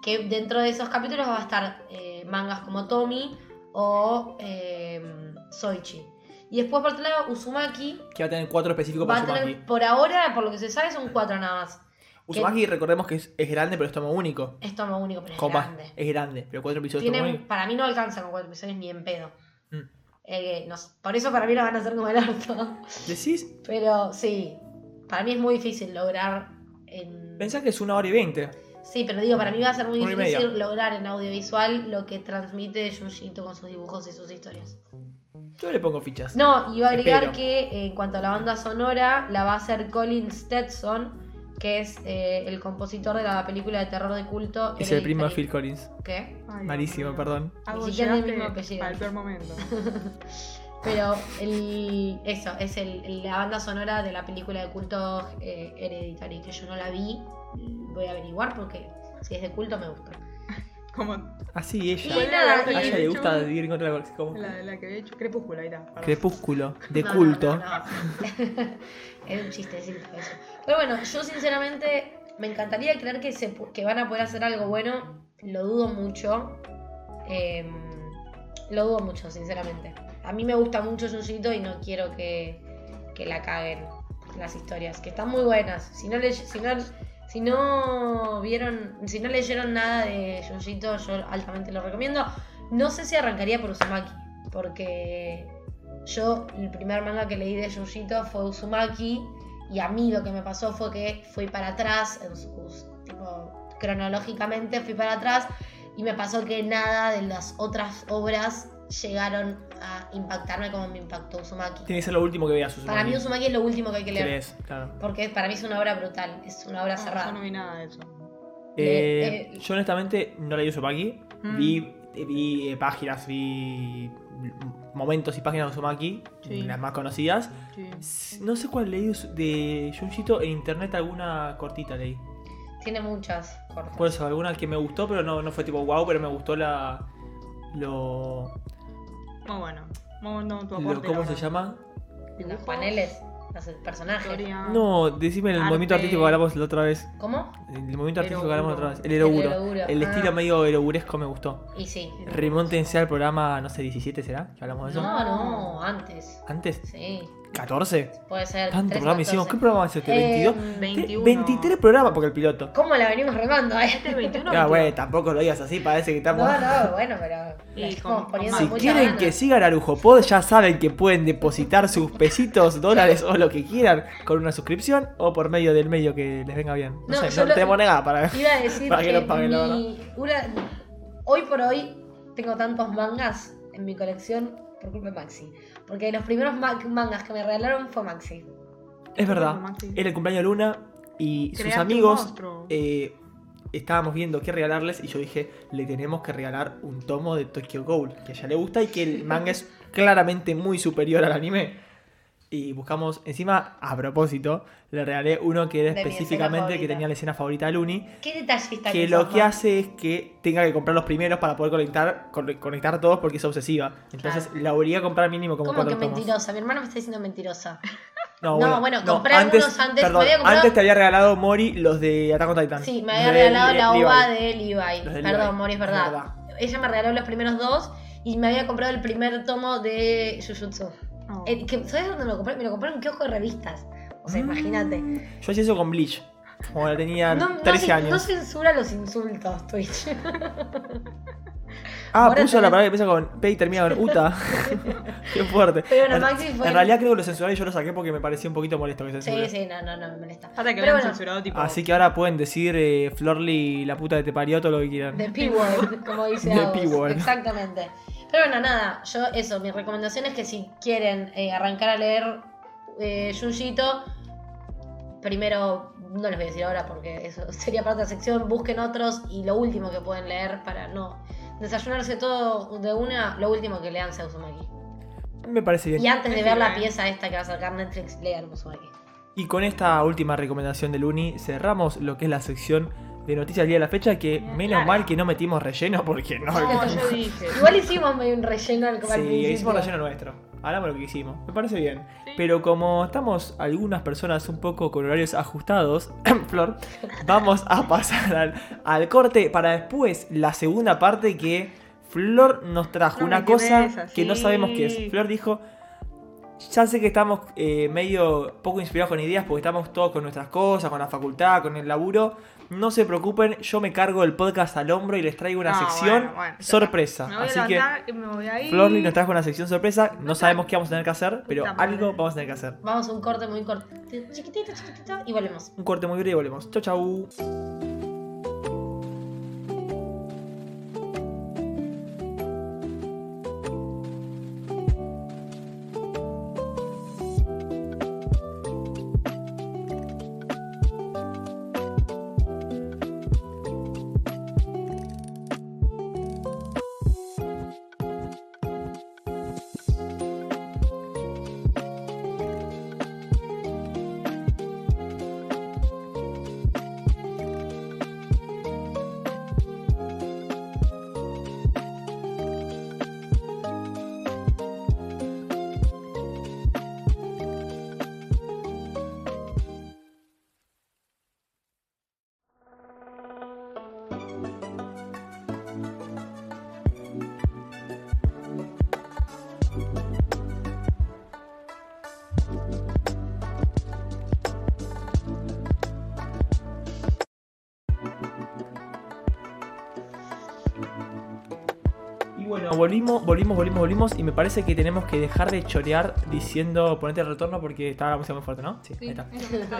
Speaker 4: Que dentro de esos capítulos va a estar eh, mangas como Tommy o eh, Soichi. Y después, por otro lado, Uzumaki
Speaker 1: Que va a tener cuatro específicos
Speaker 4: va
Speaker 1: para
Speaker 4: a
Speaker 1: Uzumaki.
Speaker 4: tener, por ahora, por lo que se sabe, son cuatro nada más.
Speaker 1: Uzumaki, recordemos que es, es grande, pero es tomo único.
Speaker 4: Es tomo único, pero es
Speaker 1: Copa.
Speaker 4: grande.
Speaker 1: Es grande, pero cuatro episodios
Speaker 4: Tienen-
Speaker 1: tomo único.
Speaker 4: para mí no alcanza con cuatro episodios ni en pedo.
Speaker 1: Mm.
Speaker 4: Eh, no sé, por eso para mí lo van a hacer como el harto.
Speaker 1: Decís,
Speaker 4: Pero sí, para mí es muy difícil lograr en...
Speaker 1: pensás que es una hora y veinte.
Speaker 4: Sí, pero digo, para mí va a ser muy
Speaker 1: Una y
Speaker 4: difícil lograr en audiovisual lo que transmite Junjito con sus dibujos y sus historias.
Speaker 1: Yo le pongo fichas.
Speaker 4: No, iba a agregar
Speaker 1: Espero.
Speaker 4: que eh, en cuanto a la banda sonora, la va a hacer Colin Stetson, que es eh, el compositor de la película de terror de culto.
Speaker 1: es el primo de
Speaker 4: Hereditary.
Speaker 1: Phil Collins.
Speaker 4: ¿Qué?
Speaker 3: Ay, Dios
Speaker 1: Malísimo,
Speaker 3: mío.
Speaker 1: perdón.
Speaker 3: Algo
Speaker 4: Ni siquiera es el
Speaker 3: llegaste
Speaker 4: mismo apellido.
Speaker 3: Al
Speaker 1: (laughs)
Speaker 3: peor momento.
Speaker 4: Pero el, eso, es el- el- la banda sonora de la película de culto eh, Hereditary, que yo no la vi. Voy a averiguar porque si es de culto me gusta.
Speaker 3: Como
Speaker 1: Así
Speaker 4: Y
Speaker 1: ella.
Speaker 4: nada,
Speaker 1: A ella
Speaker 4: y-
Speaker 1: le gusta vivir contra la galaxia. como-
Speaker 3: la, la que había hecho Crepúsculo, ahí está. perdón.
Speaker 1: Crepúsculo, de
Speaker 4: No, no,
Speaker 1: culto.
Speaker 4: no, no. (laughs) Era un chistecito eso. Pero bueno, yo sinceramente me encantaría creer que, se, pu- que van a poder hacer algo bueno. Lo dudo mucho. Em, lo dudo mucho, sinceramente. A mí me gusta mucho Yuyito y no quiero que, que la caguen las historias, que están muy buenas. Si no, le- si no, si no vieron, si no leyeron nada de Yuyito, yo altamente lo recomiendo. No sé si arrancaría por Uzumaki, porque yo, el primer manga que leí de Yujito fue Uzumaki, y a mí lo que me pasó fue que fui para atrás, en sus, tipo, cronológicamente fui para atrás, y me pasó que nada de las otras obras llegaron a impactarme como me impactó Uzumaki.
Speaker 1: Tiene que ser lo último que veas, Uzumaki.
Speaker 4: Para mí Uzumaki es lo último que hay que leer,
Speaker 1: Crees, claro.
Speaker 4: porque para mí es una obra brutal, es una obra
Speaker 3: Ah, Yo no
Speaker 4: cerrada.
Speaker 3: vi nada de eso.
Speaker 4: Le-
Speaker 1: Eh,
Speaker 4: eh,
Speaker 1: yo honestamente no leí Uzumaki.
Speaker 3: Mm.
Speaker 1: Vi, eh, vi eh, páginas, vi mm, momentos y páginas de Uzumaki,
Speaker 3: Sí.
Speaker 1: las más conocidas.
Speaker 3: Sí.
Speaker 1: S- No sé cuál leí de Uz- de Junjito, en internet alguna cortita leí.
Speaker 4: Tiene muchas cortas.
Speaker 1: Por eso, alguna que me gustó, pero no, no fue tipo wow, pero me gustó la... Lo...
Speaker 3: Muy bueno. Muy bueno tu
Speaker 1: lo-
Speaker 3: aporte,
Speaker 1: ¿Cómo
Speaker 3: la
Speaker 1: se
Speaker 3: verdad.
Speaker 1: llama?
Speaker 4: Los
Speaker 3: Dibujos,
Speaker 4: paneles, los personajes.
Speaker 3: historia.
Speaker 1: No, decime el
Speaker 3: Arte.
Speaker 1: movimiento artístico que hablamos la otra vez.
Speaker 4: ¿Cómo?
Speaker 1: El movimiento artístico que hablamos la otra vez. El
Speaker 4: Eroguro.
Speaker 1: eroguro.
Speaker 4: El eroguro,
Speaker 1: El
Speaker 4: ah.
Speaker 1: estilo medio eroguresco me gustó.
Speaker 4: Y sí.
Speaker 1: Remontense al programa, no sé, 17 será, que hablamos de eso.
Speaker 4: No, no, antes.
Speaker 1: Antes,
Speaker 4: Sí,
Speaker 1: 14.
Speaker 4: puede ser.
Speaker 1: Tanto
Speaker 4: 13,
Speaker 1: programa hicimos.
Speaker 4: 14.
Speaker 1: ¿Qué programa es este? 22.
Speaker 4: Eh,
Speaker 3: 21.
Speaker 1: 23 programas porque el piloto.
Speaker 4: ¿Cómo la venimos remando, eh?
Speaker 3: Este es 21.
Speaker 1: Ah, güey, tampoco lo digas así, parece que estamos.
Speaker 4: (laughs) No, no, bueno, pero.
Speaker 3: Y
Speaker 4: la
Speaker 3: con-
Speaker 4: estamos
Speaker 3: con
Speaker 4: poniendo
Speaker 3: más.
Speaker 1: Si
Speaker 4: mucha
Speaker 1: quieren
Speaker 4: gana.
Speaker 1: que siga Narujo Pod, ya saben que pueden depositar sus pesitos, dólares o lo que quieran con una suscripción o por medio del medio que les venga bien. No,
Speaker 4: No,
Speaker 1: sé,
Speaker 4: yo
Speaker 1: no
Speaker 4: lo-
Speaker 1: tenemos nada para
Speaker 4: Iba a decir
Speaker 1: Para que
Speaker 4: que,
Speaker 1: nos paguen, la
Speaker 4: mi- una- hoy por hoy tengo tantos mangas en mi colección por culpa de Maxi. Porque los primeros ma- mangas que me regalaron fue Maxi.
Speaker 1: Es verdad,
Speaker 3: Maxi.
Speaker 1: era el cumpleaños de Luna y sus
Speaker 3: Creaste un
Speaker 1: amigos
Speaker 3: monstruo.
Speaker 1: eh, estábamos viendo qué regalarles y yo dije, le tenemos que regalar un tomo de Tokyo Ghoul, que a ella le gusta y que el manga es claramente muy superior al anime. Y buscamos, encima, a propósito, le regalé uno que era
Speaker 4: De mi escena
Speaker 1: específicamente que
Speaker 4: favorita.
Speaker 1: tenía la escena favorita de Luni,
Speaker 4: Qué detallista
Speaker 1: que
Speaker 4: que
Speaker 1: lo
Speaker 4: sos,
Speaker 1: que
Speaker 4: ma.
Speaker 1: hace es que tenga que comprar los primeros para poder conectar, con- conectar todos porque es obsesiva. Entonces la obligaría a comprar mínimo como
Speaker 4: ¿Cómo
Speaker 1: cuatro
Speaker 4: que
Speaker 1: tomos.
Speaker 4: mentirosa? Mi hermano me está diciendo mentirosa.
Speaker 1: No,
Speaker 4: No, bueno, compré algunos antes,
Speaker 1: perdón,
Speaker 4: me había comprado-
Speaker 1: antes te había regalado Mori los de Attack on Titan.
Speaker 4: Sí, me había
Speaker 1: De-
Speaker 4: regalado
Speaker 1: de-
Speaker 4: la
Speaker 1: Levi.
Speaker 4: ova de Levi.
Speaker 1: Los de
Speaker 4: Perdón,
Speaker 1: Levi.
Speaker 4: Mori, es
Speaker 1: Es
Speaker 4: verdad.
Speaker 1: verdad.
Speaker 4: Ella me regaló los primeros dos y me había comprado el primer tomo de Jujutsu.
Speaker 3: No.
Speaker 4: Eh, que- ¿Sabes dónde me lo compré? Me lo compré en un kiosco de revistas. O sea,
Speaker 1: Mm.
Speaker 4: imagínate.
Speaker 1: Yo hacía eso con Bleach. Como la tenía
Speaker 4: No, no
Speaker 1: 13
Speaker 4: cen- no
Speaker 1: años. (laughs)
Speaker 4: censura los insultos, Twitch.
Speaker 1: Ah,
Speaker 4: Ahora
Speaker 1: puso la
Speaker 4: tenés-
Speaker 1: palabra que empieza con P y termina con
Speaker 4: (laughs)
Speaker 1: Uta. (laughs) Qué fuerte.
Speaker 4: Pero bueno,
Speaker 1: en,
Speaker 4: Maxi fue-
Speaker 1: en realidad creo que lo censuraron y yo lo saqué porque me pareció un poquito molesto que
Speaker 4: Sí,
Speaker 1: censuren.
Speaker 4: sí, no, no, no me molesta.
Speaker 3: Aparte que
Speaker 4: Pero
Speaker 3: habían
Speaker 4: bueno,
Speaker 3: censurado tipo.
Speaker 1: Así que ahora pueden decir eh, Florly, la puta de te parió, todo lo que quieran.
Speaker 4: The P-Word, como dice
Speaker 1: The
Speaker 4: Agus.
Speaker 1: P-word.
Speaker 4: Exactamente. Pero bueno, nada, yo eso, mi recomendación es que si quieren eh, arrancar a leer eh, Junjito, primero, no les voy a decir ahora porque eso (laughs) sería para otra sección, busquen otros y lo último que pueden leer para no desayunarse todo de una, lo último que lean sea Uzumaki.
Speaker 1: Me parece
Speaker 4: Y
Speaker 1: bien.
Speaker 4: antes de
Speaker 3: Es
Speaker 4: ver la
Speaker 3: igual.
Speaker 4: pieza esta que va a sacar Netflix, lean Uzumaki.
Speaker 1: Y con esta última recomendación de Luni cerramos lo que es la sección de noticias del día de la fecha, que
Speaker 3: Bien,
Speaker 1: menos
Speaker 3: claro.
Speaker 1: mal que no metimos relleno porque
Speaker 4: (laughs)
Speaker 1: no...
Speaker 3: No, yo dije.
Speaker 4: Igual hicimos medio un relleno al al
Speaker 1: Sí,
Speaker 4: principio.
Speaker 1: hicimos relleno nuestro. Hablamos lo que hicimos. Me parece bien.
Speaker 3: Sí.
Speaker 1: Pero como estamos algunas personas un poco con horarios ajustados, (coughs) Flor, vamos a pasar al, al corte para después la segunda parte que Flor nos trajo.
Speaker 3: No
Speaker 1: una
Speaker 3: me
Speaker 1: cosa
Speaker 3: interesa,
Speaker 1: que no
Speaker 3: sí.
Speaker 1: sabemos qué es. Flor dijo, ya sé que estamos eh, medio poco inspirados con ideas porque estamos todos con nuestras cosas, con la facultad, con el laburo. No se preocupen, yo me cargo el podcast al hombro y les traigo una
Speaker 3: No,
Speaker 1: sección
Speaker 3: Ah, bueno, bueno, ya está.
Speaker 1: sorpresa.
Speaker 3: Me voy
Speaker 1: Así
Speaker 3: a
Speaker 1: que...
Speaker 3: levantar y me voy a ir.
Speaker 1: Florly nos trajo una sección sorpresa, no sabemos qué vamos a tener que hacer, pero
Speaker 3: Puta madre.
Speaker 1: algo vamos a tener que hacer.
Speaker 4: Vamos a un corte muy corto, chiquitito, chiquitito, y volvemos.
Speaker 1: Un corte muy breve y volvemos. Chau, chau. Y bueno, volvimos, volvimos, volvimos, volvimos. Y me parece que tenemos que dejar de chorear diciendo ponete el retorno porque estaba la música muy fuerte, ¿no? Sí, ahí está.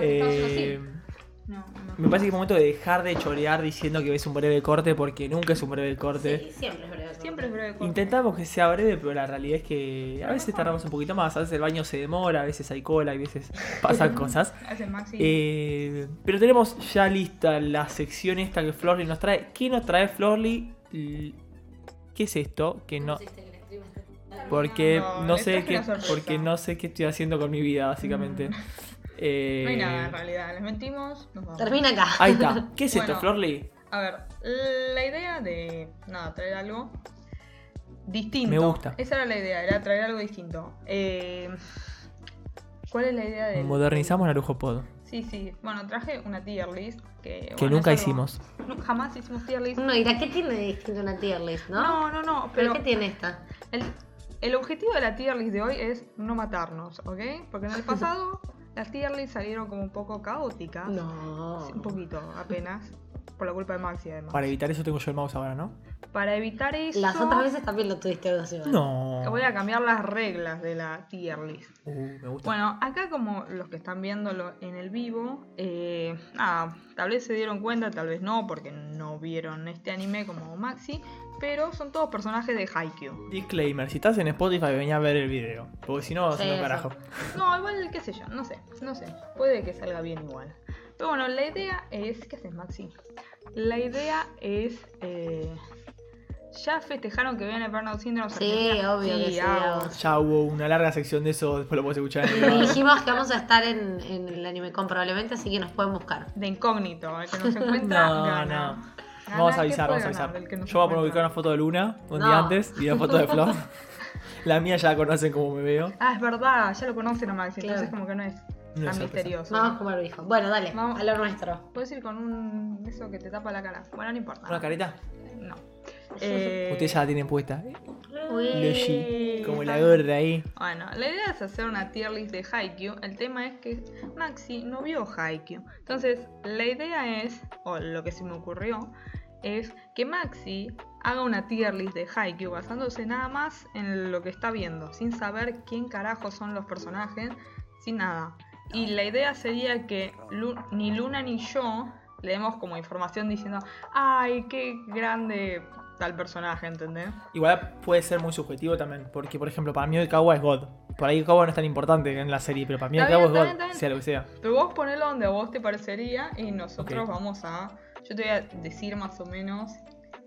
Speaker 1: Eh,
Speaker 3: No, no.
Speaker 1: me parece que es momento de dejar de chorear diciendo que es un breve corte porque nunca es un breve corte.
Speaker 4: Sí, siempre es breve.
Speaker 3: Siempre es breve. corte.
Speaker 1: Intentamos que sea breve, pero la realidad es que a veces tardamos un poquito más, a veces el baño se demora, a veces hay cola, a veces pasan cosas.
Speaker 3: Hace Maxi.
Speaker 1: Eh, pero tenemos ya lista la sección esta que Florly nos trae. ¿Qué nos trae Florly? L- ¿Qué es esto? Que no, porque no,
Speaker 3: No, le
Speaker 1: sé
Speaker 3: traje
Speaker 1: qué,
Speaker 3: una sorpresa.
Speaker 1: porque no sé qué estoy haciendo con mi vida, básicamente.
Speaker 3: Mm.
Speaker 1: Eh,
Speaker 3: no hay nada en realidad. Les mentimos. Nos vamos.
Speaker 4: Termina acá.
Speaker 1: Ahí está. ¿Qué es esto,
Speaker 3: Bueno.
Speaker 1: Florly?
Speaker 3: A ver, la idea de nada, traer algo distinto.
Speaker 1: Me gusta.
Speaker 3: Esa era la idea, era traer algo distinto. Eh, ¿Cuál es la idea de.?
Speaker 1: Modernizamos Narujo Pod,
Speaker 3: Sí, sí. Bueno, traje una tier list que.
Speaker 1: que
Speaker 3: bueno,
Speaker 1: nunca
Speaker 3: es algo-
Speaker 1: hicimos.
Speaker 3: no, jamás hicimos tier list.
Speaker 4: Uno dirá, ¿qué tiene de distinto una tier list, no?
Speaker 3: No, no, no. Pero
Speaker 4: ¿Pero qué tiene esta?
Speaker 3: el, el objetivo de la tier list de hoy es no matarnos, ¿ok? Porque en el
Speaker 4: (laughs)
Speaker 3: pasado las tier lists salieron como un poco caóticas.
Speaker 4: No.
Speaker 3: Un poquito, apenas. Por la culpa de Maxi, además.
Speaker 1: Para evitar eso tengo yo el mouse ahora, ¿no?
Speaker 3: Para evitar eso.
Speaker 4: Las otras veces también lo tuviste algo así. ¿verdad?
Speaker 1: No.
Speaker 3: Voy a cambiar las reglas de la tier list.
Speaker 1: Uh, me gusta.
Speaker 3: Bueno, acá como los que están viéndolo en el vivo, eh, nada, tal vez se dieron cuenta, tal vez no, porque no vieron este anime como Maxi, pero son todos personajes de Haikyuu.
Speaker 1: Disclaimer, si estás en Spotify vení a ver el video, porque si no vas a
Speaker 4: Sí,
Speaker 1: hacer un
Speaker 4: eso.
Speaker 1: carajo.
Speaker 3: No, igual, qué sé yo, no sé, no sé, puede que salga bien igual. Pero bueno, la idea es, ¿qué haces Maxi? La idea es, eh, ya festejaron que viene Burnout Syndrome.
Speaker 4: Sí,
Speaker 3: Argentina?
Speaker 4: obvio que sí,
Speaker 3: ah,
Speaker 4: Agus.
Speaker 1: Ya hubo una larga sección de eso, después lo podés escuchar en el
Speaker 3: (laughs)
Speaker 4: Y
Speaker 1: video.
Speaker 4: dijimos que vamos a estar en, en el anime con probablemente, así que nos pueden buscar.
Speaker 3: De incógnito, el que
Speaker 4: (laughs)
Speaker 3: no se encuentra.
Speaker 1: No,
Speaker 3: gana.
Speaker 1: no.
Speaker 3: Gana,
Speaker 1: Vamos
Speaker 3: ¿qué
Speaker 1: a avisar,
Speaker 3: puede
Speaker 1: vamos a
Speaker 3: ganar
Speaker 1: avisar.
Speaker 3: del que no se
Speaker 1: Yo voy a poner
Speaker 3: encuentra?
Speaker 1: una foto de Luna un
Speaker 4: No.
Speaker 1: día antes y una foto de Flor. La mía ya la conocen como me veo.
Speaker 3: Ah, es verdad, ya lo conocen a Maxi,
Speaker 4: Claro. Ah,
Speaker 3: entonces como que no es
Speaker 1: No
Speaker 3: tan
Speaker 1: es sorpresa.
Speaker 3: misterioso.
Speaker 4: Vamos como lo dijo. Bueno, dale,
Speaker 3: Vamos.
Speaker 4: a lo nuestro.
Speaker 3: Puedes ir con un eso que te tapa la cara. Bueno, no importa.
Speaker 1: ¿Una careta?
Speaker 3: No. Eh,
Speaker 1: Ustedes ya la tienen puesta.
Speaker 4: Uy.
Speaker 1: Loshi, como la
Speaker 3: está bien.
Speaker 1: gorda ahí.
Speaker 3: Bueno, la idea es hacer una tier list de Haikyuu. El tema es que Maxi no vio Haikyuu. Entonces, la idea es, o lo que se me ocurrió, es que Maxi haga una tier list de Haikyuu basándose nada más en lo que está viendo, sin saber quién carajo son los personajes, sin nada. Y la idea sería que Lu- ni Luna ni yo le demos como información diciendo, ay, qué grande tal personaje, ¿entendés?
Speaker 1: Igual puede ser muy subjetivo también, porque por ejemplo, para mí Oikawa es God. Por ahí Oikawa no es tan importante en la serie, pero para mí
Speaker 3: Está
Speaker 1: Oikawa es
Speaker 3: bien,
Speaker 1: God,
Speaker 3: está bien, está bien.
Speaker 1: sea lo que sea.
Speaker 3: Pero vos ponelo donde a vos te parecería y nosotros
Speaker 1: Ok.
Speaker 3: vamos a... Yo te voy a decir más o menos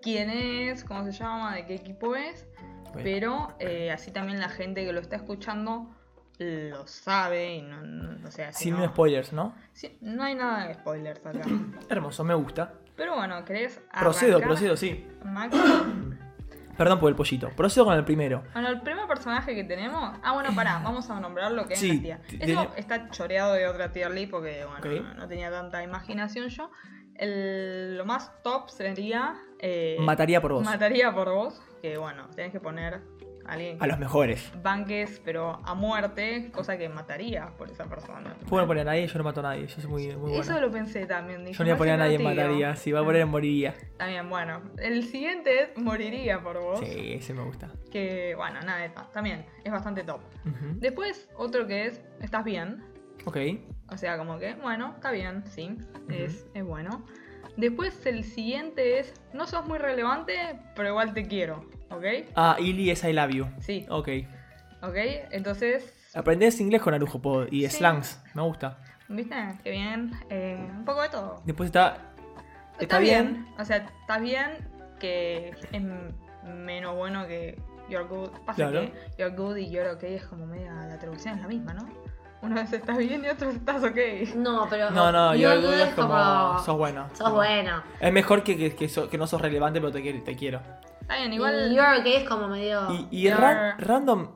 Speaker 3: quién es, cómo se llama, de qué equipo es,
Speaker 1: Bueno.
Speaker 3: pero eh, así también la gente que lo está escuchando lo sabe y no, no- o sea, si
Speaker 1: Sin
Speaker 3: no,
Speaker 1: spoilers, ¿no?
Speaker 3: si- no hay nada de
Speaker 1: (clears throat)
Speaker 3: spoilers acá.
Speaker 1: Hermoso, me gusta.
Speaker 3: Pero bueno, ¿querés
Speaker 1: Procedo,
Speaker 3: arrancar,
Speaker 1: procedo, sí.
Speaker 3: Maxi?
Speaker 1: Perdón por el pollito. Procedo con el primero.
Speaker 3: Bueno, el primer personaje que tenemos... Ah, bueno, pará, vamos a nombrar lo que es
Speaker 1: Eh, Sí,
Speaker 3: la tía.
Speaker 1: te-
Speaker 3: Eso
Speaker 1: te-
Speaker 3: está choreado de otra tier list porque, bueno,
Speaker 1: Ok.
Speaker 3: no, no tenía tanta imaginación yo. El- lo más top sería... eh,
Speaker 1: Mataría por vos.
Speaker 3: Mataría por vos, que bueno, tenés que poner a alguien
Speaker 1: A
Speaker 3: que
Speaker 1: los mejores.
Speaker 3: banques, pero a muerte, cosa que mataría por esa persona.
Speaker 1: Puedo poner a nadie, yo no mato a nadie. Yo soy muy, muy bueno.
Speaker 3: Eso lo pensé también. dije,
Speaker 1: Yo no voy a poner a nadie
Speaker 3: parece
Speaker 1: en
Speaker 3: un tiro.
Speaker 1: mataría. Si va a poner en moriría.
Speaker 3: También, bueno. El siguiente es moriría por vos.
Speaker 1: Sí, ese me gusta.
Speaker 3: Que bueno, nada, está- también es bastante top.
Speaker 1: Ujú.
Speaker 3: Después, otro que es estás bien.
Speaker 1: Ok.
Speaker 3: O sea, como que, bueno, está bien, sí, es, es bueno. Después, el siguiente es no sos muy relevante, pero igual te quiero, ¿ok?
Speaker 1: Ah, Ili es I love you.
Speaker 3: Sí,
Speaker 1: Ok.
Speaker 3: ¿ok? Entonces,
Speaker 1: Aprendés inglés con Arujo Pod y
Speaker 3: Sí.
Speaker 1: slangs. Me gusta.
Speaker 3: ¿Viste? Qué bien. Eh, un poco de todo.
Speaker 1: Después está. Está,
Speaker 3: O sea, está bien que es m- menos bueno que You're Good. Pasa
Speaker 1: Claro.
Speaker 3: que You're Good y You're OK es como media. La traducción es la misma, ¿no? Uno es estás bien y otro es estás OK.
Speaker 4: No, pero.
Speaker 1: No, no, yo
Speaker 4: Your
Speaker 1: dudo
Speaker 4: Good
Speaker 1: es como. Sos bueno.
Speaker 4: Sos bueno.
Speaker 1: Es mejor que, que, que so- que no sos relevante, pero te, quiero- te quiero.
Speaker 3: Está bien,
Speaker 4: Y
Speaker 3: igual.
Speaker 4: You're okay es como medio.
Speaker 1: Y, y
Speaker 3: Claro.
Speaker 1: ra- random.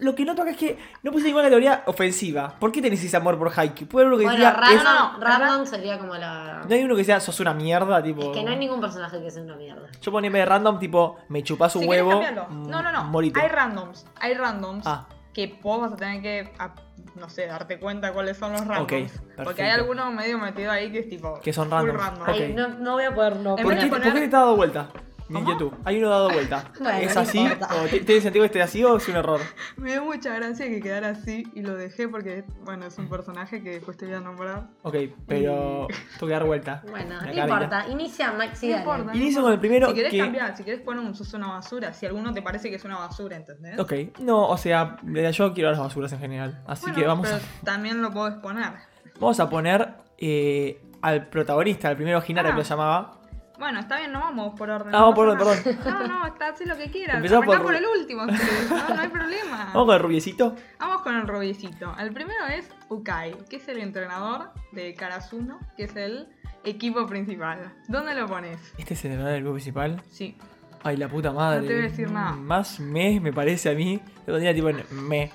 Speaker 1: Lo que noto acá es que no puse ninguna teoría ofensiva. ¿Por qué tenés ese amor por Haikyuu? Puede haber uno que
Speaker 4: bueno,
Speaker 1: diga,
Speaker 4: random,
Speaker 1: es-
Speaker 3: no, no,
Speaker 4: random sería como la.
Speaker 1: No hay uno que sea, sos una mierda, tipo.
Speaker 4: Es que no hay ningún personaje que sea una mierda.
Speaker 1: Yo poneme random, tipo, me chupás un
Speaker 3: si querés,
Speaker 1: huevo.
Speaker 3: cambialo. No, no, no.
Speaker 1: mm, morite.
Speaker 3: Hay randoms. Hay randoms.
Speaker 1: Ah,
Speaker 3: Que vos vas a tener que, a- no sé, darte cuenta cuáles son los randoms.
Speaker 1: perfecto.
Speaker 3: Porque hay algunos medio metido ahí que es tipo.
Speaker 1: Que son
Speaker 3: full
Speaker 1: randoms.
Speaker 3: random.
Speaker 1: Ok.
Speaker 4: Ay, no, no voy a poder no.
Speaker 3: En
Speaker 1: ¿Por
Speaker 3: vez
Speaker 1: qué,
Speaker 3: de
Speaker 1: por
Speaker 3: poner-
Speaker 1: qué te está dado vuelta? Mi
Speaker 3: ¿Cómo?
Speaker 1: inquietud. Hay uno dado
Speaker 3: (laughs)
Speaker 1: vuelta.
Speaker 4: Bueno,
Speaker 1: ¿Es
Speaker 4: no
Speaker 1: así?
Speaker 4: importa.
Speaker 1: ¿O ti- ¿Tiene sentido que esté así o es un error?
Speaker 3: Me dio mucha gracia que quedara así y lo dejé porque, bueno, es un personaje que después te voy a nombrar.
Speaker 1: Ok,
Speaker 3: (laughs)
Speaker 1: pero. Tengo que dar vuelta.
Speaker 4: Bueno,
Speaker 1: Una
Speaker 4: no
Speaker 1: carita.
Speaker 4: importa. Inicia Maxi.
Speaker 3: No
Speaker 4: dale.
Speaker 3: importa.
Speaker 1: Inicio con el primero.
Speaker 3: si querés
Speaker 1: que...
Speaker 3: cambiar, si querés poner un sos una basura, si alguno te parece que es una basura, ¿entendés?
Speaker 1: Ok, no, o sea, eh, yo quiero las basuras en general. Así
Speaker 3: Bueno,
Speaker 1: que vamos
Speaker 3: pero
Speaker 1: a,
Speaker 3: también lo puedo exponer.
Speaker 1: vamos a poner eh, al protagonista, al primero Hinata
Speaker 3: Ah.
Speaker 1: que lo llamaba.
Speaker 3: Bueno, está bien, no vamos por orden.
Speaker 1: Ah, vamos por
Speaker 3: pasa
Speaker 1: orden,
Speaker 3: nada. No, no, está, haz lo que quieras.
Speaker 1: Empezá
Speaker 3: Arrancá
Speaker 1: por-
Speaker 3: por... el último, si querés, no, no
Speaker 1: (laughs)
Speaker 3: hay problema.
Speaker 1: Vamos con el rubiecito.
Speaker 3: Vamos con el rubiecito. El primero es Ukai, que es el entrenador de Karasuno, que es el equipo principal. ¿Dónde lo pones?
Speaker 1: Este es el entrenador del grupo principal.
Speaker 3: Sí,
Speaker 1: Ay, la puta madre.
Speaker 3: No te voy a decir nada.
Speaker 1: Más me, me parece a mí. Lo pondría tipo en me.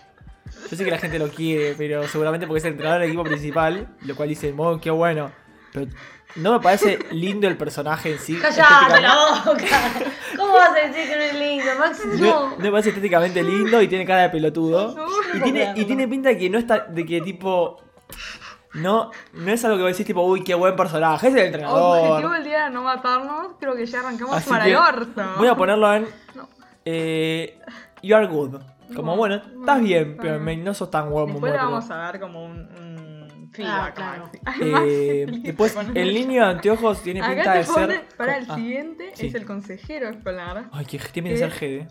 Speaker 1: Yo sé que la gente lo quiere, pero seguramente porque es el entrenador del equipo principal, lo cual dice, oh, qué bueno. Pero no me parece lindo el personaje en sí.
Speaker 4: ¡Cállate
Speaker 1: estéticamente.
Speaker 4: la boca! ¿Cómo vas a decir que no es lindo, Maxi?
Speaker 1: No,
Speaker 4: No.
Speaker 1: no me parece estéticamente lindo y tiene cara de pelotudo.
Speaker 3: No.
Speaker 1: Y tiene, y tiene pinta de que no está. de que tipo. No, no es algo que vos decís tipo, uy, qué buen personaje, es el
Speaker 3: Objetivo
Speaker 1: entrenador.
Speaker 3: del día era no matarnos, creo que ya arrancamos
Speaker 1: Así
Speaker 3: para
Speaker 1: que
Speaker 3: el orto.
Speaker 1: Voy a ponerlo en.
Speaker 3: No.
Speaker 1: Eh, you are good. Como
Speaker 3: No,
Speaker 1: bueno, estás
Speaker 3: no,
Speaker 1: bien,
Speaker 3: está
Speaker 1: pero
Speaker 3: bien.
Speaker 1: me- no sos tan buen
Speaker 3: Después le vamos a dar como un, un feedback.
Speaker 4: claro.
Speaker 3: Maxi. Ay, (laughs)
Speaker 1: Eh,
Speaker 3: Maxi,
Speaker 1: después,
Speaker 3: con
Speaker 1: el niño de anteojos tiene pinta
Speaker 3: Acá
Speaker 1: de
Speaker 3: te pone,
Speaker 1: ser.
Speaker 3: para el
Speaker 1: Ah,
Speaker 3: siguiente
Speaker 1: sí.
Speaker 3: es el consejero escolar.
Speaker 1: Ay, que tiene pinta de ser Gede.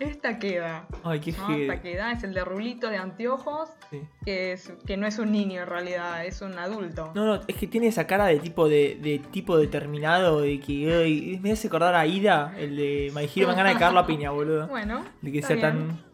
Speaker 3: Esta queda.
Speaker 1: Ay, qué
Speaker 3: ¿no? Esta
Speaker 1: Gede.
Speaker 3: queda es el de rulito de anteojos,
Speaker 1: Sí.
Speaker 3: que, es, que no es un niño en realidad, es un adulto.
Speaker 1: No, no, es que tiene esa cara de tipo de, de tipo determinado de que ay, me hace acordar a Ida, el de My Hero, me dan ganas de cagar la piña, boludo.
Speaker 3: Bueno,
Speaker 1: De que
Speaker 3: está
Speaker 1: sea
Speaker 3: bien.
Speaker 1: tan.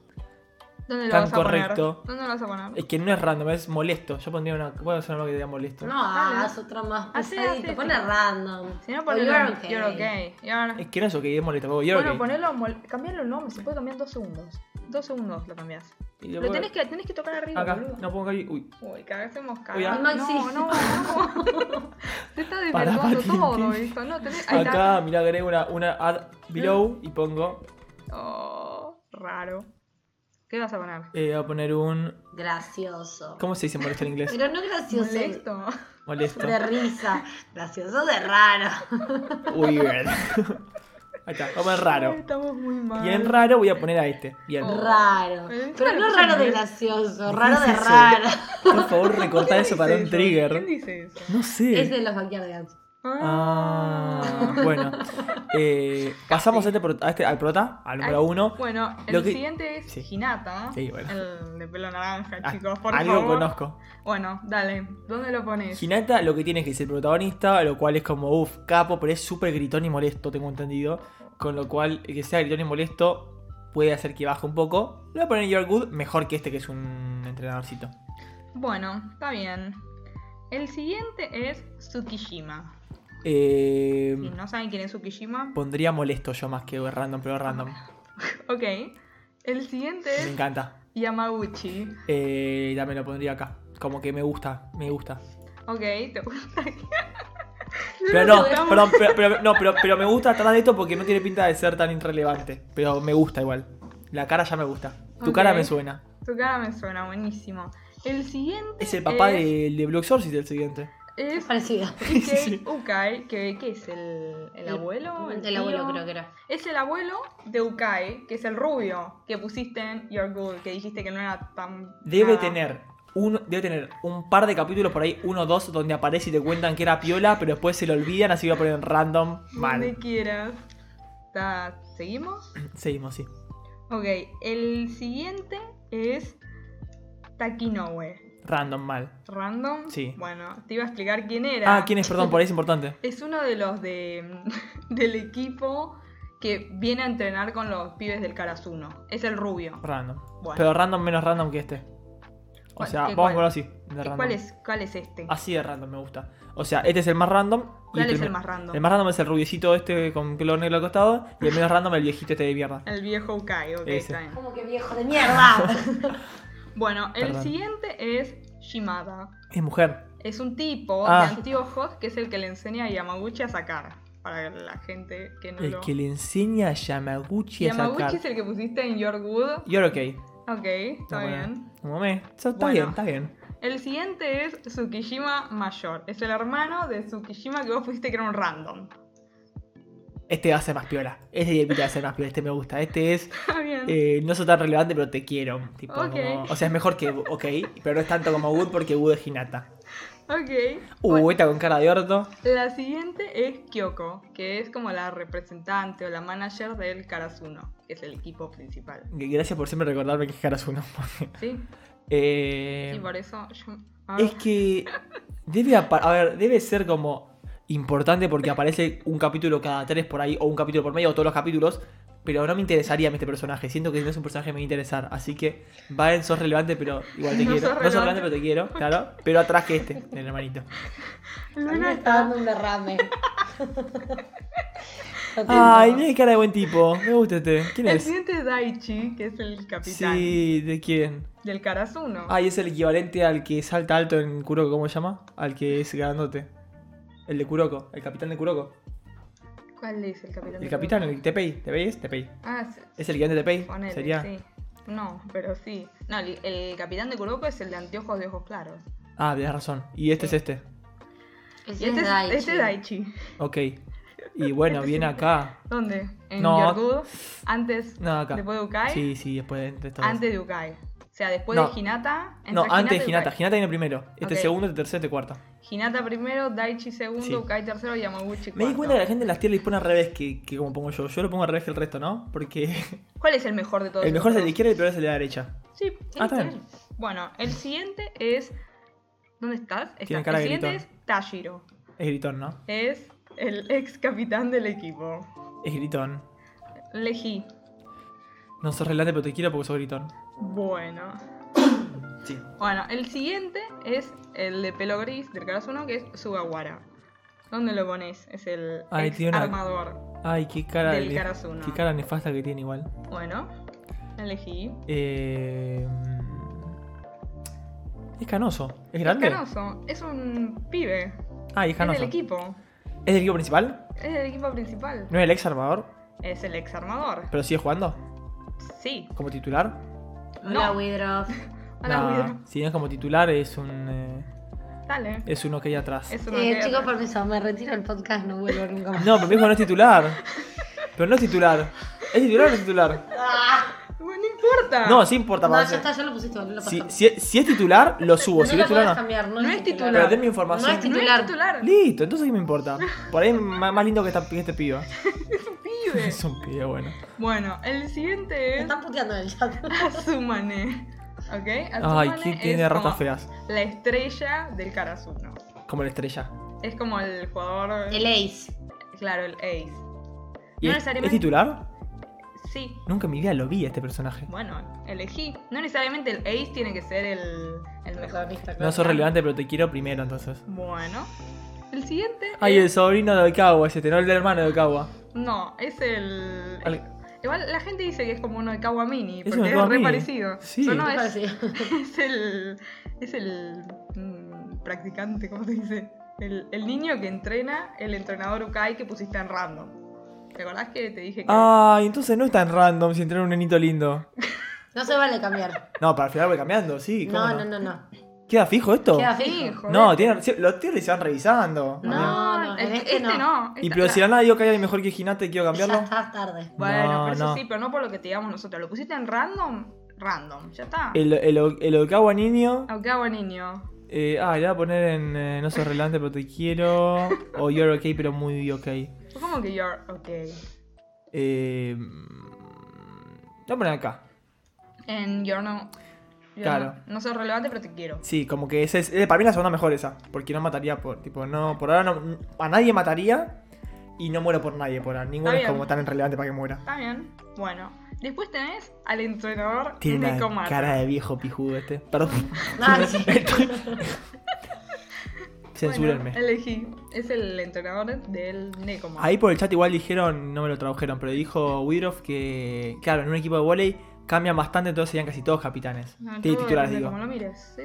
Speaker 3: ¿Dónde lo
Speaker 1: tan
Speaker 3: vas a poner?
Speaker 1: correcto. Eh,
Speaker 3: ¿Dónde lo vas a poner?
Speaker 1: Es que no es random, es molesto. Yo pondría una. Voy a hacer algo que diga molesto.
Speaker 4: No hagas Ah, otra más
Speaker 3: Así,
Speaker 4: pesadito.
Speaker 3: así,
Speaker 4: Ponle
Speaker 3: así.
Speaker 4: random.
Speaker 3: Si no,
Speaker 4: O
Speaker 3: ponelo
Speaker 4: oh, you're
Speaker 3: en
Speaker 4: okay.
Speaker 3: You're okay. You're-
Speaker 1: Es que no es ok, es molesto. como, Yo
Speaker 3: bueno,
Speaker 1: ok.
Speaker 3: ponelo, mol- cambialo el nombre, se puede cambiar en dos segundos. Dos segundos lo cambias.
Speaker 1: Y lo
Speaker 3: Lo
Speaker 1: pongo
Speaker 3: tenés que, tenés que tocar arriba,
Speaker 1: Acá,
Speaker 3: boludo.
Speaker 1: no pongo ahí. Uy,
Speaker 3: Uy, cagaste mosca.
Speaker 1: Uy, ah.
Speaker 4: Maxi.
Speaker 3: No, no, no. (laughs) Te está
Speaker 1: Pará,
Speaker 3: desvirtuando
Speaker 1: Martín,
Speaker 3: todo,
Speaker 1: ¿qué?
Speaker 3: hijo. No, tenés... Ahí
Speaker 1: acá, mirá, agrego una, una ad below y pongo
Speaker 3: está. Oh, raro. ¿Qué vas a poner?
Speaker 1: Eh, voy a poner un.
Speaker 4: Gracioso.
Speaker 1: ¿Cómo se dice molesto en inglés?
Speaker 4: Pero no gracioso.
Speaker 3: ¿Molesto?
Speaker 1: Molesto.
Speaker 4: De risa. Gracioso de raro.
Speaker 1: Weird. (laughs) Ahí está, vamos a raro.
Speaker 3: (laughs) Estamos muy mal.
Speaker 1: Y en raro voy a poner a este. Bien.
Speaker 3: Oh.
Speaker 4: Raro.
Speaker 3: Pero
Speaker 4: Pero no
Speaker 3: no
Speaker 4: raro
Speaker 3: sé.
Speaker 4: de gracioso, raro de
Speaker 1: dice eso?
Speaker 4: raro.
Speaker 1: Por favor, recortá
Speaker 3: (laughs) ¿Quién
Speaker 1: eso
Speaker 3: dice
Speaker 1: para un
Speaker 3: eso? ¿Quién
Speaker 1: trigger.
Speaker 3: dice eso?
Speaker 1: No
Speaker 4: Es
Speaker 1: sé.
Speaker 4: de los Backyardigans.
Speaker 1: Ah, bueno. Eh, pasamos a este, pro- a este- al prota, al número
Speaker 3: Ay,
Speaker 1: uno.
Speaker 3: Bueno, el
Speaker 1: Lo que-
Speaker 3: siguiente es
Speaker 1: Sí.
Speaker 3: Hinata.
Speaker 1: Sí, bueno.
Speaker 3: El de pelo naranja,
Speaker 1: Ah,
Speaker 3: chicos, por
Speaker 1: algo
Speaker 3: favor.
Speaker 1: conozco.
Speaker 3: Bueno, dale. ¿Dónde lo pones?
Speaker 1: Hinata lo que tiene es que es el protagonista, lo cual es como, uff, capo, pero es súper gritón y molesto, tengo entendido. Con lo cual, el que sea gritón y molesto puede hacer que baje un poco. Le voy a poner You're Good, mejor que este que es un entrenadorcito.
Speaker 3: Bueno, está bien. El siguiente es Tsukishima.
Speaker 1: Eh,
Speaker 3: Si no saben quién es Tsukishima,
Speaker 1: Pondría molesto yo más que random, pero random.
Speaker 3: ok. El siguiente
Speaker 1: Me
Speaker 3: es
Speaker 1: encanta.
Speaker 3: Yamaguchi.
Speaker 1: Eh, ya me lo pondría acá. Como que me gusta, me gusta.
Speaker 3: Ok, te (laughs) gusta.
Speaker 1: (laughs) Pero no, perdón, pero, pero- no, pero, pero me gusta atrás de esto porque no tiene pinta de ser tan irrelevante. Pero me gusta igual. La cara ya me gusta. Tu
Speaker 3: Ok.
Speaker 1: cara me suena.
Speaker 3: Tu cara me suena, buenísimo. El siguiente
Speaker 1: Es el papá
Speaker 3: es,
Speaker 1: de, de Blue Exorcist, el siguiente.
Speaker 4: Es
Speaker 3: es
Speaker 4: parecido.
Speaker 3: Ikei
Speaker 1: (laughs) Sí.
Speaker 3: Ukai, que, que es el, el abuelo.
Speaker 4: El,
Speaker 3: El,
Speaker 4: abuelo
Speaker 3: tío.
Speaker 4: creo que era.
Speaker 3: Es el abuelo de Ukai, que es el rubio que pusiste en Your Good, que dijiste que no era tan.
Speaker 1: Debe
Speaker 3: nada.
Speaker 1: tener. Un, debe tener un par de capítulos por ahí, uno o dos, donde aparece y te cuentan que era piola, pero después se lo olvidan, así voy a poner en random.
Speaker 3: Donde
Speaker 1: Mal.
Speaker 3: quieras. Ta-
Speaker 1: (clears throat)
Speaker 3: ¿Seguimos?
Speaker 1: Seguimos, sí.
Speaker 3: Ok, el siguiente es Takinoue.
Speaker 1: Random, mal.
Speaker 3: Random.
Speaker 1: Sí.
Speaker 3: Bueno, te iba a explicar quién era.
Speaker 1: Ah, ¿quién es? Perdón, por ahí es importante.
Speaker 3: Es uno de los de, (laughs) del equipo que viene a entrenar con los pibes del Karasuno. Es el rubio.
Speaker 1: Random.
Speaker 3: Bueno.
Speaker 1: Pero random menos random que este. O
Speaker 3: ¿Cuál-
Speaker 1: sea,
Speaker 3: qué-
Speaker 1: vamos
Speaker 3: cuál?
Speaker 1: a ponerlo así. de
Speaker 3: ¿Y
Speaker 1: random.
Speaker 3: ¿Cuál es, cuál es este?
Speaker 1: Así de random, me gusta. O sea, este es Ah, el más random. y
Speaker 3: ¿Cuál es
Speaker 1: primer-
Speaker 3: el más random?
Speaker 1: El más random es el rubiecito este con pelo negro al costado. Y el menos random el viejito este de mierda.
Speaker 3: El viejo Ukai, ok,
Speaker 1: Ese.
Speaker 3: está bien.
Speaker 4: Como que viejo de (laughs) mierda.
Speaker 3: Bueno, el
Speaker 1: Perdón.
Speaker 3: siguiente es Shimada.
Speaker 1: Es mujer.
Speaker 3: Es un tipo
Speaker 1: Ah.
Speaker 3: de anteojos que es el que le enseña a Yamaguchi a sacar. Para la gente que no
Speaker 1: El
Speaker 3: lo...
Speaker 1: que le enseña a Yamaguchi a
Speaker 3: Yamaguchi
Speaker 1: sacar.
Speaker 3: es el que pusiste en Your Good.
Speaker 1: You're okay.
Speaker 3: Ok, está
Speaker 1: Bueno,
Speaker 3: bien.
Speaker 1: Un momento. Está
Speaker 3: Bueno.
Speaker 1: bien, está bien.
Speaker 3: El siguiente es Tsukishima Mayor. Es el hermano de Tsukishima que vos pusiste que era un random. (laughs)
Speaker 1: Este va a ser más piola. Este va a ser más piola. Este me gusta. Este
Speaker 3: (laughs)
Speaker 1: es.
Speaker 3: Está bien.
Speaker 1: eh, no soy tan relevante, pero te quiero. Tipo,
Speaker 3: Ok.
Speaker 1: como- o sea, es mejor que. Ok. Pero no es tanto como Wood porque Wood es Hinata.
Speaker 3: ok.
Speaker 1: Uh,
Speaker 3: Bueno,
Speaker 1: esta con cara de orto.
Speaker 3: la siguiente es Kyoko, que es como la representante o la manager del Karasuno, que es el equipo principal.
Speaker 1: Gracias por siempre recordarme que es Karasuno.
Speaker 3: ¿Sí?
Speaker 1: (laughs) Eh,
Speaker 3: Y por eso yo... ah,
Speaker 1: Es que debe, apa- a ver, debe ser como importante porque aparece un capítulo cada tres por ahí, o un capítulo por medio, o todos los capítulos. Pero no me interesaría a mí este personaje. Siento que no es un personaje que me va a interesar. Así que, Baen, sos relevante, pero igual te
Speaker 3: No
Speaker 1: quiero.
Speaker 3: sos
Speaker 1: No sos relevante,
Speaker 3: relevante.
Speaker 1: pero te quiero, claro. Pero atrás que este, del hermanito.
Speaker 4: A mí
Speaker 3: Luna
Speaker 4: me está
Speaker 3: está...
Speaker 4: dando un derrame. (laughs) Lo
Speaker 1: Ay,
Speaker 4: tengo.
Speaker 1: mira qué cara de buen tipo. Me gusta este. ¿Quién
Speaker 3: El
Speaker 1: es?
Speaker 3: siguiente es Daichi, que es el capitán
Speaker 1: Sí, Ah. ¿de quién?
Speaker 3: del Karasuno.
Speaker 1: Ay, es el equivalente al que salta alto en Kuroko, ¿cómo se llama? Al que es grandote. El de Kuroko, el capitán de Kuroko.
Speaker 3: ¿Cuál es el capitán?
Speaker 1: El
Speaker 3: del
Speaker 1: capitán,
Speaker 3: Karasuno?
Speaker 1: el Tepei. ¿Tepei es? Tepei.
Speaker 3: Ah, sí.
Speaker 1: ¿Es el guion de Tepei?
Speaker 3: Ponele,
Speaker 1: Sería.
Speaker 3: sí. No, pero sí. No, el, el capitán de Kuroko es el de anteojos de ojos claros.
Speaker 1: Ah, tienes razón. Y este es este.
Speaker 4: Ese
Speaker 3: Y este
Speaker 4: es Daichi.
Speaker 3: Este es Daichi.
Speaker 1: Ok.
Speaker 3: (laughs)
Speaker 1: Y bueno,
Speaker 3: Este
Speaker 1: viene acá.
Speaker 3: ¿Dónde? En
Speaker 1: No.
Speaker 3: Yorgudo. Antes.
Speaker 1: No, acá.
Speaker 3: Después de Ukai.
Speaker 1: Sí, sí, después de entre estos dos.
Speaker 3: Antes de Ukai. O sea, después
Speaker 1: No.
Speaker 3: de Hinata. entre
Speaker 1: No, antes de
Speaker 3: y
Speaker 1: Hinata.
Speaker 3: Ukai.
Speaker 1: Hinata viene primero. Este
Speaker 3: Ok.
Speaker 1: segundo, este tercero, este cuarto.
Speaker 3: Hinata primero, Daichi segundo,
Speaker 1: Sí.
Speaker 3: Ukai tercero, Yamaguchi cuarto.
Speaker 1: Me di cuenta que la gente en las tier les pone al revés que, que como pongo yo. Yo lo pongo al revés que el resto, ¿no? Porque (laughs)
Speaker 3: ¿Cuál es el mejor de todos?
Speaker 1: el mejor es el de
Speaker 3: estos?
Speaker 1: izquierda y el peor es el de la derecha.
Speaker 3: Sí.
Speaker 1: Ah, está bien.
Speaker 3: Bueno, el siguiente es. ¿Dónde estás? Estás.
Speaker 1: Tiene cara
Speaker 3: el
Speaker 1: de
Speaker 3: siguiente
Speaker 1: gritón.
Speaker 3: es Tashiro.
Speaker 1: Es gritón, ¿no?
Speaker 3: Es el ex capitán del equipo.
Speaker 1: Es gritón.
Speaker 3: Lejí.
Speaker 1: No sos relante, pero te quiero porque sos gritón.
Speaker 3: Bueno.
Speaker 1: Sí.
Speaker 3: Bueno, el siguiente es el de pelo gris del Karasuno, que es Sugawara. ¿Dónde lo pones? Es el
Speaker 1: Ay,
Speaker 3: ex
Speaker 1: tiene una-
Speaker 3: armador.
Speaker 1: Ay, qué cara
Speaker 3: Del
Speaker 1: de-
Speaker 3: Karasuno.
Speaker 1: Qué cara nefasta que tiene igual.
Speaker 3: Bueno, elegí.
Speaker 1: Eh... Es canoso. ¿Es grande?
Speaker 3: Es canoso, es un pibe.
Speaker 1: Ah, y es
Speaker 3: Es del
Speaker 1: canoso.
Speaker 3: equipo.
Speaker 1: ¿Es del equipo principal?
Speaker 3: Es del equipo principal.
Speaker 1: ¿No es el ex armador?
Speaker 3: Es el ex armador.
Speaker 1: ¿Pero sigue jugando?
Speaker 3: Sí,
Speaker 1: ¿Como titular?
Speaker 4: Hola,
Speaker 3: No.
Speaker 4: Widroff.
Speaker 3: Hola,
Speaker 1: Nah,
Speaker 3: Guido.
Speaker 1: si no es como titular, es un eh,
Speaker 3: Dale.
Speaker 1: es uno que hay atrás.
Speaker 3: Es una
Speaker 4: Eh,
Speaker 3: guerra.
Speaker 4: chicos, permiso, me retiro el podcast, no vuelvo nunca más.
Speaker 1: No, pero mi hijo no es titular. Pero no es titular. ¿Es titular o no es titular?
Speaker 3: Ah. Bueno, no importa.
Speaker 1: No, sí importa.
Speaker 4: Ah. No,
Speaker 1: para
Speaker 4: ya está, ya lo pusiste, lo
Speaker 1: si,
Speaker 4: pasamos.
Speaker 1: si, si es titular, lo subo.
Speaker 4: no
Speaker 1: si
Speaker 4: lo
Speaker 1: no es
Speaker 4: podés
Speaker 1: titular, no.
Speaker 4: cambiar, no,
Speaker 3: No
Speaker 4: es
Speaker 3: es
Speaker 1: Pero
Speaker 3: titular.
Speaker 1: denme
Speaker 4: No es
Speaker 1: información.
Speaker 3: no
Speaker 4: titular.
Speaker 3: es titular.
Speaker 1: Listo, entonces ¿qué me importa? Por ahí es más, más lindo que, esta- que este
Speaker 4: (laughs)
Speaker 1: pibe.
Speaker 3: Pibe.
Speaker 1: Es un pibe bueno.
Speaker 3: Bueno, el siguiente
Speaker 4: Me
Speaker 3: es
Speaker 4: están puteando en el chat.
Speaker 3: Azumane. ¿Ok?
Speaker 1: Ay,
Speaker 3: Azumane
Speaker 1: ¿quién
Speaker 3: es
Speaker 1: tiene ratas
Speaker 3: como
Speaker 1: feas?
Speaker 3: La estrella del Karasuno.
Speaker 1: Como la estrella.
Speaker 3: Es como el jugador.
Speaker 4: El Ace.
Speaker 3: Claro, el ace.
Speaker 1: ¿Y
Speaker 3: No
Speaker 1: es,
Speaker 3: necesariamente-
Speaker 1: es titular?
Speaker 3: Sí.
Speaker 1: Nunca en mi vida lo vi a este personaje.
Speaker 3: Bueno, elegí. No necesariamente el ace tiene que ser el, el mejor.
Speaker 1: No sos relevante, pero te quiero primero entonces.
Speaker 3: Bueno. El siguiente.
Speaker 1: Ay, el
Speaker 3: es-
Speaker 1: sobrino de Okawa, es este, no el hermano de Okawa.
Speaker 3: No, es el.
Speaker 1: Al-
Speaker 3: Igual la gente dice que es como uno de Kawamini,
Speaker 1: Es
Speaker 3: porque
Speaker 1: uno de
Speaker 3: es, re
Speaker 1: Kawamini.
Speaker 3: parecido.
Speaker 1: Sí.
Speaker 3: Pero no, es,
Speaker 4: Sí.
Speaker 3: (laughs) es el. Es el. mm, practicante, ¿cómo se dice? El, el niño que entrena, el entrenador Ukai que pusiste en random. ¿Te acordás que te dije que.
Speaker 1: Ay, entonces no es tan random si entrar un nenito lindo.
Speaker 4: No se vale cambiar.
Speaker 1: No, para al final voy cambiando, sí. ¿cómo
Speaker 4: No, no, no, no.
Speaker 1: ¿Queda fijo esto?
Speaker 4: Queda
Speaker 3: Sí,
Speaker 4: fijo.
Speaker 3: joder.
Speaker 1: no, tiene, sí, los tíos se van revisando.
Speaker 4: No,
Speaker 1: Amigo.
Speaker 4: no,
Speaker 3: el-
Speaker 4: en
Speaker 3: este,
Speaker 4: este no.
Speaker 3: no.
Speaker 1: Y
Speaker 3: esta-
Speaker 1: pero si
Speaker 3: la-
Speaker 1: la nada digo que hay alguien mejor que Hinata y quiero
Speaker 4: Ya
Speaker 1: cambiarlo.
Speaker 4: está tarde.
Speaker 3: Bueno,
Speaker 1: No,
Speaker 3: por eso
Speaker 1: no.
Speaker 3: sí, pero no por lo que te digamos nosotros. ¿Lo pusiste en random? Random, ya está.
Speaker 1: El, el, el Okawa niño.
Speaker 3: Okawa niño.
Speaker 1: eh, ah, le voy a poner en eh, No sos relevante, pero te quiero. O You're okay, pero muy ok.
Speaker 3: Fue como que you're okay.
Speaker 1: Eh, mm, voy a poner acá.
Speaker 3: En you're no. you're
Speaker 1: Claro.
Speaker 3: No, no soy relevante, pero te quiero.
Speaker 1: Sí, como que ese es, eh, para mí la segunda mejor esa. Porque no mataría por. Tipo, no. Por ahora no, a nadie mataría. Y no muero por nadie por ahora. Ninguno
Speaker 3: Está
Speaker 1: es
Speaker 3: bien.
Speaker 1: como tan irrelevante para que muera.
Speaker 3: Está bien. Bueno. Después tenés al entrenador
Speaker 1: Tiene
Speaker 3: Nico
Speaker 1: una
Speaker 3: Mata.
Speaker 1: cara de viejo pijudo este. Perdón. (laughs)
Speaker 4: Ah, sí.
Speaker 1: Censúrenme.
Speaker 3: Bueno, elegí. Es el entrenador del Necoma.
Speaker 1: Ahí por el chat igual dijeron, no me lo tradujeron, pero dijo Widroff que, claro, en un equipo de volei cambian bastante, entonces serían casi todos capitanes.
Speaker 3: No,
Speaker 1: Ti-
Speaker 3: todo
Speaker 1: titulares,
Speaker 3: depende
Speaker 1: digo.
Speaker 3: Como lo mires. sí.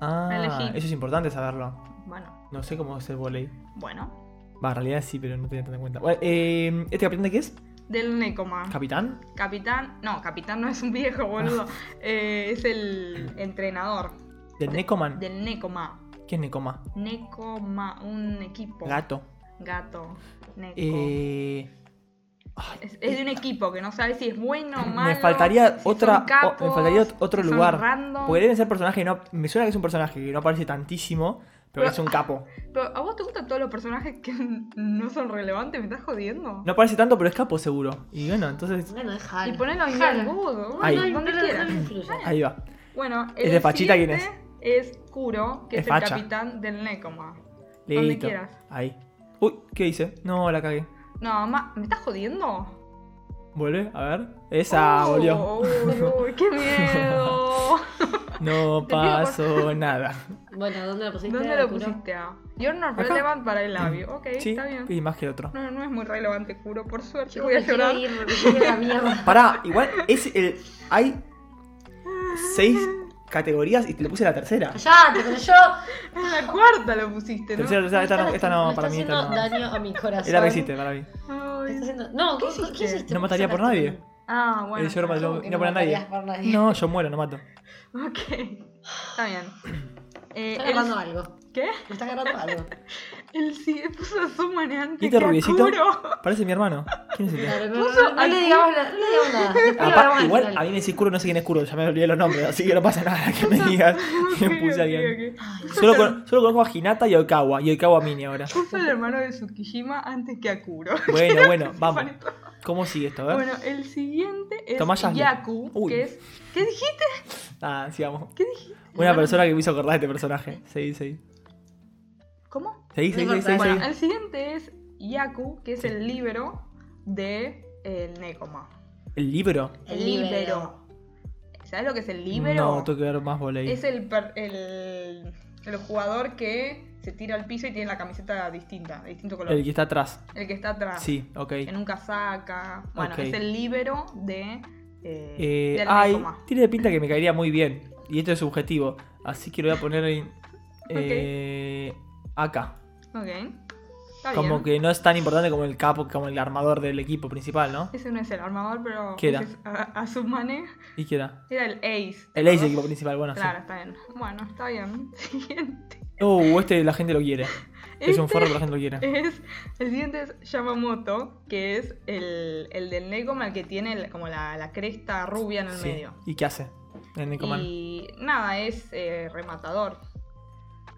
Speaker 1: Ah,
Speaker 3: Elegí.
Speaker 1: eso es importante saberlo.
Speaker 3: Bueno.
Speaker 1: No sé cómo es el volei.
Speaker 3: Bueno.
Speaker 1: Va, en realidad sí, pero no tenía tanto en cuenta. Bueno, eh, ¿Este capitán de qué es?
Speaker 3: Del Necoma.
Speaker 1: ¿Capitán?
Speaker 3: Capitán. No, capitán no es un viejo, boludo.
Speaker 1: Ah.
Speaker 3: Eh, es el entrenador
Speaker 1: ¿Del Necoman?
Speaker 3: del Necoma.
Speaker 1: ¿Qué es Necoma?
Speaker 3: Necoma, un equipo.
Speaker 1: Gato.
Speaker 3: Gato. Neco.
Speaker 1: Eh,
Speaker 3: Es, es de un equipo que no sabe si es bueno o
Speaker 1: Me
Speaker 3: malo.
Speaker 1: faltaría
Speaker 3: si
Speaker 1: otra-
Speaker 3: son capos,
Speaker 1: o- me faltaría ot- otro
Speaker 3: si son
Speaker 1: lugar.
Speaker 3: random.
Speaker 1: porque deben ser personajes que no... Me suena que es un personaje que no aparece tantísimo, pero que es un capo.
Speaker 3: Pero, ¿A vos te gustan todos los personajes que (laughs) no son relevantes? ¿Me estás jodiendo?
Speaker 1: No aparece tanto, pero es capo seguro. Y bueno, entonces...
Speaker 4: Bueno, déjalo.
Speaker 3: Y ponelo a
Speaker 4: Jala.
Speaker 3: Ingrid Good. Bueno,
Speaker 1: Ahí.
Speaker 4: No,
Speaker 3: donde
Speaker 4: no, no,
Speaker 3: quieras.
Speaker 4: no influye.
Speaker 1: Ahí va.
Speaker 3: Bueno,
Speaker 1: ¿Es
Speaker 3: el
Speaker 1: de Fachita quién es?
Speaker 3: siguiente Es Kuro, que
Speaker 1: Es
Speaker 3: es, el
Speaker 1: facha.
Speaker 3: capitán del Necoma.
Speaker 1: Listo.
Speaker 3: Donde quieras.
Speaker 1: Ahí. Uy, ¿qué hice? No, la cagué.
Speaker 3: No, ma- ¿me estás jodiendo?
Speaker 1: Vuelve, a ver. Esa,
Speaker 3: Oh,
Speaker 1: volvió.
Speaker 3: uy,
Speaker 1: (laughs)
Speaker 3: uy, ¡Qué miedo!
Speaker 1: No
Speaker 3: Te pido por-
Speaker 1: pasó (laughs) nada.
Speaker 4: Bueno, ¿dónde lo pusiste?
Speaker 3: ¿Dónde lo
Speaker 4: Kuro?
Speaker 3: pusiste? Ah, You're not
Speaker 1: Acá.
Speaker 3: relevant para el labio. Ok,
Speaker 1: Sí,
Speaker 3: está bien.
Speaker 1: y más que el otro.
Speaker 3: No, no es muy relevante, Kuro, por suerte.
Speaker 4: Chicos,
Speaker 3: voy a
Speaker 4: me quiero
Speaker 3: llorar.
Speaker 4: ir, me quiero ir a la (laughs) mierda.
Speaker 1: Pará, igual es el. Hay seis categorías y te le puse la tercera.
Speaker 4: Callate, pero yo.
Speaker 3: La cuarta lo pusiste, ¿no?
Speaker 1: Tercera, tercera, esta no, esta no,
Speaker 4: me
Speaker 1: para mí
Speaker 4: está
Speaker 1: esta
Speaker 4: haciendo
Speaker 1: no.
Speaker 4: daño a mi corazón.
Speaker 1: Era resiste para mí.
Speaker 4: Me
Speaker 3: Ay.
Speaker 4: está haciendo- No, ¿qué hiciste? ¿Qué hiciste?
Speaker 1: No mataría por nadie.
Speaker 3: Ah, bueno.
Speaker 1: Eh, yo no,
Speaker 4: ¿Cómo
Speaker 1: mato-
Speaker 4: que
Speaker 1: no
Speaker 4: no
Speaker 1: para nadie.
Speaker 4: matarías por nadie?
Speaker 1: No, yo muero, no mato.
Speaker 3: Ok. Está bien.
Speaker 1: (clears throat)
Speaker 3: Eh,
Speaker 4: Me está
Speaker 3: el-
Speaker 4: agarrando algo.
Speaker 3: ¿Qué?
Speaker 4: Me está agarrando algo.
Speaker 3: Él sí puso a su manejante.
Speaker 1: ¿Viste
Speaker 3: que a
Speaker 1: este rubiecito?
Speaker 3: Kuro.
Speaker 1: Parece mi hermano. ¿Quién es el
Speaker 4: Claro, pero no, no le digamos nada. No le digamos (laughs) nada. Después lo hablamos
Speaker 1: Aparte,
Speaker 4: al
Speaker 1: igual
Speaker 4: final.
Speaker 1: a mí me decís Kuro, no sé quién es Kuro, ya me olvidé los nombres, así que no pasa nada que
Speaker 3: (laughs)
Speaker 1: me digas quién
Speaker 3: Ok,
Speaker 1: puse a
Speaker 3: ok,
Speaker 1: alguien.
Speaker 3: ok.
Speaker 1: Solo, con- solo conozco a Hinata y a Okawa. Y Okawa Mini ahora.
Speaker 3: Puso al hermano de Tsukishima antes que a Kuro.
Speaker 1: Bueno, bueno, vamos. ¿Cómo sigue esto? A ver.
Speaker 3: Bueno, el siguiente es
Speaker 1: Tomás Yasmin.
Speaker 3: Yaku,
Speaker 1: Uy.
Speaker 3: que es... ¿Qué dijiste?
Speaker 1: Ah, sigamos.
Speaker 3: ¿Qué dijiste?
Speaker 1: Una persona que me hizo acordar de este personaje. Seguí, seguí.
Speaker 3: ¿Cómo?
Speaker 1: Seguí, seguí, seguí, seguí, seguí.
Speaker 4: importa.
Speaker 3: Bueno, el siguiente es Yaku, que es el libro de el Nekoma.
Speaker 1: ¿El libro?
Speaker 4: El libero.
Speaker 3: ¿Sabes lo que es el libro?
Speaker 1: No, tengo que ver más volei.
Speaker 3: es el, per- el, el jugador que se tira al piso y tiene la camiseta distinta, de distinto color.
Speaker 1: El
Speaker 3: El,
Speaker 1: que está atrás.
Speaker 3: que está atrás.
Speaker 1: Sí, ok.
Speaker 3: Ah. Que nunca saca. Bueno,
Speaker 1: Ok.
Speaker 3: es el libero de... Eh,
Speaker 1: Eh,
Speaker 3: del
Speaker 1: ay,
Speaker 3: Nekoma.
Speaker 1: tiene pinta que me caería muy bien. Y esto es subjetivo. Así que lo voy a poner en. eh, acá.
Speaker 3: Ok. Está Está
Speaker 1: Como
Speaker 3: bien.
Speaker 1: que no es tan importante como el capo, como el armador del equipo principal, ¿no?
Speaker 3: Ese no es el armador, pero
Speaker 1: ¿Qué era?
Speaker 3: es a, a su manera.
Speaker 1: ¿Y qué era?
Speaker 3: Era el Ace.
Speaker 1: El ace del equipo principal, bueno, sí.
Speaker 3: Claro, está bien. Bueno, está bien. Siguiente.
Speaker 1: Uh, este la gente lo quiere.
Speaker 3: (laughs)
Speaker 1: Es un
Speaker 3: Este
Speaker 1: forro, pero la gente lo quiere.
Speaker 3: es- el siguiente es Yamamoto, que es el, el del Necoma, el que tiene el- como la, la cresta rubia en el
Speaker 1: Sí.
Speaker 3: medio.
Speaker 1: ¿Y qué hace? En Nicoman.
Speaker 3: Y nada, es eh, rematador.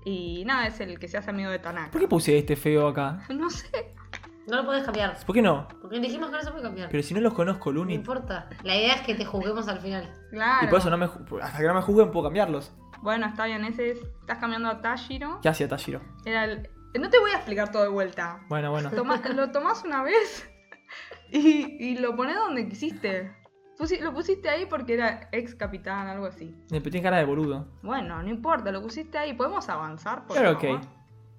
Speaker 3: Y nada, es el que se hace amigo de Tanaka.
Speaker 1: ¿Por qué puse este feo acá?
Speaker 3: (laughs) No sé.
Speaker 4: No lo podés cambiar.
Speaker 1: ¿Por qué no?
Speaker 4: Porque dijimos que no se puede cambiar.
Speaker 1: Pero si no los conozco,
Speaker 4: No
Speaker 1: Luni.
Speaker 4: importa. La idea es que te juzguemos al final.
Speaker 3: Claro.
Speaker 1: Y por eso no me, ju- hasta que no me juzguen puedo cambiarlos.
Speaker 3: Bueno, está bien, ese es. Estás cambiando a Tashiro.
Speaker 1: ¿Qué hacía Tashiro?
Speaker 3: Era el- No te voy a explicar todo de vuelta.
Speaker 1: Bueno, bueno.
Speaker 3: Tomá- lo tomás una vez (laughs) y, y lo pones donde quisiste. Pusi- lo pusiste ahí porque era ex capitán, algo así.
Speaker 1: Me tiene cara de boludo.
Speaker 3: Bueno, no importa, lo pusiste ahí. ¿Podemos avanzar? Por
Speaker 1: You're
Speaker 3: favor?
Speaker 1: okay.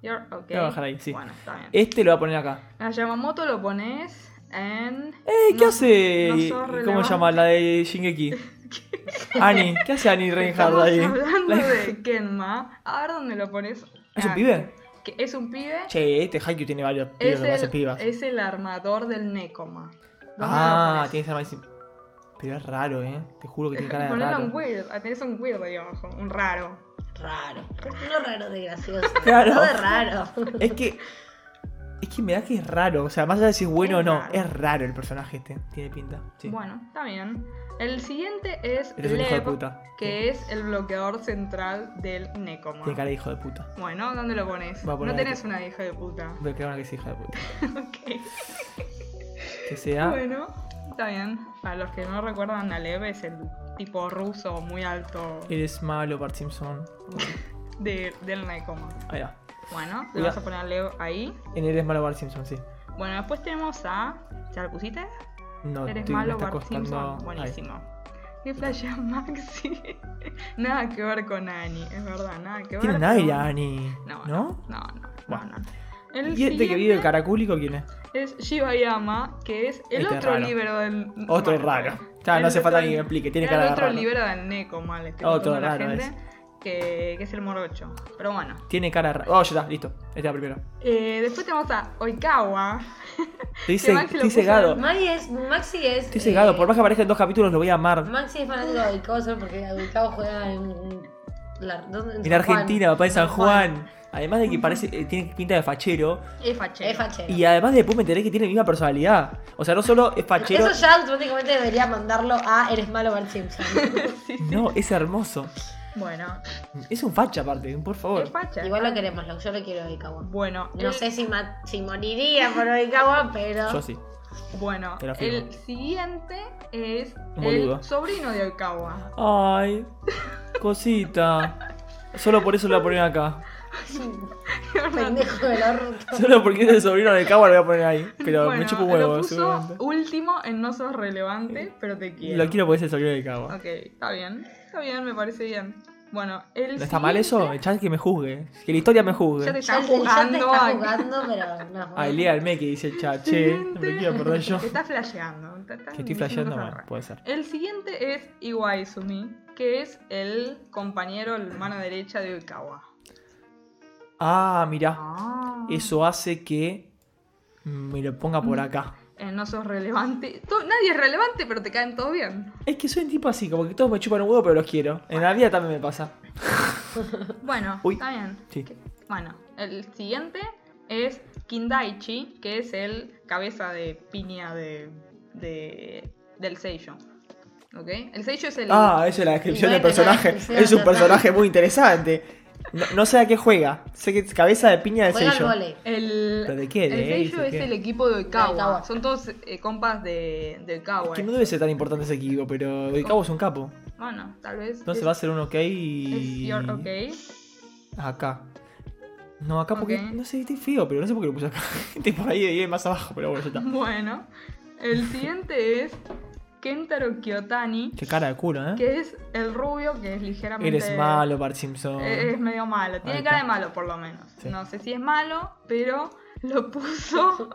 Speaker 3: You're
Speaker 1: Voy
Speaker 3: okay.
Speaker 1: a bajar ahí, sí.
Speaker 3: Bueno, está bien.
Speaker 1: Este lo voy a poner acá.
Speaker 3: A Yamamoto lo pones en.
Speaker 1: Eh, ¿qué
Speaker 3: No-
Speaker 1: hace?
Speaker 3: no sos
Speaker 1: ¿Cómo
Speaker 3: relevante.
Speaker 1: se llama? La de
Speaker 3: (laughs)
Speaker 1: Shingeki. Ani, ¿qué hace Ani Reinhardt
Speaker 3: Estamos
Speaker 1: ahí? (laughs)
Speaker 3: hablando
Speaker 1: La-
Speaker 3: de Kenma. A ver dónde lo pones.
Speaker 1: ¿Es un
Speaker 3: Ah,
Speaker 1: pibe?
Speaker 3: que es un pibe.
Speaker 1: Che, este Haikyuu tiene varios pibes
Speaker 3: es,
Speaker 1: que parecen
Speaker 3: el,
Speaker 1: pibas.
Speaker 3: es el armador del Nekoma.
Speaker 1: Ah,
Speaker 3: tienes
Speaker 1: tiene que ser más. Pero es raro, eh. Te juro que tiene cara de
Speaker 3: Ponelo un
Speaker 1: raro.
Speaker 3: weird. Ah, Tenés un weird ahí abajo. Un raro.
Speaker 4: Raro. No raro de gracioso.
Speaker 1: (laughs) Claro.
Speaker 4: No de raro.
Speaker 1: Es que. Es que me da que es raro. O sea, más allá de si es bueno
Speaker 3: Es
Speaker 1: o no,
Speaker 3: raro.
Speaker 1: es raro el personaje este. Tiene pinta. Sí.
Speaker 3: Bueno, está bien. El siguiente es
Speaker 1: Eres un hijo de
Speaker 3: Lev,
Speaker 1: puta.
Speaker 3: que es el bloqueador central del Necoma.
Speaker 1: Tiene cara de hijo de puta.
Speaker 3: Bueno, ¿dónde lo pones?
Speaker 1: Voy a poner
Speaker 3: No tenés
Speaker 1: aquí.
Speaker 3: una hija de puta.
Speaker 1: Voy a creer que es hija de puta.
Speaker 3: Ok.
Speaker 1: Que sea.
Speaker 3: Bueno, está bien. Para los que no recuerdan, Alev es el tipo ruso muy alto
Speaker 1: Eres malo, Bart Simpson.
Speaker 3: de- del Necoma.
Speaker 1: Ahí va.
Speaker 3: Bueno, le
Speaker 1: Mira.
Speaker 3: vas a poner a Lev ahí.
Speaker 1: En Eres malo, Bart Simpson, sí.
Speaker 3: Bueno, después tenemos a. ¿Ya lo pusiste?
Speaker 1: No,
Speaker 3: Eres
Speaker 1: estoy- me
Speaker 3: malo,
Speaker 1: está
Speaker 3: Bart Simpson.
Speaker 1: costando- Ahí.
Speaker 3: Buenísimo. ¿Qué flashea (laughs) Maxi? nada que ver con Annie, es verdad, nada que ver.
Speaker 1: Tiene un
Speaker 3: con-
Speaker 1: aire, Ani. ¿No?
Speaker 3: No, no, no, no.
Speaker 1: Bueno.
Speaker 3: no. El
Speaker 1: ¿Y este que vive el
Speaker 3: siguiente
Speaker 1: caracúlico quién es?
Speaker 3: es Shibayama, que es el
Speaker 1: Este es
Speaker 3: otro
Speaker 1: raro.
Speaker 3: libro del.
Speaker 1: Otro
Speaker 3: bueno,
Speaker 1: raro. Ya,
Speaker 3: el
Speaker 1: no hace falta
Speaker 3: otro-
Speaker 1: ni que me explique. Tiene
Speaker 3: era
Speaker 1: cara
Speaker 3: el
Speaker 1: de
Speaker 3: otro
Speaker 1: raro.
Speaker 3: libro del Neko, mal, estoy
Speaker 1: Otro
Speaker 3: contando a la
Speaker 1: raro
Speaker 3: gente. Que, que es el morocho. Pero bueno.
Speaker 1: Tiene cara de raro. Oh, ya está, listo. Este era primero.
Speaker 3: Eh, después tenemos a Oikawa.
Speaker 1: Te dice,
Speaker 3: Maxi lo
Speaker 1: te dice
Speaker 3: puso
Speaker 1: Gado.
Speaker 4: Maxi es. Maxi es.
Speaker 1: Estoy cegado,
Speaker 4: eh,
Speaker 1: por más que aparezca en dos capítulos lo voy a amar.
Speaker 4: Maxi es fanático de Cosmo porque Aducabo juega en. la- ¿dónde?
Speaker 1: En Argentina, papá de San
Speaker 4: Juan.
Speaker 1: Juan. Además de que parece, eh, tiene pinta de fachero.
Speaker 3: Es fachero.
Speaker 4: Es fachero.
Speaker 1: Y además después me enteré que tiene la misma personalidad. O sea, no solo es fachero.
Speaker 4: Eso ya automáticamente debería mandarlo a Eres malo Bart (laughs) Simpson.
Speaker 1: No, es hermoso.
Speaker 3: Bueno,
Speaker 1: Es un facha aparte, por favor.
Speaker 3: es facha.
Speaker 4: Igual lo queremos, lo- yo lo quiero a Oikawa.
Speaker 3: Bueno, eh,
Speaker 4: No
Speaker 3: el-
Speaker 4: sé si, ma- si moriría por Oikawa, pero.
Speaker 1: Yo sí.
Speaker 3: Bueno,
Speaker 1: Te lo afirmo.
Speaker 3: el siguiente es
Speaker 1: Un boludo.
Speaker 3: el sobrino de
Speaker 4: (laughs)
Speaker 3: Oikawa.
Speaker 1: Ay, cosita. Solo por eso lo voy a poner acá.
Speaker 4: Pendejo del orto.
Speaker 1: Solo porque es el sobrino de Cabo lo voy a poner ahí. Pero
Speaker 3: Bueno,
Speaker 1: me chupo un huevo,
Speaker 3: lo puso
Speaker 1: seguramente.
Speaker 3: último en No Sos Relevante, pero te quiero.
Speaker 1: Lo quiero porque es el sobrino de Cabo.
Speaker 3: Ok, está bien. Está bien, me parece bien. Bueno, el
Speaker 1: ¿No está mal eso?
Speaker 3: siguiente-
Speaker 1: Echad que me juzgue. Que la historia me
Speaker 3: Ya te
Speaker 1: juzgue.
Speaker 4: Ya,
Speaker 3: están
Speaker 4: te- ya te
Speaker 3: jugando.
Speaker 4: está jugando, pero no.
Speaker 1: Ay, léanme que dice el chat, che. No me quiero perder
Speaker 3: (laughs)
Speaker 1: yo.
Speaker 3: Te estás flasheando. te estás
Speaker 1: Que estoy
Speaker 3: diciendo
Speaker 1: flasheando
Speaker 3: cosas
Speaker 1: mal,
Speaker 3: raras.
Speaker 1: puede ser.
Speaker 3: El siguiente es Iwaizumi, que es el compañero, el mano derecha de Oikawa.
Speaker 1: Ah, mirá.
Speaker 3: Ah.
Speaker 1: Eso hace que me lo ponga por acá.
Speaker 3: Eh, no sos relevante. Tú- nadie es relevante, pero te caen todos bien.
Speaker 1: Es que soy un tipo así, como que todos me chupan un huevo, pero los quiero. En la vida también me pasa.
Speaker 3: Bueno,
Speaker 1: Uy.
Speaker 3: está bien.
Speaker 1: Sí.
Speaker 3: Que- Bueno, el siguiente es Kindaichi, que es el cabeza de piña de, de- del sello. ¿Ok? El sello es el.
Speaker 1: Ah, esa es la descripción
Speaker 4: no
Speaker 1: del
Speaker 4: es la
Speaker 1: personaje.
Speaker 4: descripción
Speaker 1: Es un
Speaker 4: total.
Speaker 1: personaje muy interesante. No, no sé a qué juega. Sé que es cabeza de piña de
Speaker 4: Juega al
Speaker 1: sello.
Speaker 4: volei.
Speaker 3: el
Speaker 1: ¿Pero de qué?
Speaker 3: el
Speaker 1: ¿De
Speaker 3: sello
Speaker 1: Ace o
Speaker 3: es
Speaker 1: qué?
Speaker 3: el equipo de
Speaker 4: De
Speaker 3: Oikawa.
Speaker 4: Oikawa.
Speaker 3: Son todos eh, compas de, de Oikawa.
Speaker 1: Que no debe ser tan importante ese equipo, pero el cabo es un capo.
Speaker 3: Bueno, tal vez.
Speaker 1: Entonces
Speaker 3: es-
Speaker 1: va a ser un ok
Speaker 3: es
Speaker 1: y.
Speaker 3: your okay.
Speaker 1: Acá. No, acá porque.
Speaker 3: Ok.
Speaker 1: No sé, estoy feo, pero no sé por qué lo puse acá. (laughs) Estoy por ahí y más abajo, pero bueno, ya está.
Speaker 3: (laughs) Bueno, el siguiente es Kentaro Kyotani,
Speaker 1: Qué cara de culo, ¿eh?
Speaker 3: que es el rubio, que es ligeramente... Eh,
Speaker 1: Eres malo, Bart Simpson.
Speaker 4: Eh,
Speaker 3: Es, es medio malo, tiene
Speaker 1: Ahí
Speaker 3: cara de
Speaker 1: está.
Speaker 3: malo por lo menos.
Speaker 1: Sí.
Speaker 3: No sé si es malo, pero lo puso...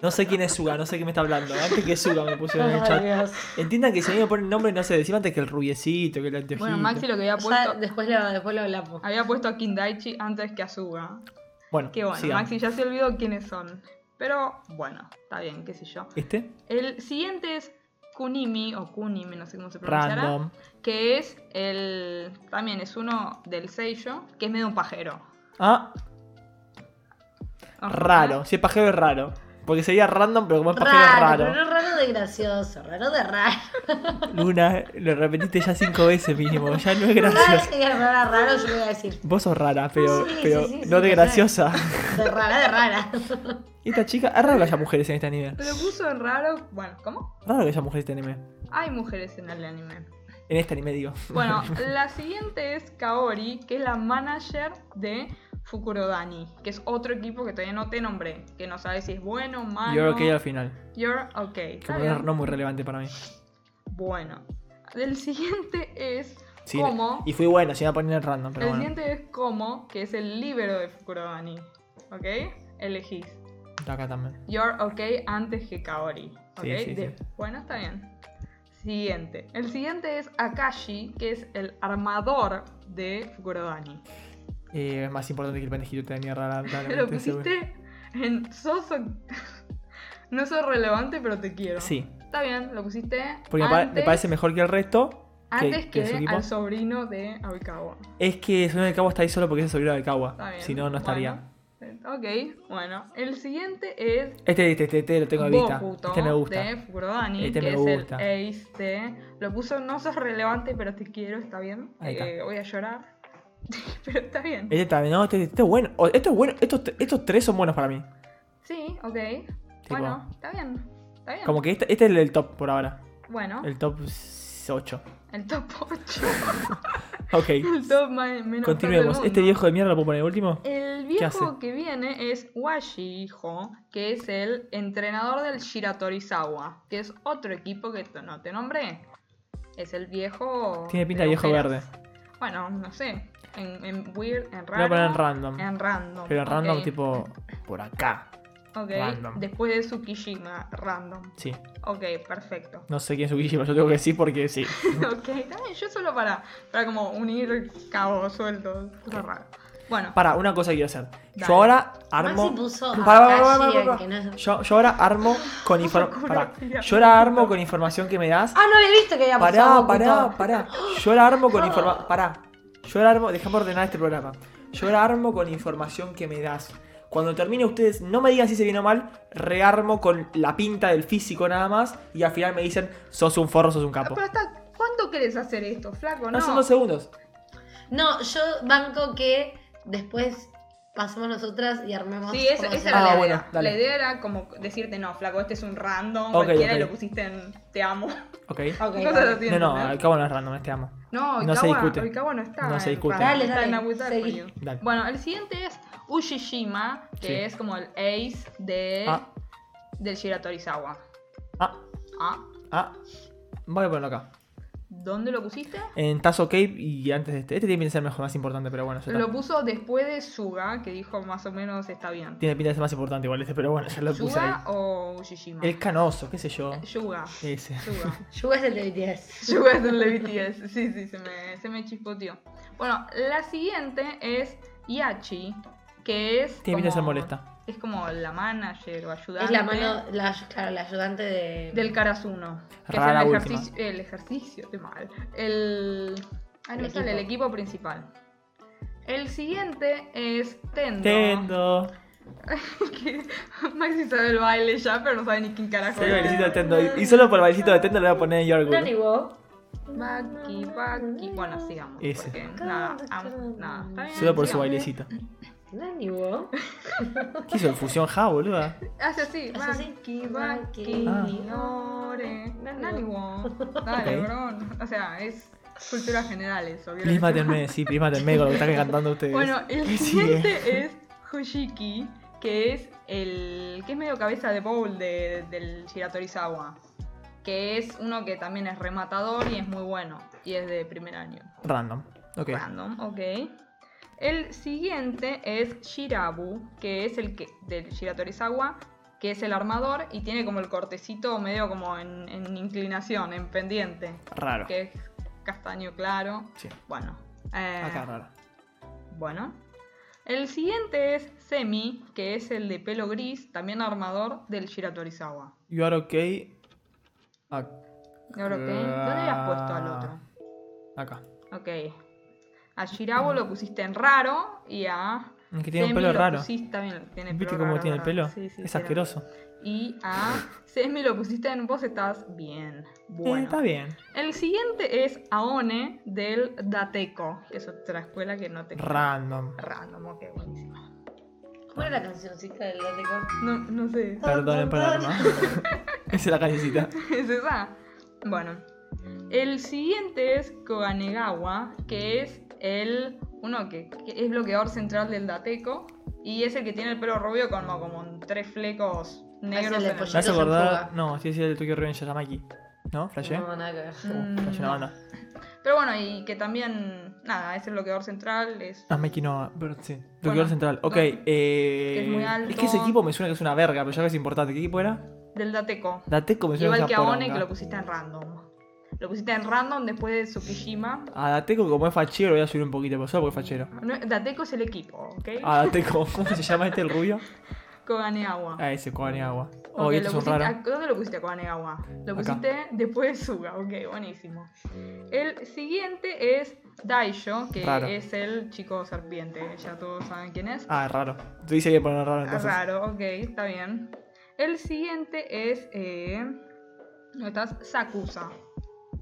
Speaker 1: No sé quién es Suga, no sé qué me está hablando. Antes que Suga me pusieron en el
Speaker 4: (laughs) Ay,
Speaker 1: chat.
Speaker 4: Dios.
Speaker 1: Entiendan que si a mí me ponen nombre, no sé, decime antes que el rubiecito, que el anteojito.
Speaker 3: Bueno, Maxi lo que había
Speaker 4: Ya
Speaker 3: puesto...
Speaker 1: Ah,
Speaker 4: después lo, después lo hablamos.
Speaker 3: Había puesto a Kindaichi antes que a Suga.
Speaker 1: Bueno,
Speaker 3: Que bueno,
Speaker 1: sigan.
Speaker 3: Maxi ya se olvidó quiénes son. Pero bueno, está bien, qué sé yo.
Speaker 1: ¿Este?
Speaker 3: El siguiente es Kunimi o Kunimi, no sé cómo se pronunciará.
Speaker 1: Random.
Speaker 3: Que es el. También es uno del sello, que es medio un pajero.
Speaker 1: Ah,
Speaker 3: Ajá.
Speaker 1: raro. Si es pajero es raro. Porque sería random, pero como es pajero es
Speaker 4: Raro, pero
Speaker 1: raro.
Speaker 4: no raro de gracioso, raro de raro.
Speaker 1: Luna, lo repetiste ya cinco veces mínimo. Ya no es
Speaker 4: (laughs) Raro
Speaker 1: gracioso.
Speaker 4: que rara, raro, yo voy a decir.
Speaker 1: Vos sos rara, pero,
Speaker 4: Sí, sí,
Speaker 1: pero
Speaker 4: sí, sí,
Speaker 1: no de
Speaker 4: lo sé.
Speaker 1: graciosa. (laughs)
Speaker 4: De rara, de rara.
Speaker 1: Y Esta chica, es raro que haya mujeres en este anime.
Speaker 3: Lo puso en raro. Bueno, ¿cómo?
Speaker 1: Raro que haya mujeres en este anime.
Speaker 3: Hay mujeres en el anime.
Speaker 1: En este anime digo. (laughs)
Speaker 3: Bueno, la siguiente es Kaori, que es la manager de Fukurodani, que es otro equipo que todavía no te nombré, que no sabes si es bueno o
Speaker 4: Ah,
Speaker 3: malo.
Speaker 1: Yo creo que al final.
Speaker 3: You're okay.
Speaker 1: Como
Speaker 3: Está
Speaker 1: no,
Speaker 3: bien.
Speaker 1: no muy relevante para mí.
Speaker 3: Bueno, el siguiente es
Speaker 1: Sí,
Speaker 3: Como.
Speaker 1: Y fui bueno, si iba a poner en random, pero
Speaker 3: El
Speaker 1: bueno.
Speaker 3: siguiente es Como, que es el libero de Fukurodani. ¿Ok? Elegís.
Speaker 1: Está acá también.
Speaker 3: You're okay antes que Kaori. ¿Ok?
Speaker 1: Sí, sí,
Speaker 3: De-
Speaker 1: sí.
Speaker 3: Bueno, está bien. Siguiente. El siguiente es Akashi, que es el armador de Fukurodani.
Speaker 1: Eh, es más importante que el pendejito de mierda,
Speaker 3: (laughs)
Speaker 1: lamentablemente.
Speaker 3: Lo
Speaker 1: seguro.
Speaker 3: pusiste en Soso. (laughs) No soy relevante, pero te quiero.
Speaker 1: Sí.
Speaker 3: Está bien, lo pusiste.
Speaker 1: Porque me pa- me
Speaker 3: antes-
Speaker 1: parece mejor que el resto.
Speaker 3: Antes que,
Speaker 1: su equipo.
Speaker 3: al sobrino de Aoikawa.
Speaker 1: Es que Sobrino del Cabo está ahí solo porque es el sobrino del Cabo.
Speaker 3: Está bien.
Speaker 1: Si no, no estaría.
Speaker 3: Bueno, ok, bueno. El siguiente es
Speaker 1: Este, este, este, este lo tengo de vista.
Speaker 3: Bokuto
Speaker 1: Este me gusta.
Speaker 3: de Fukurodani,
Speaker 1: Este
Speaker 3: que
Speaker 1: me
Speaker 3: es
Speaker 1: gusta.
Speaker 3: el ace de... Lo puso no sos relevante, pero te quiero, está bien.
Speaker 1: Ahí está.
Speaker 3: Eh, voy a llorar. (laughs) pero está bien.
Speaker 1: Este también, no, este, este es bueno. O- Esto es bueno. Estos, estos tres son buenos para mí.
Speaker 3: Sí, ok.
Speaker 1: Tipo,
Speaker 3: Bueno, está bien. Está bien.
Speaker 1: Como que este, este es el top por ahora.
Speaker 3: Bueno, el,
Speaker 1: El top 8.
Speaker 3: top 8.
Speaker 1: Ok.
Speaker 3: (laughs) el top más, menos top del
Speaker 1: Continuemos.
Speaker 3: mundo.
Speaker 1: Este viejo de mierda lo puedo poner último.
Speaker 3: El
Speaker 1: hace?
Speaker 3: viejo que viene es Washiho, que es el entrenador del Shiratorizawa, que es otro equipo que t- no te nombré. Es el viejo.
Speaker 1: Tiene pinta de viejo
Speaker 3: ojeras.
Speaker 1: verde.
Speaker 3: Bueno, no sé. En, en weird, en
Speaker 1: Lo voy
Speaker 3: raro.
Speaker 1: a poner en random.
Speaker 3: En random.
Speaker 1: Pero en random,
Speaker 3: ok.
Speaker 1: tipo. Por acá.
Speaker 3: Ok,
Speaker 1: random.
Speaker 3: después de Tsukishima, random.
Speaker 1: Sí.
Speaker 3: Ok,
Speaker 1: (laughs)
Speaker 3: perfecto.
Speaker 1: No sé quién es Ukishi, pero yo tengo que decir porque
Speaker 4: (laughs)
Speaker 1: sí.
Speaker 3: ok, también yo solo para, para como unir cabos sueltos. Cosa rara. Bueno,
Speaker 1: Para, una cosa que quiero hacer.
Speaker 3: Dale.
Speaker 1: Yo ahora
Speaker 4: Maxi
Speaker 1: armo.
Speaker 4: puso
Speaker 1: (laughs) Pará, pará,
Speaker 4: Akashi,
Speaker 1: pará, pará,
Speaker 4: el
Speaker 1: pará.
Speaker 4: que no es-
Speaker 1: Yo, yo ahora armo con
Speaker 4: (laughs)
Speaker 1: información.
Speaker 3: Sakura, tía.
Speaker 1: Yo ahora armo con información que me das.
Speaker 4: Ah, no había visto que había
Speaker 1: Pará,
Speaker 4: pasado.
Speaker 1: pará,
Speaker 4: (gasps)
Speaker 1: pará. Yo ahora armo con información. Pará. Yo ahora armo. Dejame ordenar este programa. Yo ahora armo con información que me das. Cuando termine ustedes, no me digan si se viene o mal, rearmo con la pinta del físico nada más y al final me dicen, sos un forro, sos un capo.
Speaker 3: Ah,
Speaker 4: Ah,
Speaker 3: pero está, ¿cuánto querés hacer esto, flaco?
Speaker 1: No, son dos segundos.
Speaker 4: No, yo banco que después pasemos nosotras y armemos.
Speaker 3: Sí, esa,
Speaker 4: como
Speaker 3: esa
Speaker 4: se
Speaker 3: era
Speaker 1: Ah,
Speaker 3: la
Speaker 4: llama.
Speaker 1: bueno,
Speaker 3: idea.
Speaker 1: dale.
Speaker 3: la idea era como decirte, no, flaco, este es un random,
Speaker 1: Ok,
Speaker 3: cualquiera,
Speaker 1: ok.
Speaker 3: y lo pusiste en te amo.
Speaker 1: (laughs) Ok.
Speaker 4: Ok,
Speaker 3: Cosas
Speaker 4: dale.
Speaker 3: así,
Speaker 1: No, no, al
Speaker 3: ¿entendés?
Speaker 1: cabo no es random, este amo.
Speaker 3: no,
Speaker 1: no se
Speaker 3: Oikawa-
Speaker 1: discute.
Speaker 3: Oikawa no está.
Speaker 1: No se
Speaker 3: en
Speaker 1: discute.
Speaker 3: random,
Speaker 4: Dale,
Speaker 3: está
Speaker 4: dale,
Speaker 3: en Abutar
Speaker 4: seguí.
Speaker 3: Furio.
Speaker 1: Dale.
Speaker 3: Bueno, el siguiente es Ushishima, que
Speaker 1: Sí.
Speaker 3: es como el ace de,
Speaker 1: Ah.
Speaker 3: del Shiratorizawa.
Speaker 1: Ah,
Speaker 3: Ah,
Speaker 1: ah. Voy a ponerlo acá.
Speaker 3: ¿dónde lo pusiste?
Speaker 1: En Tazo Cave y antes de este. Este tiene pinta de ser mejor, más importante, pero bueno, ya está.
Speaker 3: Lo puso después de Suga, que dijo más o menos está bien.
Speaker 1: Tiene pinta de ser más importante igual este, pero bueno, ya lo puse ahí.
Speaker 3: ¿Suga o Ushishima?
Speaker 1: El canoso, qué sé yo. (laughs)
Speaker 3: Yuga.
Speaker 1: Ese.
Speaker 3: Yuga.
Speaker 4: Yuga es el de BTS.
Speaker 3: (laughs) Sugar es de BTS. Sí, sí, se me, se me chispoteó. Bueno, la siguiente es Yachi, que es.
Speaker 1: Tiene pinta de ser
Speaker 3: como-
Speaker 1: molesta.
Speaker 3: Es como la manager o ayudante.
Speaker 4: Es la mano, la, claro, la ayudante de.
Speaker 3: Del Karasuno. Que
Speaker 1: Rara
Speaker 3: es el
Speaker 1: última.
Speaker 3: ejercicio. El ejercicio, qué mal. El. Ah, no
Speaker 4: El
Speaker 3: me sale, el equipo principal. El siguiente es Tendo.
Speaker 1: Tendo.
Speaker 3: (laughs) que Maxi sabe el baile ya, pero no sabe ni quién carajo
Speaker 1: Soy el
Speaker 3: es.
Speaker 1: bailecito de Tendo. Y- Y solo por el bailecito de Tendo le voy a poner en York.
Speaker 4: Naniwo.
Speaker 3: Baki, Baki. Bueno, sigamos.
Speaker 1: Ese.
Speaker 3: Porque nada, am- nada. Está bien,
Speaker 1: Solo por su
Speaker 3: sigamos.
Speaker 1: bailecito.
Speaker 4: Naniwo.
Speaker 1: ¿Qué hizo? ¿Fusión Ja, boluda?
Speaker 3: Hace así.
Speaker 4: Hace así.
Speaker 3: Baki,
Speaker 4: Baki,
Speaker 3: baki,
Speaker 1: Ah.
Speaker 3: ore. Nani wo.
Speaker 4: (laughs)
Speaker 3: Dale,
Speaker 1: Ok.
Speaker 3: bro. O sea, es cultura general eso. ¿vieron?
Speaker 1: Prímatenme, sí, prímatenme con lo que están cantando ustedes.
Speaker 3: Bueno, el
Speaker 1: ¿Qué sigue?
Speaker 3: siguiente es Hoshiki, que es el. que es medio cabeza de bowl de- del Shiratorizawa. Que es uno que también es rematador y es muy bueno. Y es de primer año.
Speaker 1: Random. Ok.
Speaker 3: Random, ok. El siguiente es Shirabu, que es el que del Shiratorizawa, que es el armador y tiene como el cortecito medio como en, en inclinación, en pendiente,
Speaker 1: Raro.
Speaker 3: que es castaño claro.
Speaker 1: Sí.
Speaker 3: Bueno. eh,
Speaker 1: Acá, raro.
Speaker 3: bueno. El siguiente es Semi, que es el de pelo gris, también armador del Shiratorizawa.
Speaker 1: You are okay. Ac-
Speaker 3: Y ahora, ¿qué? ¿Dónde habías puesto al otro?
Speaker 1: Acá.
Speaker 3: Ok. A Shirabo lo pusiste en raro y a.
Speaker 1: Es que tiene un
Speaker 3: Semi
Speaker 1: pelo
Speaker 3: lo
Speaker 1: raro.
Speaker 3: pusiste- también tiene pelo
Speaker 1: ¿Viste cómo
Speaker 3: raro,
Speaker 1: tiene el
Speaker 3: raro.
Speaker 1: pelo?
Speaker 3: Sí, sí,
Speaker 1: es
Speaker 3: tiene-
Speaker 1: asqueroso.
Speaker 3: Y a Semi lo pusiste en vos estás bien. Bueno.
Speaker 1: Eh, está bien.
Speaker 3: El siguiente es Aone del Dateco, que es otra escuela que no te.
Speaker 1: Random.
Speaker 3: Random, ok, buenísimo.
Speaker 4: ¿Cuál era la cancioncita del látigo?
Speaker 3: No, no sé.
Speaker 1: Perdonen por el arma. (laughs) Esa es la callecita.
Speaker 3: (laughs) es esa. Bueno, el siguiente es Koganegawa, que es el uno que, que es bloqueador central del Dateco y es el que tiene el pelo rubio como como tres flecos negros.
Speaker 4: el de
Speaker 3: en el-
Speaker 1: Me hace
Speaker 4: Yo soy
Speaker 1: acordar.
Speaker 4: fuga.
Speaker 1: No, sí, sí, el Tokyo Revenge Yamaki. ¿No? ¿Flashé?
Speaker 4: No, nada que ver.
Speaker 3: Mm,
Speaker 1: Flashé una
Speaker 3: no.
Speaker 1: banda.
Speaker 3: Pero bueno, y que también nada, es el bloqueador central, es
Speaker 1: Nameki Ah, no, pero sí. Bloqueador
Speaker 3: Bueno,
Speaker 1: central. Ok,
Speaker 3: no.
Speaker 1: eh.
Speaker 3: es muy alto.
Speaker 1: que ese equipo me suena que es una verga, pero ya que es importante. ¿Qué equipo era?
Speaker 3: del Dateco.
Speaker 1: Dateco me suena
Speaker 3: Igual
Speaker 1: que
Speaker 3: que
Speaker 1: es
Speaker 3: a
Speaker 1: una
Speaker 3: One que
Speaker 1: poronga.
Speaker 3: lo pusiste en random. Lo pusiste en random después de Tsukishima.
Speaker 1: A Dateco, como es fachero, lo voy a subir un poquito, pero solo porque es fachero.
Speaker 3: No, Dateco es el equipo, ¿ok?
Speaker 1: A Dateco, (laughs) ¿cómo se llama este el rubio?
Speaker 3: Koganegawa.
Speaker 1: A ese, Koganeawa. Oh, y
Speaker 3: Ok, lo
Speaker 1: estos son
Speaker 3: pusiste-
Speaker 1: raros.
Speaker 3: ¿a- ¿Dónde lo pusiste, Koganegawa? Lo
Speaker 1: Acá.
Speaker 3: pusiste después de Suga, ok, buenísimo. El siguiente es Daisho, que
Speaker 1: Raro.
Speaker 3: es el chico serpiente, ya todos saben quién es.
Speaker 1: Ah, es raro. Tú dices que poner raro entonces.
Speaker 3: Ah, Raro, ok, está bien. El siguiente es. Eh, no estás, Sakusa,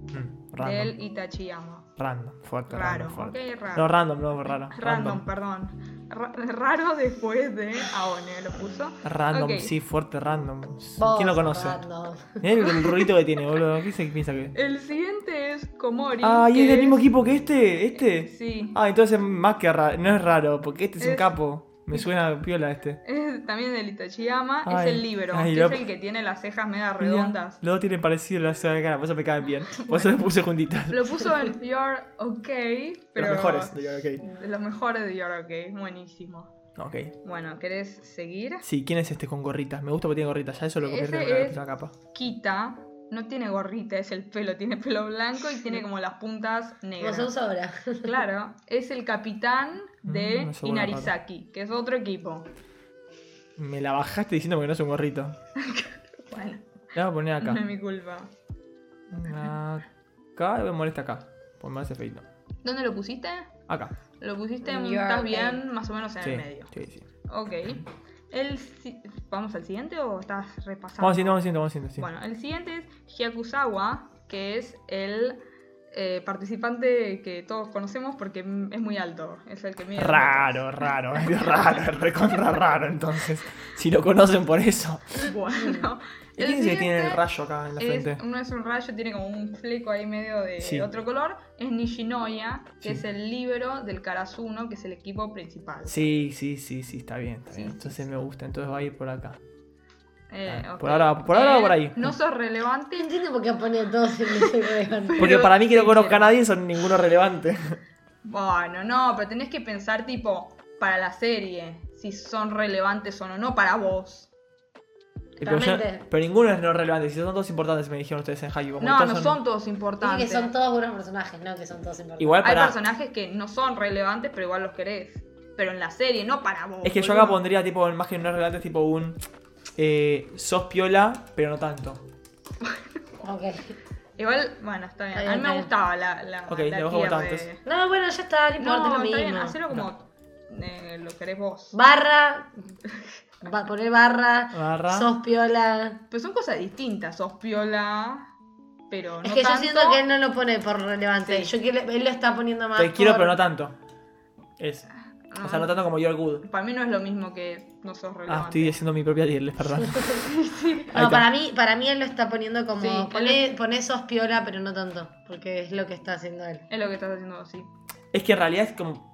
Speaker 1: Mm, random.
Speaker 3: del Itachiyama.
Speaker 1: Random, fuerte,
Speaker 3: Raro,
Speaker 1: random, fuerte.
Speaker 3: ok, raro.
Speaker 1: No, random, no, raro.
Speaker 3: Random, perdón. Ra- raro después de Aone lo puso.
Speaker 1: Random,
Speaker 3: Ok.
Speaker 1: sí, fuerte, random.
Speaker 4: Vos,
Speaker 1: ¿Quién lo conoce?
Speaker 4: Fernando.
Speaker 1: Mirá el, el rulito que tiene, boludo. ¿Qué se piensa que es?
Speaker 3: El siguiente es Komori.
Speaker 1: Ah, y
Speaker 3: que
Speaker 1: es del mismo equipo que este, este.
Speaker 3: Sí.
Speaker 1: Ah, entonces más que raro, no es raro, porque este es, un
Speaker 3: Es-
Speaker 1: capo. Me suena a piola este.
Speaker 3: Es también del Itachiyama,
Speaker 1: Ay,
Speaker 3: es el libro,
Speaker 1: ay,
Speaker 3: que
Speaker 1: lo-
Speaker 3: es el que tiene las cejas media
Speaker 1: Mirá,
Speaker 3: redondas.
Speaker 1: Los dos tienen parecido la ciudad de cara, por eso me caen bien. Por eso los puse juntitas.
Speaker 3: Lo puso
Speaker 1: (laughs)
Speaker 3: en You're OK, pero.
Speaker 1: Los mejores. digo, ok.
Speaker 3: de los mejores de You're OK, buenísimo.
Speaker 1: Ok.
Speaker 3: Bueno, ¿querés seguir?
Speaker 1: Sí, ¿quién es este con gorritas? Me gusta porque tiene gorritas, ya eso lo convierte
Speaker 3: Ese
Speaker 1: en
Speaker 3: es-
Speaker 1: la capa.
Speaker 3: Kita no tiene gorrita, es el pelo, tiene pelo blanco y tiene como las puntas
Speaker 4: Como se
Speaker 3: negras.
Speaker 4: usa ahora. (laughs)
Speaker 3: Claro, es el capitán de
Speaker 1: Mm, eso huele raro.
Speaker 3: Inarizaki, que es otro equipo.
Speaker 1: Me la bajaste diciendo que no es un gorrito.
Speaker 3: Bueno,
Speaker 1: La voy a poner
Speaker 3: (laughs)
Speaker 1: acá.
Speaker 3: no es mi culpa.
Speaker 1: Acá, voy a poner esta acá. Por más efecto.
Speaker 3: ¿Dónde lo pusiste?
Speaker 1: Acá.
Speaker 3: Lo pusiste, en-
Speaker 4: You're
Speaker 3: estás
Speaker 4: OK.
Speaker 3: bien, más o menos en
Speaker 1: Sí,
Speaker 3: el medio.
Speaker 1: sí, sí.
Speaker 3: Ok. El si- ¿Vamos al siguiente o estás repasando?
Speaker 1: Vamos haciendo, vamos haciendo, vamos haciendo. sí.
Speaker 3: Bueno, el siguiente es Hyakusawa, que es el eh, participante que todos conocemos porque mm, es muy alto. Es el que mide. dos metros.
Speaker 1: Raro, raro, (laughs) es raro, es recontra raro entonces. Si lo conocen por eso.
Speaker 3: (laughs) Bueno.
Speaker 1: ¿Y quién es el que tiene el
Speaker 3: siguiente
Speaker 1: rayo acá en la
Speaker 3: es-
Speaker 1: frente?
Speaker 3: uno es un rayo, tiene como un fleco ahí medio de
Speaker 1: Sí.
Speaker 3: otro color. Es Nishinoya, que
Speaker 1: Sí.
Speaker 3: es el libro del Karasuno, que es el equipo principal.
Speaker 1: Sí, sí, sí, sí, está bien, está
Speaker 3: Sí,
Speaker 1: bien.
Speaker 3: sí,
Speaker 1: Entonces me gusta, entonces va a ir por acá.
Speaker 3: Eh,
Speaker 1: Ah,
Speaker 3: ok.
Speaker 1: por ahora- por ahora o
Speaker 3: Eh,
Speaker 1: por ahí.
Speaker 3: No sos relevante,
Speaker 4: Entiendo por qué pone todos en el
Speaker 3: (laughs)
Speaker 4: relevante.
Speaker 1: Porque
Speaker 3: Pero
Speaker 1: para mí que
Speaker 3: sí,
Speaker 1: no conozca a
Speaker 3: pero-
Speaker 1: nadie son ninguno relevante. (laughs)
Speaker 3: Bueno, no, pero tenés que pensar tipo para la serie, si son relevantes o no, no para vos.
Speaker 1: Pero, yo-
Speaker 4: Realmente.
Speaker 1: pero ninguno es no relevante. Si son todos importantes, me dijeron ustedes en Haikyuu. como
Speaker 3: No,
Speaker 1: todos
Speaker 3: no son todos
Speaker 4: Dice que
Speaker 3: importantes.
Speaker 4: son todos buenos personajes, no que son todos importantes.
Speaker 1: Igual
Speaker 3: Hay
Speaker 1: para.
Speaker 3: personajes que no son relevantes, pero igual los querés. Pero en la serie, no para vos.
Speaker 1: Es que yo
Speaker 3: boludo.
Speaker 1: acá pondría tipo, más que no relevante, es tipo un. Eh, sos piola, pero no tanto.
Speaker 4: Ok.
Speaker 3: Igual, bueno, está bien.
Speaker 4: Está bien,
Speaker 3: A mí
Speaker 4: está
Speaker 3: me
Speaker 4: bien.
Speaker 3: gustaba la, la,
Speaker 1: Ok,
Speaker 3: la
Speaker 1: le bajo
Speaker 3: tier
Speaker 1: votantes.
Speaker 3: de-
Speaker 4: No, bueno, ya está, no importa,
Speaker 3: No,
Speaker 4: es lo
Speaker 3: está bien,
Speaker 4: mismo.
Speaker 3: hacelo como eh, lo querés vos.
Speaker 4: Barra, va, poner barra,
Speaker 1: Barra.
Speaker 4: sos piola.
Speaker 3: Pero Pues son cosas distintas, sos piola, pero no
Speaker 4: es que
Speaker 3: tanto.
Speaker 4: yo siento que él no lo pone por relevante.
Speaker 3: Sí.
Speaker 4: Yo que le- él lo está poniendo más.
Speaker 1: Te quiero,
Speaker 4: por-
Speaker 1: pero no tanto. Es. O sea,
Speaker 3: Ah.
Speaker 1: no tanto como you're good.
Speaker 3: Para mí no es lo mismo que no sos relevante.
Speaker 1: Ah, estoy haciendo mi propia tier list,
Speaker 4: (laughs)
Speaker 1: perdón. Ahí
Speaker 4: No,
Speaker 1: está.
Speaker 4: para mí, para mí él lo está poniendo como.
Speaker 3: Sí, él
Speaker 4: pone, pone sos piola, pero no tanto. Porque es lo que está haciendo él.
Speaker 3: Es lo que estás haciendo así.
Speaker 1: Es que en realidad es como.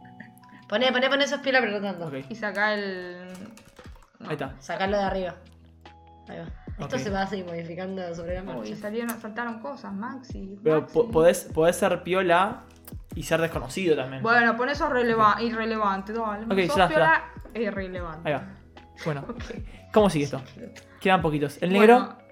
Speaker 4: Pone, pone, pone sos piola, pero no tanto.
Speaker 1: Ok, ahí
Speaker 3: Y saca el. No.
Speaker 1: está.
Speaker 4: Sacarlo de arriba. Ahí va. Esto
Speaker 1: Ok.
Speaker 4: se va a seguir modificando sobre la
Speaker 3: Uy,
Speaker 4: marcha.
Speaker 3: salieron, saltaron cosas, Maxi.
Speaker 1: Pero
Speaker 3: Maxi.
Speaker 1: po- podés, podés ser piola y ser desconocido también.
Speaker 3: Bueno, pon eso releva- irrelevante. Dale.
Speaker 1: Ok,
Speaker 3: Sos
Speaker 1: ya, ya.
Speaker 3: piola e irrelevante.
Speaker 1: Ahí va. Bueno. ¿Cómo sigue esto? Quedan poquitos. El negro. eh,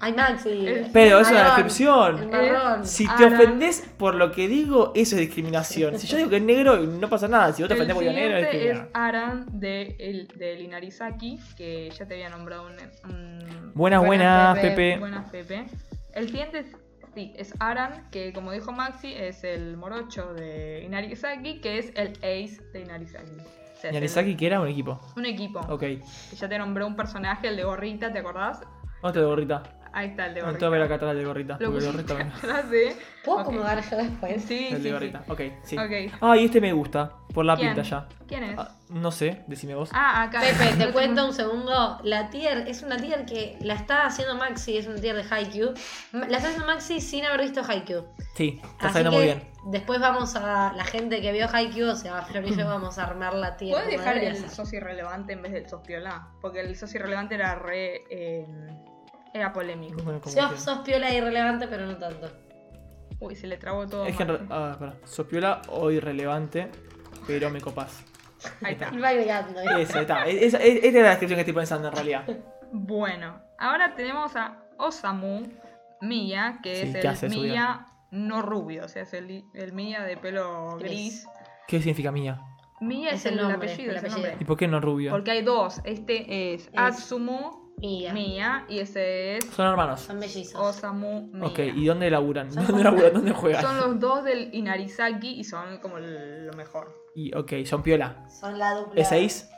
Speaker 3: Bueno,
Speaker 4: IMAX.
Speaker 5: Sí.
Speaker 1: Pero es
Speaker 4: El
Speaker 1: una
Speaker 4: marrón.
Speaker 1: descripción.
Speaker 4: El marrón.
Speaker 1: Si te
Speaker 3: Ah, no.
Speaker 1: ofendés por lo que digo, eso es discriminación. Si yo digo que es negro, no pasa nada. Si vos te
Speaker 3: El
Speaker 1: ofendés porque es negro, es
Speaker 3: siguiente es
Speaker 1: discriminación.
Speaker 3: Aran de, el, de Linarizaki, que ya te había nombrado un... un-
Speaker 1: Buenas, buenas, Pepe.
Speaker 3: Buenas, Pepe. El siguiente es, sí, es Aran, que como dijo Maxi, es el morocho de Inarizaki, que es el ace de Inarizaki. O sea, es
Speaker 1: Yanizaki, que era un equipo.
Speaker 3: el- Un equipo.
Speaker 1: Ok.
Speaker 3: Que ya te nombró un personaje, el de gorrita, ¿te acordás?
Speaker 1: ¿Dónde está el gorrita?
Speaker 3: Ahí está el de
Speaker 1: No,
Speaker 3: gorrita.
Speaker 1: tengo que ver acá atrás del gorrita.
Speaker 3: Lo
Speaker 1: Porque el
Speaker 3: (laughs) pusiste
Speaker 1: gorrita me-
Speaker 3: atrás de...
Speaker 4: ¿Puedo
Speaker 3: Ok.
Speaker 4: acomodar yo
Speaker 3: Sí,
Speaker 4: después?
Speaker 3: sí,
Speaker 1: El de
Speaker 3: sí.
Speaker 1: gorrita. Ok, sí.
Speaker 3: Ok.
Speaker 1: Ay, este me gusta. Por la
Speaker 3: ¿Quién?
Speaker 1: pinta ya.
Speaker 3: ¿Quién es?
Speaker 1: Ah, no sé, decime vos.
Speaker 3: Ah, acá.
Speaker 4: Pepe,
Speaker 3: (laughs) No
Speaker 4: te cuento un segundo. La tier es una tier que la está haciendo Maxi, es una tier de Haikyuu. Ma- La está haciendo Maxi sin haber visto Haikyuu.
Speaker 1: Sí, está
Speaker 4: Así que
Speaker 1: saliendo muy bien.
Speaker 4: después vamos a la gente que vio Haikyuu, o sea, Flor y
Speaker 1: (laughs)
Speaker 4: yo vamos a armar la tier.
Speaker 3: ¿Puedes
Speaker 4: como
Speaker 3: dejar
Speaker 4: debería
Speaker 3: el
Speaker 4: ser.
Speaker 3: socio irrelevante en vez del sopiola? Porque el socio irrelevante era re. eh, era polémico.
Speaker 1: Bueno, como que-
Speaker 4: Sos, sos piola e irrelevante, pero no tanto.
Speaker 3: Uy, se le trabó todo.
Speaker 1: Es que en
Speaker 3: mal.
Speaker 1: re- ah, pará. Sopiola o irrelevante, pero me copás.
Speaker 3: Ahí está.
Speaker 4: Iba agregando. ¿eh?
Speaker 1: Esa, está. Es- esa- es- esta es la descripción que estoy pensando en realidad.
Speaker 3: Bueno, ahora tenemos a Osamu Miya, que
Speaker 1: Sí,
Speaker 3: es
Speaker 1: ¿qué
Speaker 3: el
Speaker 1: hace su
Speaker 3: Miya no rubio, o sea, es el, el Miya de pelo
Speaker 4: Gris.
Speaker 3: gris.
Speaker 1: ¿Qué significa mía?
Speaker 3: Miya es,
Speaker 4: Es el
Speaker 3: el,
Speaker 4: nombre,
Speaker 3: apellido,
Speaker 4: el
Speaker 3: es el
Speaker 4: apellido.
Speaker 1: ¿Y
Speaker 3: nombre.
Speaker 1: por qué no rubio?
Speaker 3: Porque hay dos. Este es Atsumu
Speaker 4: Mía.
Speaker 3: Miya y ese es
Speaker 1: Son hermanos.
Speaker 4: Son mellizos.
Speaker 3: Osamu Miya.
Speaker 1: Ok, ¿y dónde laburan?
Speaker 4: Son
Speaker 1: ¿Dónde
Speaker 4: como-
Speaker 1: laburan? ¿Dónde juegan?
Speaker 3: Son los dos del Inarizaki y son como lo mejor.
Speaker 1: Y, ok, son piola.
Speaker 4: Son la dupla.
Speaker 1: ¿Es Ace?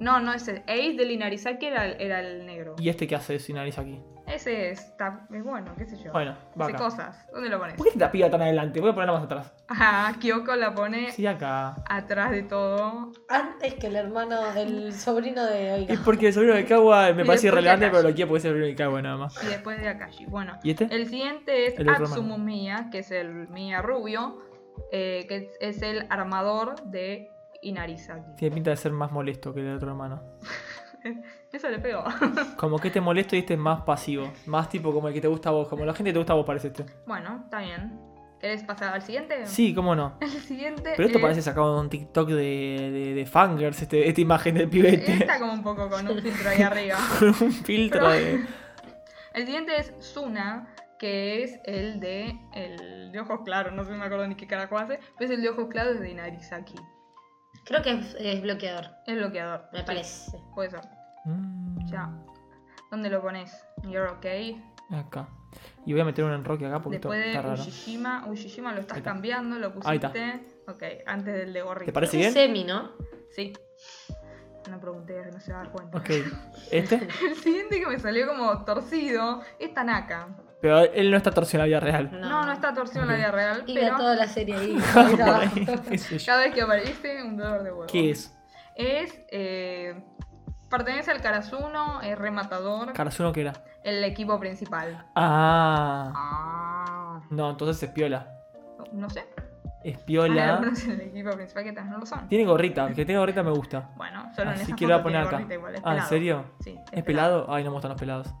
Speaker 3: No, no, ese. Ace del Inarizaki era, el- era el negro.
Speaker 1: ¿Y este qué hace sin nariz aquí?
Speaker 3: Ese está, es bueno, qué sé yo.
Speaker 1: Bueno, va
Speaker 3: Hace
Speaker 1: acá.
Speaker 3: cosas. ¿Dónde lo pones?
Speaker 1: ¿Por qué esta piba tan adelante? Voy a ponerla más atrás.
Speaker 3: Ajá, Kyoko la pone
Speaker 1: Sí, acá.
Speaker 3: atrás de todo.
Speaker 4: Antes que el hermano, el sobrino de
Speaker 1: (laughs)
Speaker 4: Oiga.
Speaker 1: Es porque el sobrino de Kawa me
Speaker 3: Y después
Speaker 1: parece irrelevante,
Speaker 3: acá.
Speaker 1: pero lo quiero porque es el sobrino de Kawa nada más.
Speaker 3: Y después de Akashi. Bueno,
Speaker 1: ¿Y este?
Speaker 3: el siguiente es
Speaker 1: El otro
Speaker 3: Atsumu
Speaker 1: hermano.
Speaker 3: Miya, que es el Miya rubio, eh, que es, es el armador de Inarizaki.
Speaker 1: Tiene pinta de ser más molesto que el otro hermano.
Speaker 3: Eso le pegó. (laughs)
Speaker 1: Como que este molesto y este es más pasivo. Más tipo como el que te gusta a vos. Como la gente que te gusta a vos parece este.
Speaker 3: bueno, está bien. ¿Querés pasar al siguiente?
Speaker 1: Sí, cómo no.
Speaker 3: El siguiente.
Speaker 1: Pero esto
Speaker 3: es-
Speaker 1: parece sacado de un TikTok de, de, de Fangirls, este- esta imagen del pibete.
Speaker 3: Está como un poco con un
Speaker 1: (laughs)
Speaker 3: filtro ahí arriba.
Speaker 1: Con un (laughs) filtro
Speaker 3: Pero-
Speaker 1: de...
Speaker 3: (laughs) El siguiente es Suna, que es el de el de ojos claros, no sé me acuerdo ni qué carajo hace, pero es el de ojos claros de Inarizaki.
Speaker 4: Creo que es, es bloqueador,
Speaker 3: El bloqueador.
Speaker 4: me
Speaker 3: Sí,
Speaker 4: parece.
Speaker 3: Puede ser.
Speaker 1: Mm,
Speaker 3: Ya. ¿Dónde lo pones? You're okay.
Speaker 1: Acá. Y voy a meter un enroque acá porque
Speaker 3: Después
Speaker 1: esto
Speaker 3: de
Speaker 1: está raro.
Speaker 3: Ushijima, Ushijima lo estás
Speaker 1: Ahí está.
Speaker 3: cambiando, lo
Speaker 1: Ahí
Speaker 3: pusiste.
Speaker 1: está.
Speaker 3: Ok, antes del de gorrito.
Speaker 1: ¿Te parece
Speaker 4: Es
Speaker 1: bien?
Speaker 4: semi, ¿no?
Speaker 3: Sí. No pregunté, no se va a dar cuenta.
Speaker 1: Ok. ¿Este?
Speaker 3: (laughs) El siguiente que me salió como torcido es Tanaka.
Speaker 1: Pero él no está torcido en la vida real.
Speaker 3: No, no, está torcido en la
Speaker 1: Ok.
Speaker 3: vida real,
Speaker 4: Iba
Speaker 3: pero
Speaker 4: toda la serie ahí.
Speaker 1: (laughs) Ah, Por
Speaker 4: mira.
Speaker 1: ahí, qué sé yo.
Speaker 3: cada vez que aparece un dolor de huevo.
Speaker 1: ¿Qué es?
Speaker 3: es. eh, pertenece al Karasuno, es rematador,
Speaker 1: Karasuno que era.
Speaker 3: el equipo principal.
Speaker 1: Ah.
Speaker 3: Ah.
Speaker 1: No, entonces es piola.
Speaker 3: No sé.
Speaker 1: Es
Speaker 3: Hay
Speaker 1: piola.
Speaker 3: algunos en el equipo principal que tal no lo son.
Speaker 1: Tiene gorrita. El que tenga gorrita me gusta.
Speaker 3: Bueno, solo en
Speaker 1: Así
Speaker 3: esa
Speaker 1: que lo voy a
Speaker 3: foto tiene
Speaker 1: poner acá.
Speaker 3: gorrita igual, es
Speaker 1: Ah, ¿en
Speaker 3: pelado.
Speaker 1: serio?
Speaker 3: Sí.
Speaker 1: ¿Es pelado? Ay, no me gustan los pelados.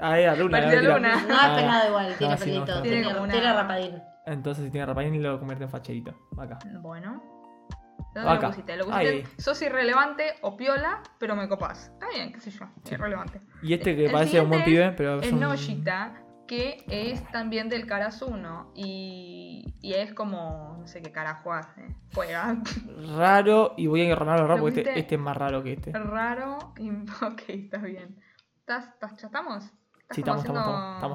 Speaker 1: Ah, era luna.
Speaker 3: Parecía
Speaker 1: era
Speaker 3: luna.
Speaker 1: luna.
Speaker 4: No
Speaker 1: Ah,
Speaker 4: es pelado igual, tiene
Speaker 1: no, sí, no,
Speaker 4: pelito.
Speaker 1: está.
Speaker 4: tiene,
Speaker 3: Tiene como una-
Speaker 4: tiene rapadín.
Speaker 1: Entonces si tiene raparín lo convierte en facherito. Acá.
Speaker 3: Bueno. ¿Dónde
Speaker 1: Acá.
Speaker 3: lo pusiste? Lo
Speaker 1: Ahí,
Speaker 3: pusiste.
Speaker 1: ahí.
Speaker 3: Sos irrelevante o piola, pero me copás. Está bien, qué sé yo. Irrelevante.
Speaker 1: Y este que
Speaker 3: El
Speaker 1: parece un buen pibe,
Speaker 3: siguiente
Speaker 1: pero
Speaker 3: Es
Speaker 1: un-
Speaker 3: Noshita, que es también del Karasuno. Y, y es como. No sé qué carajo hace. Juega.
Speaker 1: raro y voy a enronar raro
Speaker 3: Lo
Speaker 1: porque este,
Speaker 3: pusiste-
Speaker 1: este es más raro que este.
Speaker 3: Raro. y- (laughs) Ok, está bien. ¿Estás, estás, ya estamos? ¿Estás
Speaker 1: Sí,
Speaker 3: como
Speaker 1: estamos, estamos,
Speaker 3: haciendo-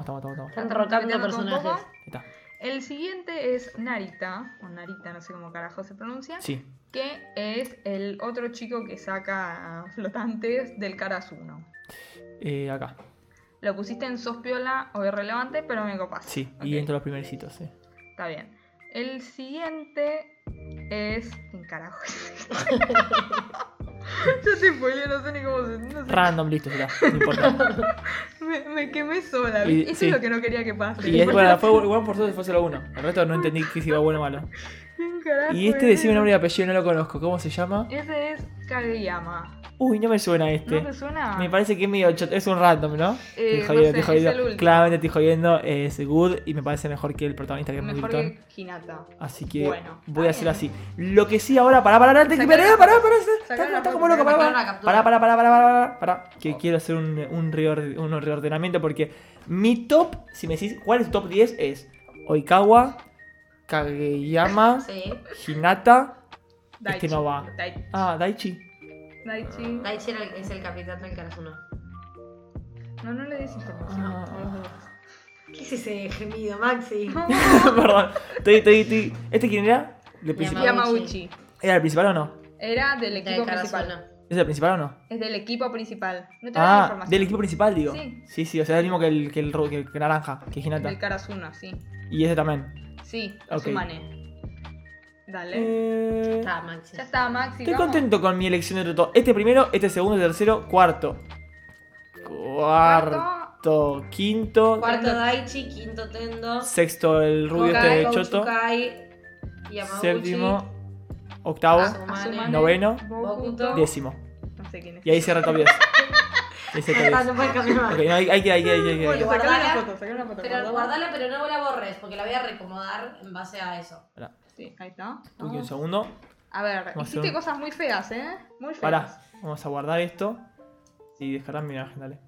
Speaker 1: estamos, estamos, estamos, estamos, estamos.
Speaker 4: Están rocando
Speaker 3: metiendo con
Speaker 4: personajes.
Speaker 3: Poco?
Speaker 1: Ahí Está.
Speaker 3: El siguiente es Narita, o Narita, no sé cómo carajo se pronuncia,
Speaker 1: Sí.
Speaker 3: que es el otro chico que saca flotantes del Karasuno.
Speaker 1: Eh, acá.
Speaker 3: Lo pusiste en sospiola o irrelevante, pero me copas.
Speaker 1: Sí.
Speaker 3: Ok,
Speaker 1: Y entre los primercitos, eh. sí.
Speaker 3: Está bien. El siguiente es. ¿Quién
Speaker 4: (laughs)
Speaker 3: carajo (laughs) es? Yo te spoileo, no sé ni cómo se. No sé.
Speaker 1: Random, listo, ya. No
Speaker 3: (laughs)
Speaker 1: importa.
Speaker 3: Me, me quemé sola.
Speaker 1: Eh, Y-
Speaker 3: Eso
Speaker 1: sí.
Speaker 3: es lo que no quería que pase. (laughs)
Speaker 1: Y es, bueno, fue igual por suerte fue solo uno. El resto no entendí que si iba bueno o malo.
Speaker 3: ¿Quién carajo
Speaker 1: Y este
Speaker 3: es?
Speaker 1: decime nombre y apellido, no lo conozco. ¿Cómo se llama?
Speaker 3: Ese es Kageyama.
Speaker 1: Uy, no me suena este.
Speaker 3: ¿No te suena?
Speaker 1: Me parece que es medio chot- es un random, ¿no?
Speaker 3: Eh,
Speaker 1: Te
Speaker 3: no
Speaker 1: jodido,
Speaker 3: sé,
Speaker 1: te
Speaker 3: es
Speaker 1: jodido.
Speaker 3: el último.
Speaker 1: Claramente te jodiendo, es good y me parece mejor que el protagonista que es
Speaker 3: Mejor
Speaker 1: Middleton.
Speaker 3: que Hinata.
Speaker 1: Así que
Speaker 3: Bueno,
Speaker 1: voy a hacer
Speaker 3: bien.
Speaker 1: así. Lo que sí ahora, pará, pará, pará, pará,
Speaker 3: Sacar
Speaker 1: pará,
Speaker 3: la-
Speaker 1: pará, pará,
Speaker 3: sacar
Speaker 1: está-
Speaker 3: la
Speaker 1: está
Speaker 3: foto,
Speaker 1: como loco, pará,
Speaker 8: sacar la
Speaker 1: pará,
Speaker 8: captura.
Speaker 1: pará, pará, pará, pará, pará, pará, que quiero hacer un, un, reor- un reordenamiento porque mi top, si me decís cuál es tu top 10, es Oikawa, Kageyama,
Speaker 8: Sí.
Speaker 1: Hinata,
Speaker 3: Daichi.
Speaker 1: no va.
Speaker 3: Dai-
Speaker 1: ah, Daichi. (laughs)
Speaker 3: Daichi.
Speaker 4: Ah.
Speaker 8: Daichi era el- es el capitán del Karasuno.
Speaker 3: No, no le des información.
Speaker 1: Ah.
Speaker 3: a los dos.
Speaker 8: ¿Qué es ese gemido, (laughs) Maxi?
Speaker 1: Perdón, estoy, estoy, estoy. ¿Este quién era? ¿El principal?
Speaker 3: Yamauchi.
Speaker 1: ¿Era el principal o no?
Speaker 3: Era del
Speaker 8: Del
Speaker 3: equipo principal.
Speaker 8: Karasuno.
Speaker 1: ¿Es el principal o no?
Speaker 3: Es del equipo principal. No te dan
Speaker 1: Ah,
Speaker 3: información.
Speaker 1: del equipo principal, digo.
Speaker 3: Sí.
Speaker 1: sí, o sea, es el mismo que el, que el, ro- que el naranja, que es Hinata.
Speaker 3: Del Karasuno, sí.
Speaker 1: Y ese también.
Speaker 3: Sí,
Speaker 1: Ok.
Speaker 3: Sumane. Dale.
Speaker 1: Eh,
Speaker 8: Está, Maxi.
Speaker 3: Ya está, Maxi.
Speaker 1: estoy
Speaker 3: vamos.
Speaker 1: contento con mi elección de todo. Este primero, este segundo, tercero, cuarto. Cuarto,
Speaker 3: Cuarto.
Speaker 1: quinto,
Speaker 8: Cuarto Daichi, quinto Tendo.
Speaker 1: sexto, el rubio este
Speaker 8: Kokai,
Speaker 1: de Choto,
Speaker 8: Kouchukai, Yamauchi. (laughs) Ah,
Speaker 1: séptimo, octavo,
Speaker 3: Ah.
Speaker 8: Asumane.
Speaker 3: Asumane,
Speaker 1: noveno,
Speaker 3: Bokuto.
Speaker 1: décimo.
Speaker 3: No sé quién es.
Speaker 1: Y ahí cierra el
Speaker 3: (laughs)
Speaker 1: top 10. Ahí cierra el
Speaker 8: Ah,
Speaker 1: top 10.
Speaker 8: no puedes cambiar más.
Speaker 1: Ok, no, hay, hay que, hay que, hay que- hay que-
Speaker 3: Bueno,
Speaker 8: Guardala.
Speaker 3: sacame una foto, sacame una foto.
Speaker 8: Pero guardala, pero no la borres, porque la voy a recomodar en base a eso.
Speaker 3: Sí, ahí está.
Speaker 1: Tuki, un
Speaker 3: Vamos.
Speaker 1: segundo.
Speaker 3: A ver,
Speaker 1: Vamos a
Speaker 3: hiciste
Speaker 1: hacer un-
Speaker 3: cosas muy feas, ¿eh? Muy feas.
Speaker 1: Pará, vamos a guardar esto. Y descargar mi imagen, dale.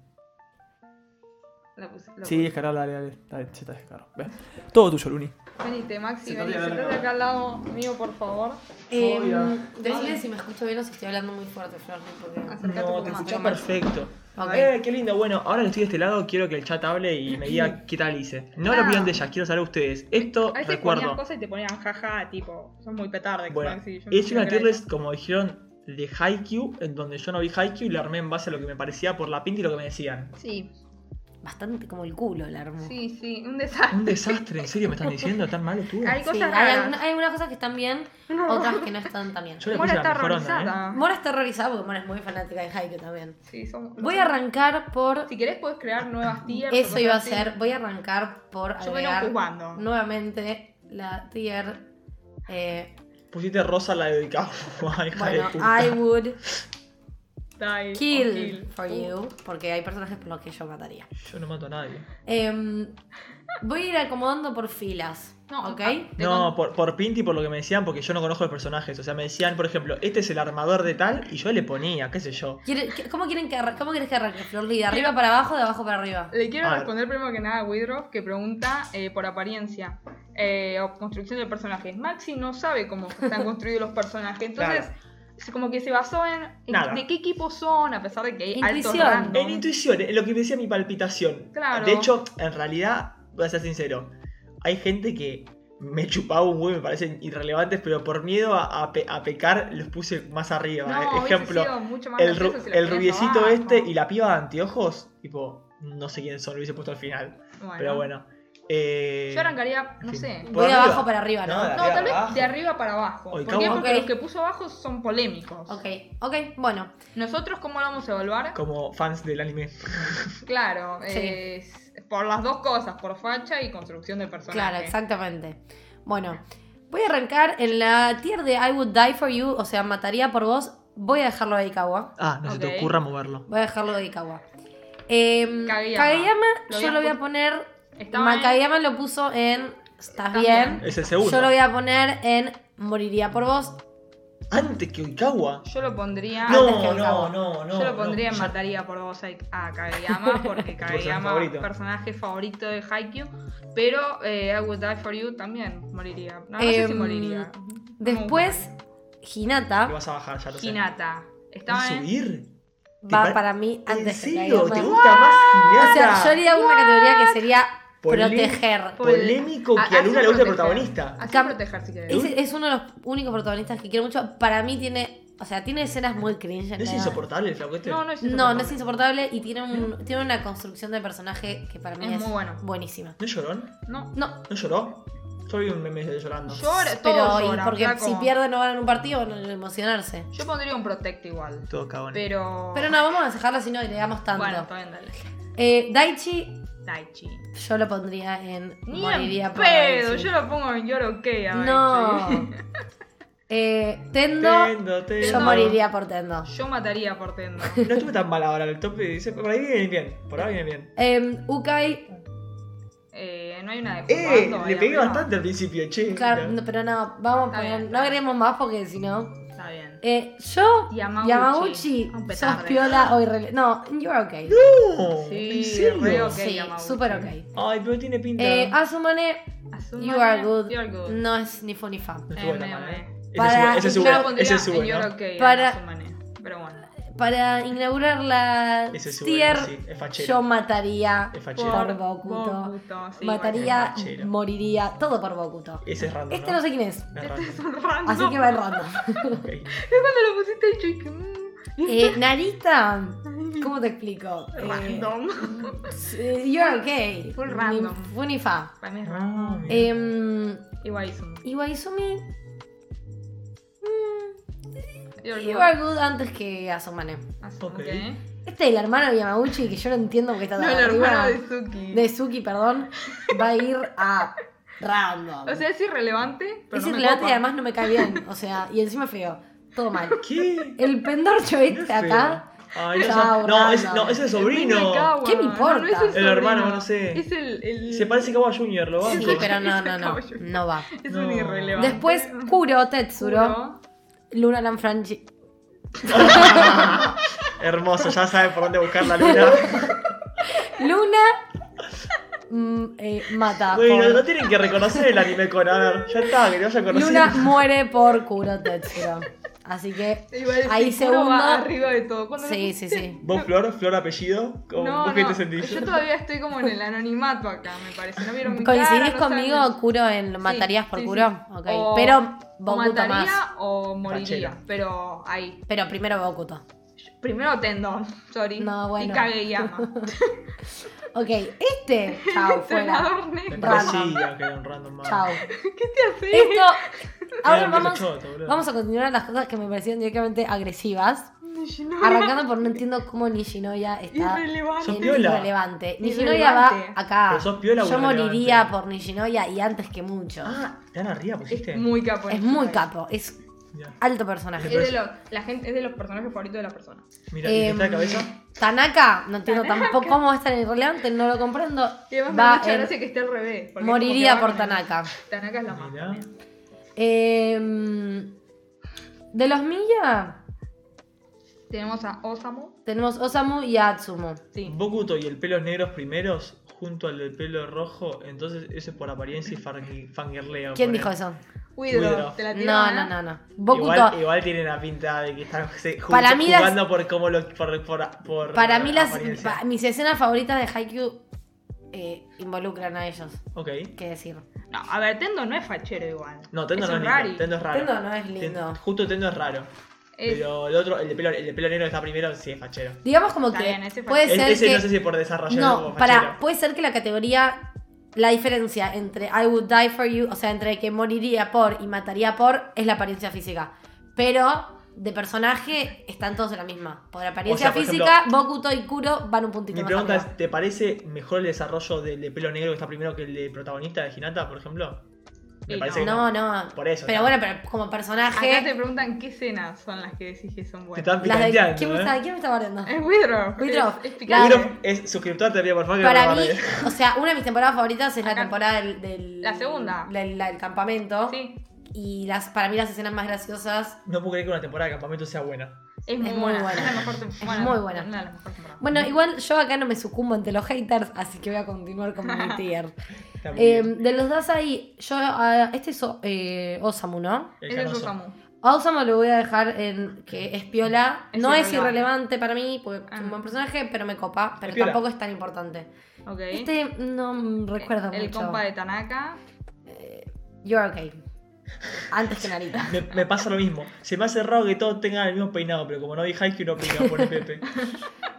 Speaker 3: La puse, la
Speaker 1: Sí, descargar, dale, dale. Dale, ya está descargado. Ve. Todo tuyo, Luni.
Speaker 3: puse. Venite, Maxi,
Speaker 1: Se
Speaker 3: vení.
Speaker 1: cambia la
Speaker 3: Sentate acá al lado mío, por favor.
Speaker 1: Obvio.
Speaker 8: decime si me escucho bien o si estoy hablando muy fuerte, Flor. Porque...
Speaker 3: Acercate un poco más, pero más.
Speaker 1: perfecto.
Speaker 8: Ok.
Speaker 1: Eh, qué lindo. Bueno, ahora que estoy de este lado, quiero que el chat hable y me
Speaker 3: (laughs)
Speaker 1: diga qué tal hice. No la
Speaker 3: Ah.
Speaker 1: opinión de ellas, quiero saber ustedes. Esto,
Speaker 3: A veces
Speaker 1: recuerdo.
Speaker 3: ponían cosas y te ponían jaja, tipo, son muy petardes,
Speaker 1: Bueno,
Speaker 3: Maxi. yo no
Speaker 1: es
Speaker 3: quiero
Speaker 1: una
Speaker 3: creer
Speaker 1: tier list, como dijeron, de Haikyuu, en donde yo no vi Haikyuu y la armé en base a lo que me parecía por la pinta y lo que me decían.
Speaker 3: eso. Sí,
Speaker 4: Bastante como el culo la armó.
Speaker 3: sí, sí, un desastre. (laughs)
Speaker 1: Un desastre, ¿en serio me están diciendo? ¿Tan malo tú?
Speaker 3: Hay cosas
Speaker 4: Sí, hay,
Speaker 3: raras.
Speaker 4: alguna- hay algunas cosas que están bien, otras que no están tan bien.
Speaker 1: Yo le
Speaker 3: Mora
Speaker 1: puse la
Speaker 3: está
Speaker 1: mejor onda, ¿eh?
Speaker 3: horrorizada.
Speaker 4: Mora es terrorizada porque Mora es muy fanática de Haikyuu también.
Speaker 3: Sí, son-
Speaker 4: Voy a arrancar por...
Speaker 3: Si querés podés crear nuevas tiers. o
Speaker 4: Eso
Speaker 3: cosas
Speaker 4: iba a
Speaker 3: así.
Speaker 4: ser, voy a arrancar por
Speaker 3: Yo vengo
Speaker 4: agregar
Speaker 3: jugando.
Speaker 4: nuevamente la tier... eh,
Speaker 1: Pusiste rosa la de Kawa, (laughs) hija de
Speaker 4: bueno,
Speaker 1: puta.
Speaker 4: I
Speaker 1: (laughs)
Speaker 4: would
Speaker 3: Die or
Speaker 4: kill for you, porque hay personajes por los que yo mataría.
Speaker 1: Yo no mato a nadie.
Speaker 4: Em, voy a ir acomodando por filas,
Speaker 3: No,
Speaker 4: ¿ok?
Speaker 3: ah, Te
Speaker 1: No,
Speaker 3: con-
Speaker 1: por, por Pinti, por lo que me decían, porque yo no conozco los personajes. O sea, me decían, por ejemplo, este es el armador de tal, y yo le ponía, qué sé yo.
Speaker 4: Quiere- que- ¿Cómo, quieren que arra- ¿Cómo quieres que arranque, Florly? ¿De arriba para abajo de abajo para arriba?
Speaker 3: Le quiero
Speaker 1: A ver.
Speaker 3: responder primero que nada a Widrow, que pregunta eh, por apariencia eh, o construcción de personajes. Maxi no sabe cómo (laughs) están construidos los personajes, entonces es como que se basó en, en
Speaker 1: Nada.
Speaker 3: de qué equipo son, a pesar de que hay altos
Speaker 4: Intuición.
Speaker 3: random.
Speaker 1: En intuición, en lo que me decía mi palpitación.
Speaker 3: Claro.
Speaker 1: De hecho, en realidad, voy a ser sincero, hay gente que me chupaba un huevo, me parecen irrelevantes, pero por miedo a, a pe- a pecar los puse más arriba.
Speaker 3: No,
Speaker 1: Eh,
Speaker 3: hubiese
Speaker 1: Ejemplo,
Speaker 3: sido mucho más
Speaker 1: el, ru-
Speaker 3: gracioso si los
Speaker 1: el
Speaker 3: ponías
Speaker 1: rubiecito
Speaker 3: abajo.
Speaker 1: este y la piba de anteojos, tipo, no sé quiénes son, lo hubiese puesto al final.
Speaker 3: Bueno.
Speaker 1: Pero bueno. eh,
Speaker 3: Yo arrancaría, no
Speaker 1: en fin.
Speaker 3: sé.
Speaker 1: Por
Speaker 4: Voy de
Speaker 1: arriba.
Speaker 4: abajo para arriba, ¿no?
Speaker 1: No, de
Speaker 3: No,
Speaker 1: arriba
Speaker 3: tal vez
Speaker 1: para
Speaker 3: de
Speaker 1: abajo.
Speaker 3: arriba para abajo.
Speaker 1: Oy,
Speaker 3: ¿Por qué?
Speaker 1: cabo.
Speaker 3: Porque
Speaker 4: Ok.
Speaker 3: los que puso abajo son polémicos.
Speaker 4: Ok, ok, bueno.
Speaker 3: ¿Nosotros cómo lo vamos a evaluar?
Speaker 1: Como fans del anime.
Speaker 3: Claro,
Speaker 4: Sí.
Speaker 3: es por las dos cosas, por facha y construcción de personaje.
Speaker 4: Claro, exactamente. Bueno, voy a arrancar en la tier de I would die for you, o sea, mataría por vos. Voy a dejarlo de Ikawa.
Speaker 1: Ah, no se
Speaker 3: Ok.
Speaker 1: te ocurra moverlo.
Speaker 4: Voy a dejarlo de Ikawa. Em,
Speaker 3: Kageyama.
Speaker 4: Kageyama,
Speaker 3: Lo
Speaker 4: yo
Speaker 3: habías
Speaker 4: lo voy a
Speaker 3: pu-
Speaker 4: poner.
Speaker 3: Estaba
Speaker 4: Ma-
Speaker 3: en-
Speaker 4: Kageyama lo puso en Estás
Speaker 3: Estás
Speaker 4: bien.
Speaker 1: Es el segundo.
Speaker 4: Yo lo voy a poner en Moriría por vos.
Speaker 1: Antes que Oikawa.
Speaker 3: Yo lo pondría.
Speaker 4: antes que
Speaker 1: No,
Speaker 4: Oikawa.
Speaker 1: no, no, no.
Speaker 3: yo lo pondría
Speaker 1: no.
Speaker 3: en
Speaker 1: Ya-
Speaker 3: Mataría por vos a, a
Speaker 4: (laughs)
Speaker 3: Kageyama, porque Kageyama es
Speaker 1: favorito.
Speaker 3: personaje favorito de Haikyuu. Pero eh, I Would Die For You también moriría. No, no sé si
Speaker 4: Em,
Speaker 3: moriría.
Speaker 4: Después,
Speaker 1: Lo
Speaker 4: Hinata
Speaker 1: vas a bajar, ya lo sé.
Speaker 3: Hinata.
Speaker 1: ¿Vas
Speaker 3: Estaba
Speaker 1: a
Speaker 3: en.
Speaker 1: subir? ¿Te
Speaker 4: va
Speaker 1: pa-
Speaker 4: para mí antes
Speaker 1: ¿En
Speaker 4: que
Speaker 1: serio?
Speaker 4: Kageyama.
Speaker 1: ¿Te gusta más Hinata?
Speaker 4: ¡Ah! O sea, yo haría una categoría que sería
Speaker 1: Polé-
Speaker 4: proteger.
Speaker 1: Polémico que a Luna le gusta el protagonista.
Speaker 3: Así Ah, proteger si querés.
Speaker 4: Ese es uno de los únicos protagonistas que quiero mucho. Para mí tiene, o sea, tiene escenas muy cringe. en
Speaker 1: ¿No es
Speaker 4: realidad.
Speaker 1: insoportable el flaco este?
Speaker 3: No, no es
Speaker 4: No, no es insoportable y tiene, un, tiene una construcción de personaje que para mí es,
Speaker 3: Es muy bueno.
Speaker 4: buenísima.
Speaker 1: ¿No es llorón?
Speaker 3: No.
Speaker 4: No,
Speaker 1: ¿No lloró? Yo vi un meme de llorando.
Speaker 3: Llora,
Speaker 4: pero
Speaker 3: todos
Speaker 4: y
Speaker 3: lloran,
Speaker 4: porque
Speaker 3: flaco.
Speaker 4: si pierden no ganan un partido van a emocionarse.
Speaker 3: Yo pondría un Protect igual.
Speaker 1: Todo cagón.
Speaker 3: Pero.
Speaker 4: Pero no, vamos a dejarlo si no agregamos tanto.
Speaker 3: Bueno, está bien, dale.
Speaker 4: Eh, Daichi
Speaker 3: Daichi.
Speaker 4: yo lo pondría en
Speaker 3: Ni
Speaker 4: moriría
Speaker 3: en
Speaker 4: por
Speaker 3: pedo,
Speaker 4: Daichi.
Speaker 3: yo lo pongo en Yorokei a Daichi.
Speaker 4: No. Eh, Tendo,
Speaker 1: Tendo,
Speaker 4: yo
Speaker 1: Tendo.
Speaker 4: moriría por Tendo.
Speaker 3: Yo mataría por
Speaker 4: (laughs)
Speaker 3: Tendo.
Speaker 1: No estuve tan mal ahora. El top dice, por ahí viene bien. Por ahí viene bien.
Speaker 4: Em, Ukai,
Speaker 3: Eh, no hay una de
Speaker 1: Eh,
Speaker 3: jugando,
Speaker 1: le
Speaker 3: hay
Speaker 1: pegué
Speaker 3: una.
Speaker 1: bastante al principio, che.
Speaker 4: claro,
Speaker 1: Mira.
Speaker 4: no, pero no, vamos a
Speaker 3: Está
Speaker 4: poner,
Speaker 3: bien.
Speaker 4: no agreguemos más porque si no.
Speaker 3: Está bien.
Speaker 4: Eh, yo,
Speaker 3: Yamauchi.
Speaker 4: Yamauchi,
Speaker 3: Un
Speaker 4: sos
Speaker 3: petarde.
Speaker 4: piola o irrele- No, you're okay.
Speaker 1: No, ¿en
Speaker 3: Sí,
Speaker 1: serio?
Speaker 3: re ok,
Speaker 4: sí,
Speaker 3: Yamauchi.
Speaker 4: súper ok.
Speaker 1: Ay, pero tiene pinta.
Speaker 4: Eh, Asumane,
Speaker 3: Asuma
Speaker 4: you
Speaker 3: que
Speaker 4: are good.
Speaker 3: You are good.
Speaker 4: No es ni funny fan.
Speaker 1: no estuvo tan
Speaker 3: eh,
Speaker 1: mal,
Speaker 3: me-
Speaker 1: eh. Ese
Speaker 4: Para-
Speaker 1: sube- Ese
Speaker 3: Yo
Speaker 1: sube,
Speaker 3: la
Speaker 4: Claro,
Speaker 3: pondría
Speaker 1: ese
Speaker 3: en
Speaker 1: sube,
Speaker 3: You're
Speaker 1: ¿no?
Speaker 3: okay, a
Speaker 4: Para-
Speaker 3: Asumane, Pero bueno.
Speaker 4: Para inaugurar la
Speaker 1: Ese sube,
Speaker 4: tier,
Speaker 1: sí, es fachero.
Speaker 4: yo mataría
Speaker 1: Es fachero.
Speaker 4: por Bokuto.
Speaker 3: Bokuto, sí,
Speaker 4: Mataría,
Speaker 1: bueno, fachero.
Speaker 4: moriría, todo por Bokuto.
Speaker 1: Ese es random.
Speaker 4: Este no sé quién es,
Speaker 1: Es random.
Speaker 3: bueno. (laughs) Random.
Speaker 4: así que va el
Speaker 3: (laughs)
Speaker 4: random.
Speaker 1: Ok.
Speaker 3: Yo cuando lo pusiste he dicho, "Y que, mm,
Speaker 4: Eh, Narita, ¿cómo te explico? Eh,
Speaker 3: random.
Speaker 4: eh, You're okay.
Speaker 3: Full random.
Speaker 4: Ni- Funifa.
Speaker 3: Para mí es random.
Speaker 1: Ah, mira.
Speaker 4: Em,
Speaker 3: Igual hizo.
Speaker 4: Iwaizumi. mm,
Speaker 3: You're
Speaker 4: You
Speaker 3: good.
Speaker 4: are good antes que Asomane.
Speaker 3: Asuma,
Speaker 1: Ok.
Speaker 3: ok.
Speaker 4: Este es el hermano de Yamauchi, que yo no entiendo porque está
Speaker 3: ¿eh? No,
Speaker 4: tan
Speaker 3: el
Speaker 4: arriba,
Speaker 3: hermano de Suki.
Speaker 4: de Suki, perdón, va a ir a random.
Speaker 3: O sea, es irrelevante, pero
Speaker 4: es
Speaker 3: no me
Speaker 4: irrelevante
Speaker 3: copa.
Speaker 4: y además no me cae bien. O sea, y encima es feo. Todo mal.
Speaker 1: ¿Qué?
Speaker 4: El (laughs) pendorcho
Speaker 1: Qué
Speaker 4: este
Speaker 1: feo.
Speaker 4: eh, acá.
Speaker 1: Ay, no,
Speaker 4: Chao,
Speaker 1: sabe- no, es,
Speaker 4: random.
Speaker 1: no, ese es el
Speaker 3: Es
Speaker 1: sobrino.
Speaker 3: Minekawa,
Speaker 4: ¿Qué me importa?
Speaker 3: es
Speaker 4: El
Speaker 3: sobrino,
Speaker 1: hermano, no sé.
Speaker 3: Es el. el-
Speaker 1: Se parece a Kawa Junior, lo banco.
Speaker 4: Sí, pero no, no, no. No va.
Speaker 3: Es
Speaker 1: No.
Speaker 3: un irrelevante.
Speaker 4: Después, Kuro, Tetsuro,
Speaker 3: Kuro.
Speaker 4: Luna Lanfranchi.
Speaker 1: Hermoso, ya sabe por dónde buscar la
Speaker 4: (laughs)
Speaker 1: luna.
Speaker 4: Luna mm, eh, mata.
Speaker 1: Bueno,
Speaker 4: por-
Speaker 1: no tienen que reconocer el anime con. A ver, ya está, que te vaya a conocer.
Speaker 4: Luna muere por Kuro Tetsuro. Así
Speaker 3: (laughs)
Speaker 4: que
Speaker 3: Iba a decir,
Speaker 4: ahí
Speaker 3: Kuro
Speaker 4: segundo.
Speaker 3: va arriba de todo. Cuando
Speaker 4: Sí,
Speaker 3: lo
Speaker 4: sí,
Speaker 3: pusiste- (laughs)
Speaker 4: sí.
Speaker 1: ¿Vos, Flor? ¿Flor apellido? ¿Cómo,
Speaker 3: No,
Speaker 1: ¿Vos qué
Speaker 3: no,
Speaker 1: te sentís?
Speaker 3: Yo todavía estoy como en el anonimato acá, me parece. No vieron mi
Speaker 4: ¿Coincidís
Speaker 3: cara, no
Speaker 4: conmigo,
Speaker 3: saben.
Speaker 4: Kuro, en lo matarías por
Speaker 3: sí,
Speaker 4: Kuro?
Speaker 3: sí.
Speaker 4: Ok.
Speaker 3: O-
Speaker 4: Pero
Speaker 3: O
Speaker 4: Bokuto
Speaker 3: mataría
Speaker 4: más.
Speaker 3: o moriría.
Speaker 1: Fachero.
Speaker 3: Pero ahí.
Speaker 4: Pero primero Bokuto.
Speaker 3: Primero Tendo, sorry.
Speaker 4: No, bueno.
Speaker 3: Y Kageyama.
Speaker 4: (laughs) Ok,
Speaker 3: (laughs)
Speaker 4: este. Chao, fuera.
Speaker 3: Entrenador negro. (laughs)
Speaker 1: Me
Speaker 4: Random.
Speaker 1: parecía que era un random más.
Speaker 4: Chao.
Speaker 3: ¿Qué te hace?
Speaker 4: Esto. Ahora
Speaker 1: Era un
Speaker 4: vamos,
Speaker 1: choto, boludo.
Speaker 4: vamos a continuar las cosas que me parecieron directamente
Speaker 3: (laughs)
Speaker 4: agresivas.
Speaker 3: Nishinoya.
Speaker 4: (laughs) Arrancando por no entiendo cómo Nishinoya está
Speaker 1: Sos
Speaker 3: Irrelevante.
Speaker 4: en
Speaker 1: piola.
Speaker 4: irrelevante. Nishinoya va
Speaker 3: Irrelevante.
Speaker 4: acá.
Speaker 1: Pero sos piola o
Speaker 4: Yo
Speaker 1: irrelevante.
Speaker 4: moriría por Nishinoya y antes que mucho.
Speaker 1: Ah, ¿te dan arriba pusiste?
Speaker 3: Es muy capo.
Speaker 4: es muy capo, es
Speaker 1: Mirá,
Speaker 4: alto personaje.
Speaker 3: Es de, los, la gente, es de los personajes favoritos de las personas.
Speaker 1: Mira, ¿y te
Speaker 4: Em,
Speaker 1: está de cabeza?
Speaker 4: Tanaka, no entiendo tampoco cómo va a estar en irrelevante, no lo comprendo.
Speaker 3: Y además me
Speaker 4: Va
Speaker 3: da mucha
Speaker 4: en-
Speaker 3: gracia que esté al revés. porque
Speaker 4: moriría
Speaker 3: como que
Speaker 4: por
Speaker 3: va con el-
Speaker 4: Tanaka.
Speaker 3: Tanaka es la más.
Speaker 1: Mirá.
Speaker 3: también.
Speaker 4: Em, de los Miya,
Speaker 3: Tenemos a Osamu.
Speaker 4: tenemos Osamu y Atsumo.
Speaker 3: Sí.
Speaker 1: Bokuto y el pelos negros primeros junto al del pelo rojo, entonces eso es por apariencia y fangirleo.
Speaker 4: ¿Quién
Speaker 1: ponele.
Speaker 4: dijo eso?
Speaker 1: Widro.
Speaker 3: Widro. Te la tiró,
Speaker 4: No,
Speaker 3: ¿eh?
Speaker 4: no, no, no. Bokuto.
Speaker 1: Igual, igual tiene una pinta de que están se- ju-
Speaker 4: Para mí las-
Speaker 1: jugando por cómo lo. Por, por, por
Speaker 4: Para mí las
Speaker 1: apariencia.
Speaker 4: pa- mis escenas favoritas de Haikyuu eh, involucran a ellos.
Speaker 1: Ok.
Speaker 4: ¿Qué decir?
Speaker 3: No, a ver, Tendo no es fachero igual.
Speaker 1: No, Tendo
Speaker 3: es
Speaker 1: no
Speaker 3: un
Speaker 1: es
Speaker 3: rari.
Speaker 1: lindo. Tendo es raro.
Speaker 4: Tendo no es
Speaker 1: Ten-
Speaker 4: lindo.
Speaker 1: justo Tendo es raro.
Speaker 3: Es-
Speaker 1: Pero el otro, el de pelo, el de pelo negro que está primero, sí es fachero.
Speaker 4: Digamos como
Speaker 3: Está
Speaker 4: que
Speaker 3: bien, ese
Speaker 4: puede
Speaker 1: Es-
Speaker 4: ser
Speaker 1: ese
Speaker 4: que
Speaker 1: no sé si por desarrollar
Speaker 4: No, para, puede ser que la categoría, la diferencia entre I would die for you, o sea, entre que moriría por y mataría por, es la apariencia física. Pero de personaje están todos en la misma. Por apariencia
Speaker 1: O sea, por
Speaker 4: física, Bokuto y Kuro van un puntito
Speaker 1: Mi
Speaker 4: más
Speaker 1: pregunta
Speaker 4: arriba.
Speaker 1: es, ¿te parece mejor el desarrollo del de pelo negro que está primero que el de protagonista de Hinata, por ejemplo? Me
Speaker 3: Y
Speaker 1: parece
Speaker 3: no.
Speaker 1: que
Speaker 4: No, no.
Speaker 1: Por eso,
Speaker 4: Pero
Speaker 1: no.
Speaker 4: bueno, pero como
Speaker 3: Acá te
Speaker 4: personaje.
Speaker 3: preguntan qué escenas son las que decís que son
Speaker 1: Te
Speaker 3: buenas.
Speaker 1: están
Speaker 4: las de-
Speaker 1: picanteando,
Speaker 4: ¿quién,
Speaker 1: ¿eh?
Speaker 4: me está, ¿Quién me está bardeando?
Speaker 3: Es Widro.
Speaker 4: Widro.
Speaker 3: Es, es
Speaker 4: Claro.
Speaker 3: picante.
Speaker 1: Widrow es suscriptor a Teoría por favor, que
Speaker 4: Para
Speaker 1: no
Speaker 4: mí,
Speaker 1: me barde.
Speaker 4: o sea, una de mis temporadas favoritas es la
Speaker 3: Acá-
Speaker 4: temporada del, del-
Speaker 3: La segunda.
Speaker 4: del- la del campamento.
Speaker 3: Sí.
Speaker 4: Y las, para mí las escenas más graciosas
Speaker 1: (laughs) No puedo creer que una temporada de campamento sea buena.
Speaker 3: Es muy,
Speaker 4: muy
Speaker 3: buena.
Speaker 4: buena.
Speaker 3: Es la mejor tem-
Speaker 4: Es
Speaker 3: bueno,
Speaker 4: muy buena.
Speaker 3: una de las mejores temporadas.
Speaker 4: Bueno, igual yo acá no me sucumbo ante los haters, así que voy a continuar con
Speaker 3: (laughs)
Speaker 4: mi tier.
Speaker 1: Está muy
Speaker 4: Eh,
Speaker 1: bien.
Speaker 4: de los dos ahí, yo. ah, este es O- eh, Osamu, ¿no?
Speaker 1: El
Speaker 3: Ese es
Speaker 1: canoso.
Speaker 3: Osamu.
Speaker 4: A Osamu lo voy a dejar en que es piola.
Speaker 3: Es
Speaker 4: no es irrelevante
Speaker 3: irrelevante
Speaker 4: para mí, porque es un
Speaker 3: Ah.
Speaker 4: buen personaje, pero me copa, pero
Speaker 1: Es piola.
Speaker 4: tampoco es tan importante.
Speaker 3: Ok.
Speaker 4: Este no mm, recuerdo
Speaker 3: El
Speaker 4: mucho.
Speaker 3: compa de Tanaka.
Speaker 4: You're okay. Antes que
Speaker 3: (laughs)
Speaker 4: Narita.
Speaker 1: Me, me pasa lo mismo. Se me hace raro que todos tengan el mismo peinado, pero como no vi Haikyuu, no opino por el
Speaker 4: (laughs)
Speaker 1: Pepe.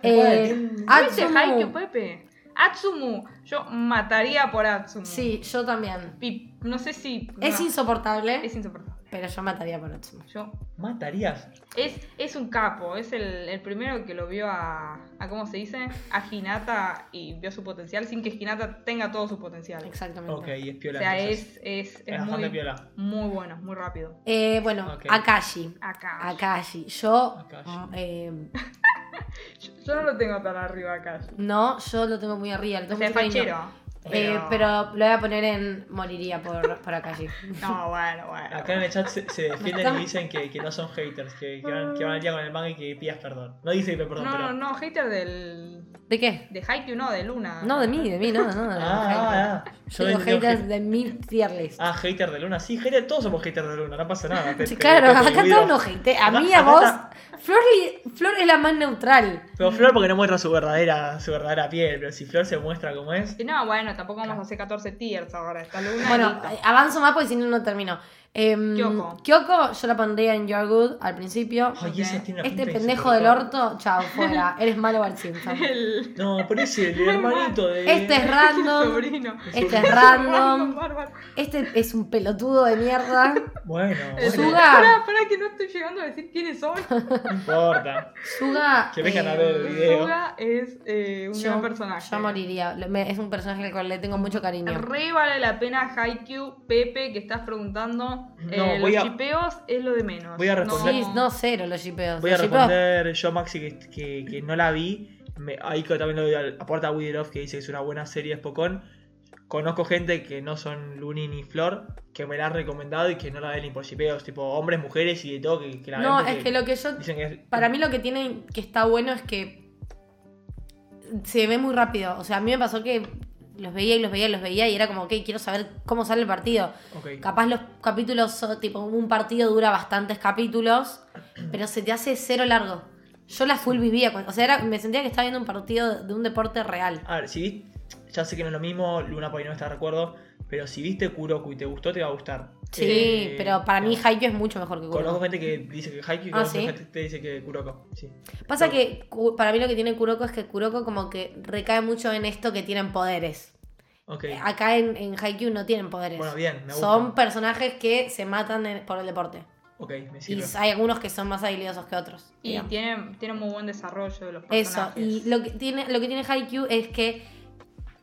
Speaker 4: Eh,
Speaker 3: ¿Viste
Speaker 4: Atsumu.
Speaker 3: Haikyuu, Pepe? Atsumu. Yo mataría por Atsumu.
Speaker 4: Sí, yo también.
Speaker 3: Pi- no sé si.
Speaker 4: Es
Speaker 3: no.
Speaker 4: insoportable.
Speaker 3: Es insoportable.
Speaker 4: Pero yo mataría por Otsuma.
Speaker 3: Yo
Speaker 1: ¿Matarías?
Speaker 3: Es, es un capo, es el, el primero que lo vio a, a, ¿cómo se dice? A Hinata y vio su potencial sin que Hinata tenga todo su potencial.
Speaker 4: Exactamente.
Speaker 1: Ok, es
Speaker 3: O
Speaker 1: piola.
Speaker 3: sea,
Speaker 1: entonces.
Speaker 3: es, es, es
Speaker 1: Es bastante
Speaker 3: muy,
Speaker 1: piola.
Speaker 3: muy bueno, muy rápido.
Speaker 4: Eh, bueno,
Speaker 1: Ok.
Speaker 4: Akashi.
Speaker 3: Acá.
Speaker 4: Akashi. Yo.
Speaker 1: Akashi.
Speaker 4: eh,
Speaker 3: Yo, yo no lo tengo tan arriba acá.
Speaker 4: no, yo lo tengo muy arriba. Lo tengo
Speaker 3: O sea, es
Speaker 4: mucho cariño.
Speaker 3: fachero.
Speaker 4: Eh, pero lo voy a poner en moriría por,
Speaker 3: (laughs)
Speaker 4: por Akashi.
Speaker 3: No, bueno, bueno.
Speaker 1: Acá en el chat se,
Speaker 4: (laughs)
Speaker 1: se defienden
Speaker 4: están-
Speaker 1: y dicen que, que no son haters, que, que, van, que van al día con el manga y que pidas perdón. No dice que perdón,
Speaker 3: no,
Speaker 1: pero.
Speaker 3: no, no, hater del.
Speaker 4: ¿De qué?
Speaker 3: de Haikyuu, no, de Luna.
Speaker 4: No, de mí, de mí, no, no. no,
Speaker 1: Ah, ah, ah. Yo
Speaker 4: Tengo
Speaker 1: entiendo
Speaker 4: haters
Speaker 1: que-
Speaker 4: de mil tier list.
Speaker 1: Ah, hater de Luna. Sí, hater, todos somos haters de Luna, no pasa nada. Te-
Speaker 4: Sí,
Speaker 1: te-
Speaker 4: claro,
Speaker 1: te
Speaker 4: acá
Speaker 1: prohibido.
Speaker 4: todos nos hate. A mí, a
Speaker 1: Acá-
Speaker 4: vos.
Speaker 1: acá
Speaker 4: Flor, li- Flor es la más neutral.
Speaker 1: Pero Flor porque no muestra su verdadera, su verdadera piel, pero si Flor se muestra como es.
Speaker 3: Y no, bueno, tampoco vamos a hacer 14 tiers ahora. Esta Luna. y
Speaker 4: Bueno,
Speaker 3: listo.
Speaker 4: eh, avanzo más porque si no, no termino. Em,
Speaker 3: Kyoko.
Speaker 4: Kyoko, yo la pondría en Your Good al principio.
Speaker 1: Ay,
Speaker 3: Ok.
Speaker 1: ese tiene una
Speaker 4: Este
Speaker 1: pinta de
Speaker 4: pendejo del
Speaker 1: insoportable.
Speaker 4: orto, chao,
Speaker 1: (laughs)
Speaker 4: fuera. Eres malo Bart Simpson.
Speaker 3: (laughs) el
Speaker 1: No, pero ese, el hermanito de.
Speaker 4: Este es
Speaker 3: (laughs)
Speaker 4: random.
Speaker 3: sobrino.
Speaker 4: Este es
Speaker 3: (laughs)
Speaker 4: random.
Speaker 3: Bárbaro.
Speaker 4: Este es un pelotudo de mierda.
Speaker 1: Bueno,
Speaker 3: El-
Speaker 1: bueno,
Speaker 4: Suga.
Speaker 3: Pará, pará, que no estoy llegando a decir quiénes
Speaker 4: (laughs)
Speaker 3: son.
Speaker 1: no importa.
Speaker 4: Suga.
Speaker 1: Que vengan a
Speaker 4: eh,
Speaker 1: ver el video.
Speaker 3: Suga es eh, un gran personaje.
Speaker 4: yo moriría. Le- me- es un personaje al cual le tengo mucho cariño.
Speaker 3: Re vale la pena Haikyuu, Pepe, que estás preguntando.
Speaker 1: No,
Speaker 3: eh,
Speaker 1: voy
Speaker 3: los
Speaker 1: a-
Speaker 3: chipeos es lo de menos.
Speaker 1: Voy a responder-
Speaker 4: Sí, no, cero los shipeos.
Speaker 1: Voy a
Speaker 4: Los shipeos-
Speaker 1: responder yo, Maxi, que, que, que no la vi. Me, ahí que también lo doy al- aporta a Widerov, que dice que es una buena serie de Spokon. Conozco gente que no son Luni ni Flor, que me la han recomendado y que no la ven ni por shipeos, tipo hombres, mujeres y de todo, que, que la
Speaker 4: No,
Speaker 1: ven
Speaker 4: es que lo que yo.
Speaker 1: dicen que es-
Speaker 4: Para mí lo que tiene que está bueno es que se ve muy rápido. O sea, a mí me pasó que los veía y los veía y los veía y era como, ok, quiero saber cómo sale el partido.
Speaker 1: Ok.
Speaker 4: Capaz los capítulos, son- tipo, un partido dura bastantes capítulos, pero se te hace cero largo. Yo la full vivía, con- o sea, era- me sentía que estaba viendo un partido de un deporte real.
Speaker 1: A ver, si viste, ya sé que no es lo mismo, Luna por ahí no está de acuerdo, pero si viste Kuroku y te gustó, te va a gustar.
Speaker 4: Sí,
Speaker 1: Eh,
Speaker 4: pero para mí
Speaker 1: no.
Speaker 4: Haikyuu es mucho mejor que Kuroko.
Speaker 1: Conozco gente que dice que Haikyuu y
Speaker 4: Ah,
Speaker 1: conozco
Speaker 4: ¿sí?
Speaker 1: gente que te dice que Kuroko. Sí.
Speaker 4: Pasa
Speaker 1: Pero-
Speaker 4: que Ku- para mí lo que tiene Kuroko es que Kuroko como que recae mucho en esto que tienen poderes.
Speaker 1: Ok.
Speaker 4: Acá en, en Haikyuu no tienen poderes.
Speaker 1: Bueno, bien, me gusta.
Speaker 4: Eh, Son personajes que se matan en- por el deporte.
Speaker 1: Ok, me
Speaker 4: Y
Speaker 1: sirve.
Speaker 4: hay algunos que son más habilidosos que otros.
Speaker 3: Y
Speaker 4: digamos.
Speaker 3: tiene, tiene muy buen desarrollo de los
Speaker 4: Eso.
Speaker 3: personajes.
Speaker 4: Y lo que tiene, lo que tiene Haikyuu es que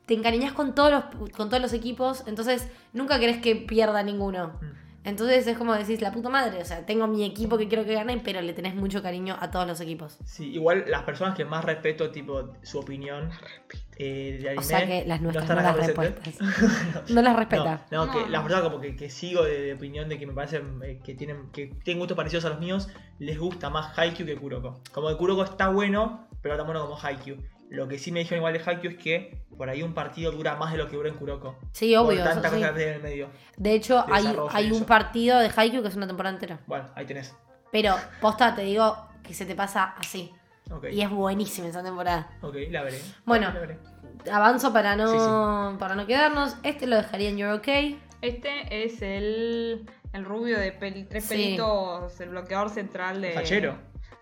Speaker 4: te encariñas con todos los, con todos los equipos, entonces nunca querés que pierda ninguno.
Speaker 1: Mm.
Speaker 4: Entonces es como decís, la puta madre, o sea, tengo mi equipo que quiero que gane, pero le tenés mucho cariño a todos los equipos.
Speaker 1: Sí, igual las personas que más respeto, tipo, su opinión eh, de anime.
Speaker 4: O sea que las nuestras no,
Speaker 1: están acá
Speaker 4: las
Speaker 1: presentes.
Speaker 4: respetas. (laughs) No las respeta.
Speaker 1: No, no,
Speaker 3: No.
Speaker 1: que las personas como que, que sigo de, de opinión de que me parecen eh, que tienen que tienen gustos parecidos a los míos, les gusta más Haikyuu que Kuroko. Como que Kuroko está bueno, pero no tan bueno como Haikyuu. Lo que sí me dijeron igual de Haikyuu es que por ahí un partido dura más de lo que dura en Kuroko.
Speaker 4: Sí, obvio.
Speaker 1: Por
Speaker 4: eso
Speaker 1: tanta
Speaker 4: sí.
Speaker 1: cosa que hay en el medio.
Speaker 4: De hecho, hay,
Speaker 1: desarrollo y
Speaker 4: hay un
Speaker 1: eso.
Speaker 4: partido de Haikyuu que es una temporada entera.
Speaker 1: Bueno, ahí tenés.
Speaker 4: Pero, posta, te digo que se te pasa así.
Speaker 1: Ok,
Speaker 4: Y es buenísima esa temporada.
Speaker 1: ok, la veré.
Speaker 4: Bueno.
Speaker 1: La veré.
Speaker 4: Avanzo para no,
Speaker 1: Sí, sí.
Speaker 4: para no quedarnos. Este lo dejaría en You're Okay.
Speaker 3: Este es el, el rubio de peli- tres
Speaker 4: Sí.
Speaker 3: pelitos, el bloqueador central
Speaker 4: Eh,
Speaker 3: de,
Speaker 1: Fachero.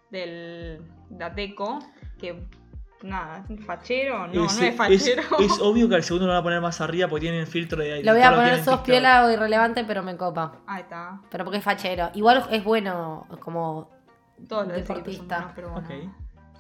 Speaker 3: del Dateco, que nada, fachero, no,
Speaker 1: Es-
Speaker 3: no es fachero.
Speaker 1: (laughs) Es, es obvio que al segundo lo van a poner más arriba porque tienen el filtro de
Speaker 4: Lo voy a
Speaker 1: todo
Speaker 4: poner
Speaker 1: Este tienen
Speaker 4: sos
Speaker 1: TikTok.
Speaker 4: piola o irrelevante, pero me copa.
Speaker 3: (laughs) Ahí está,
Speaker 4: Pero porque es fachero. Igual es bueno como...
Speaker 3: todos los deportistas,
Speaker 4: Deportista.
Speaker 3: pero bueno.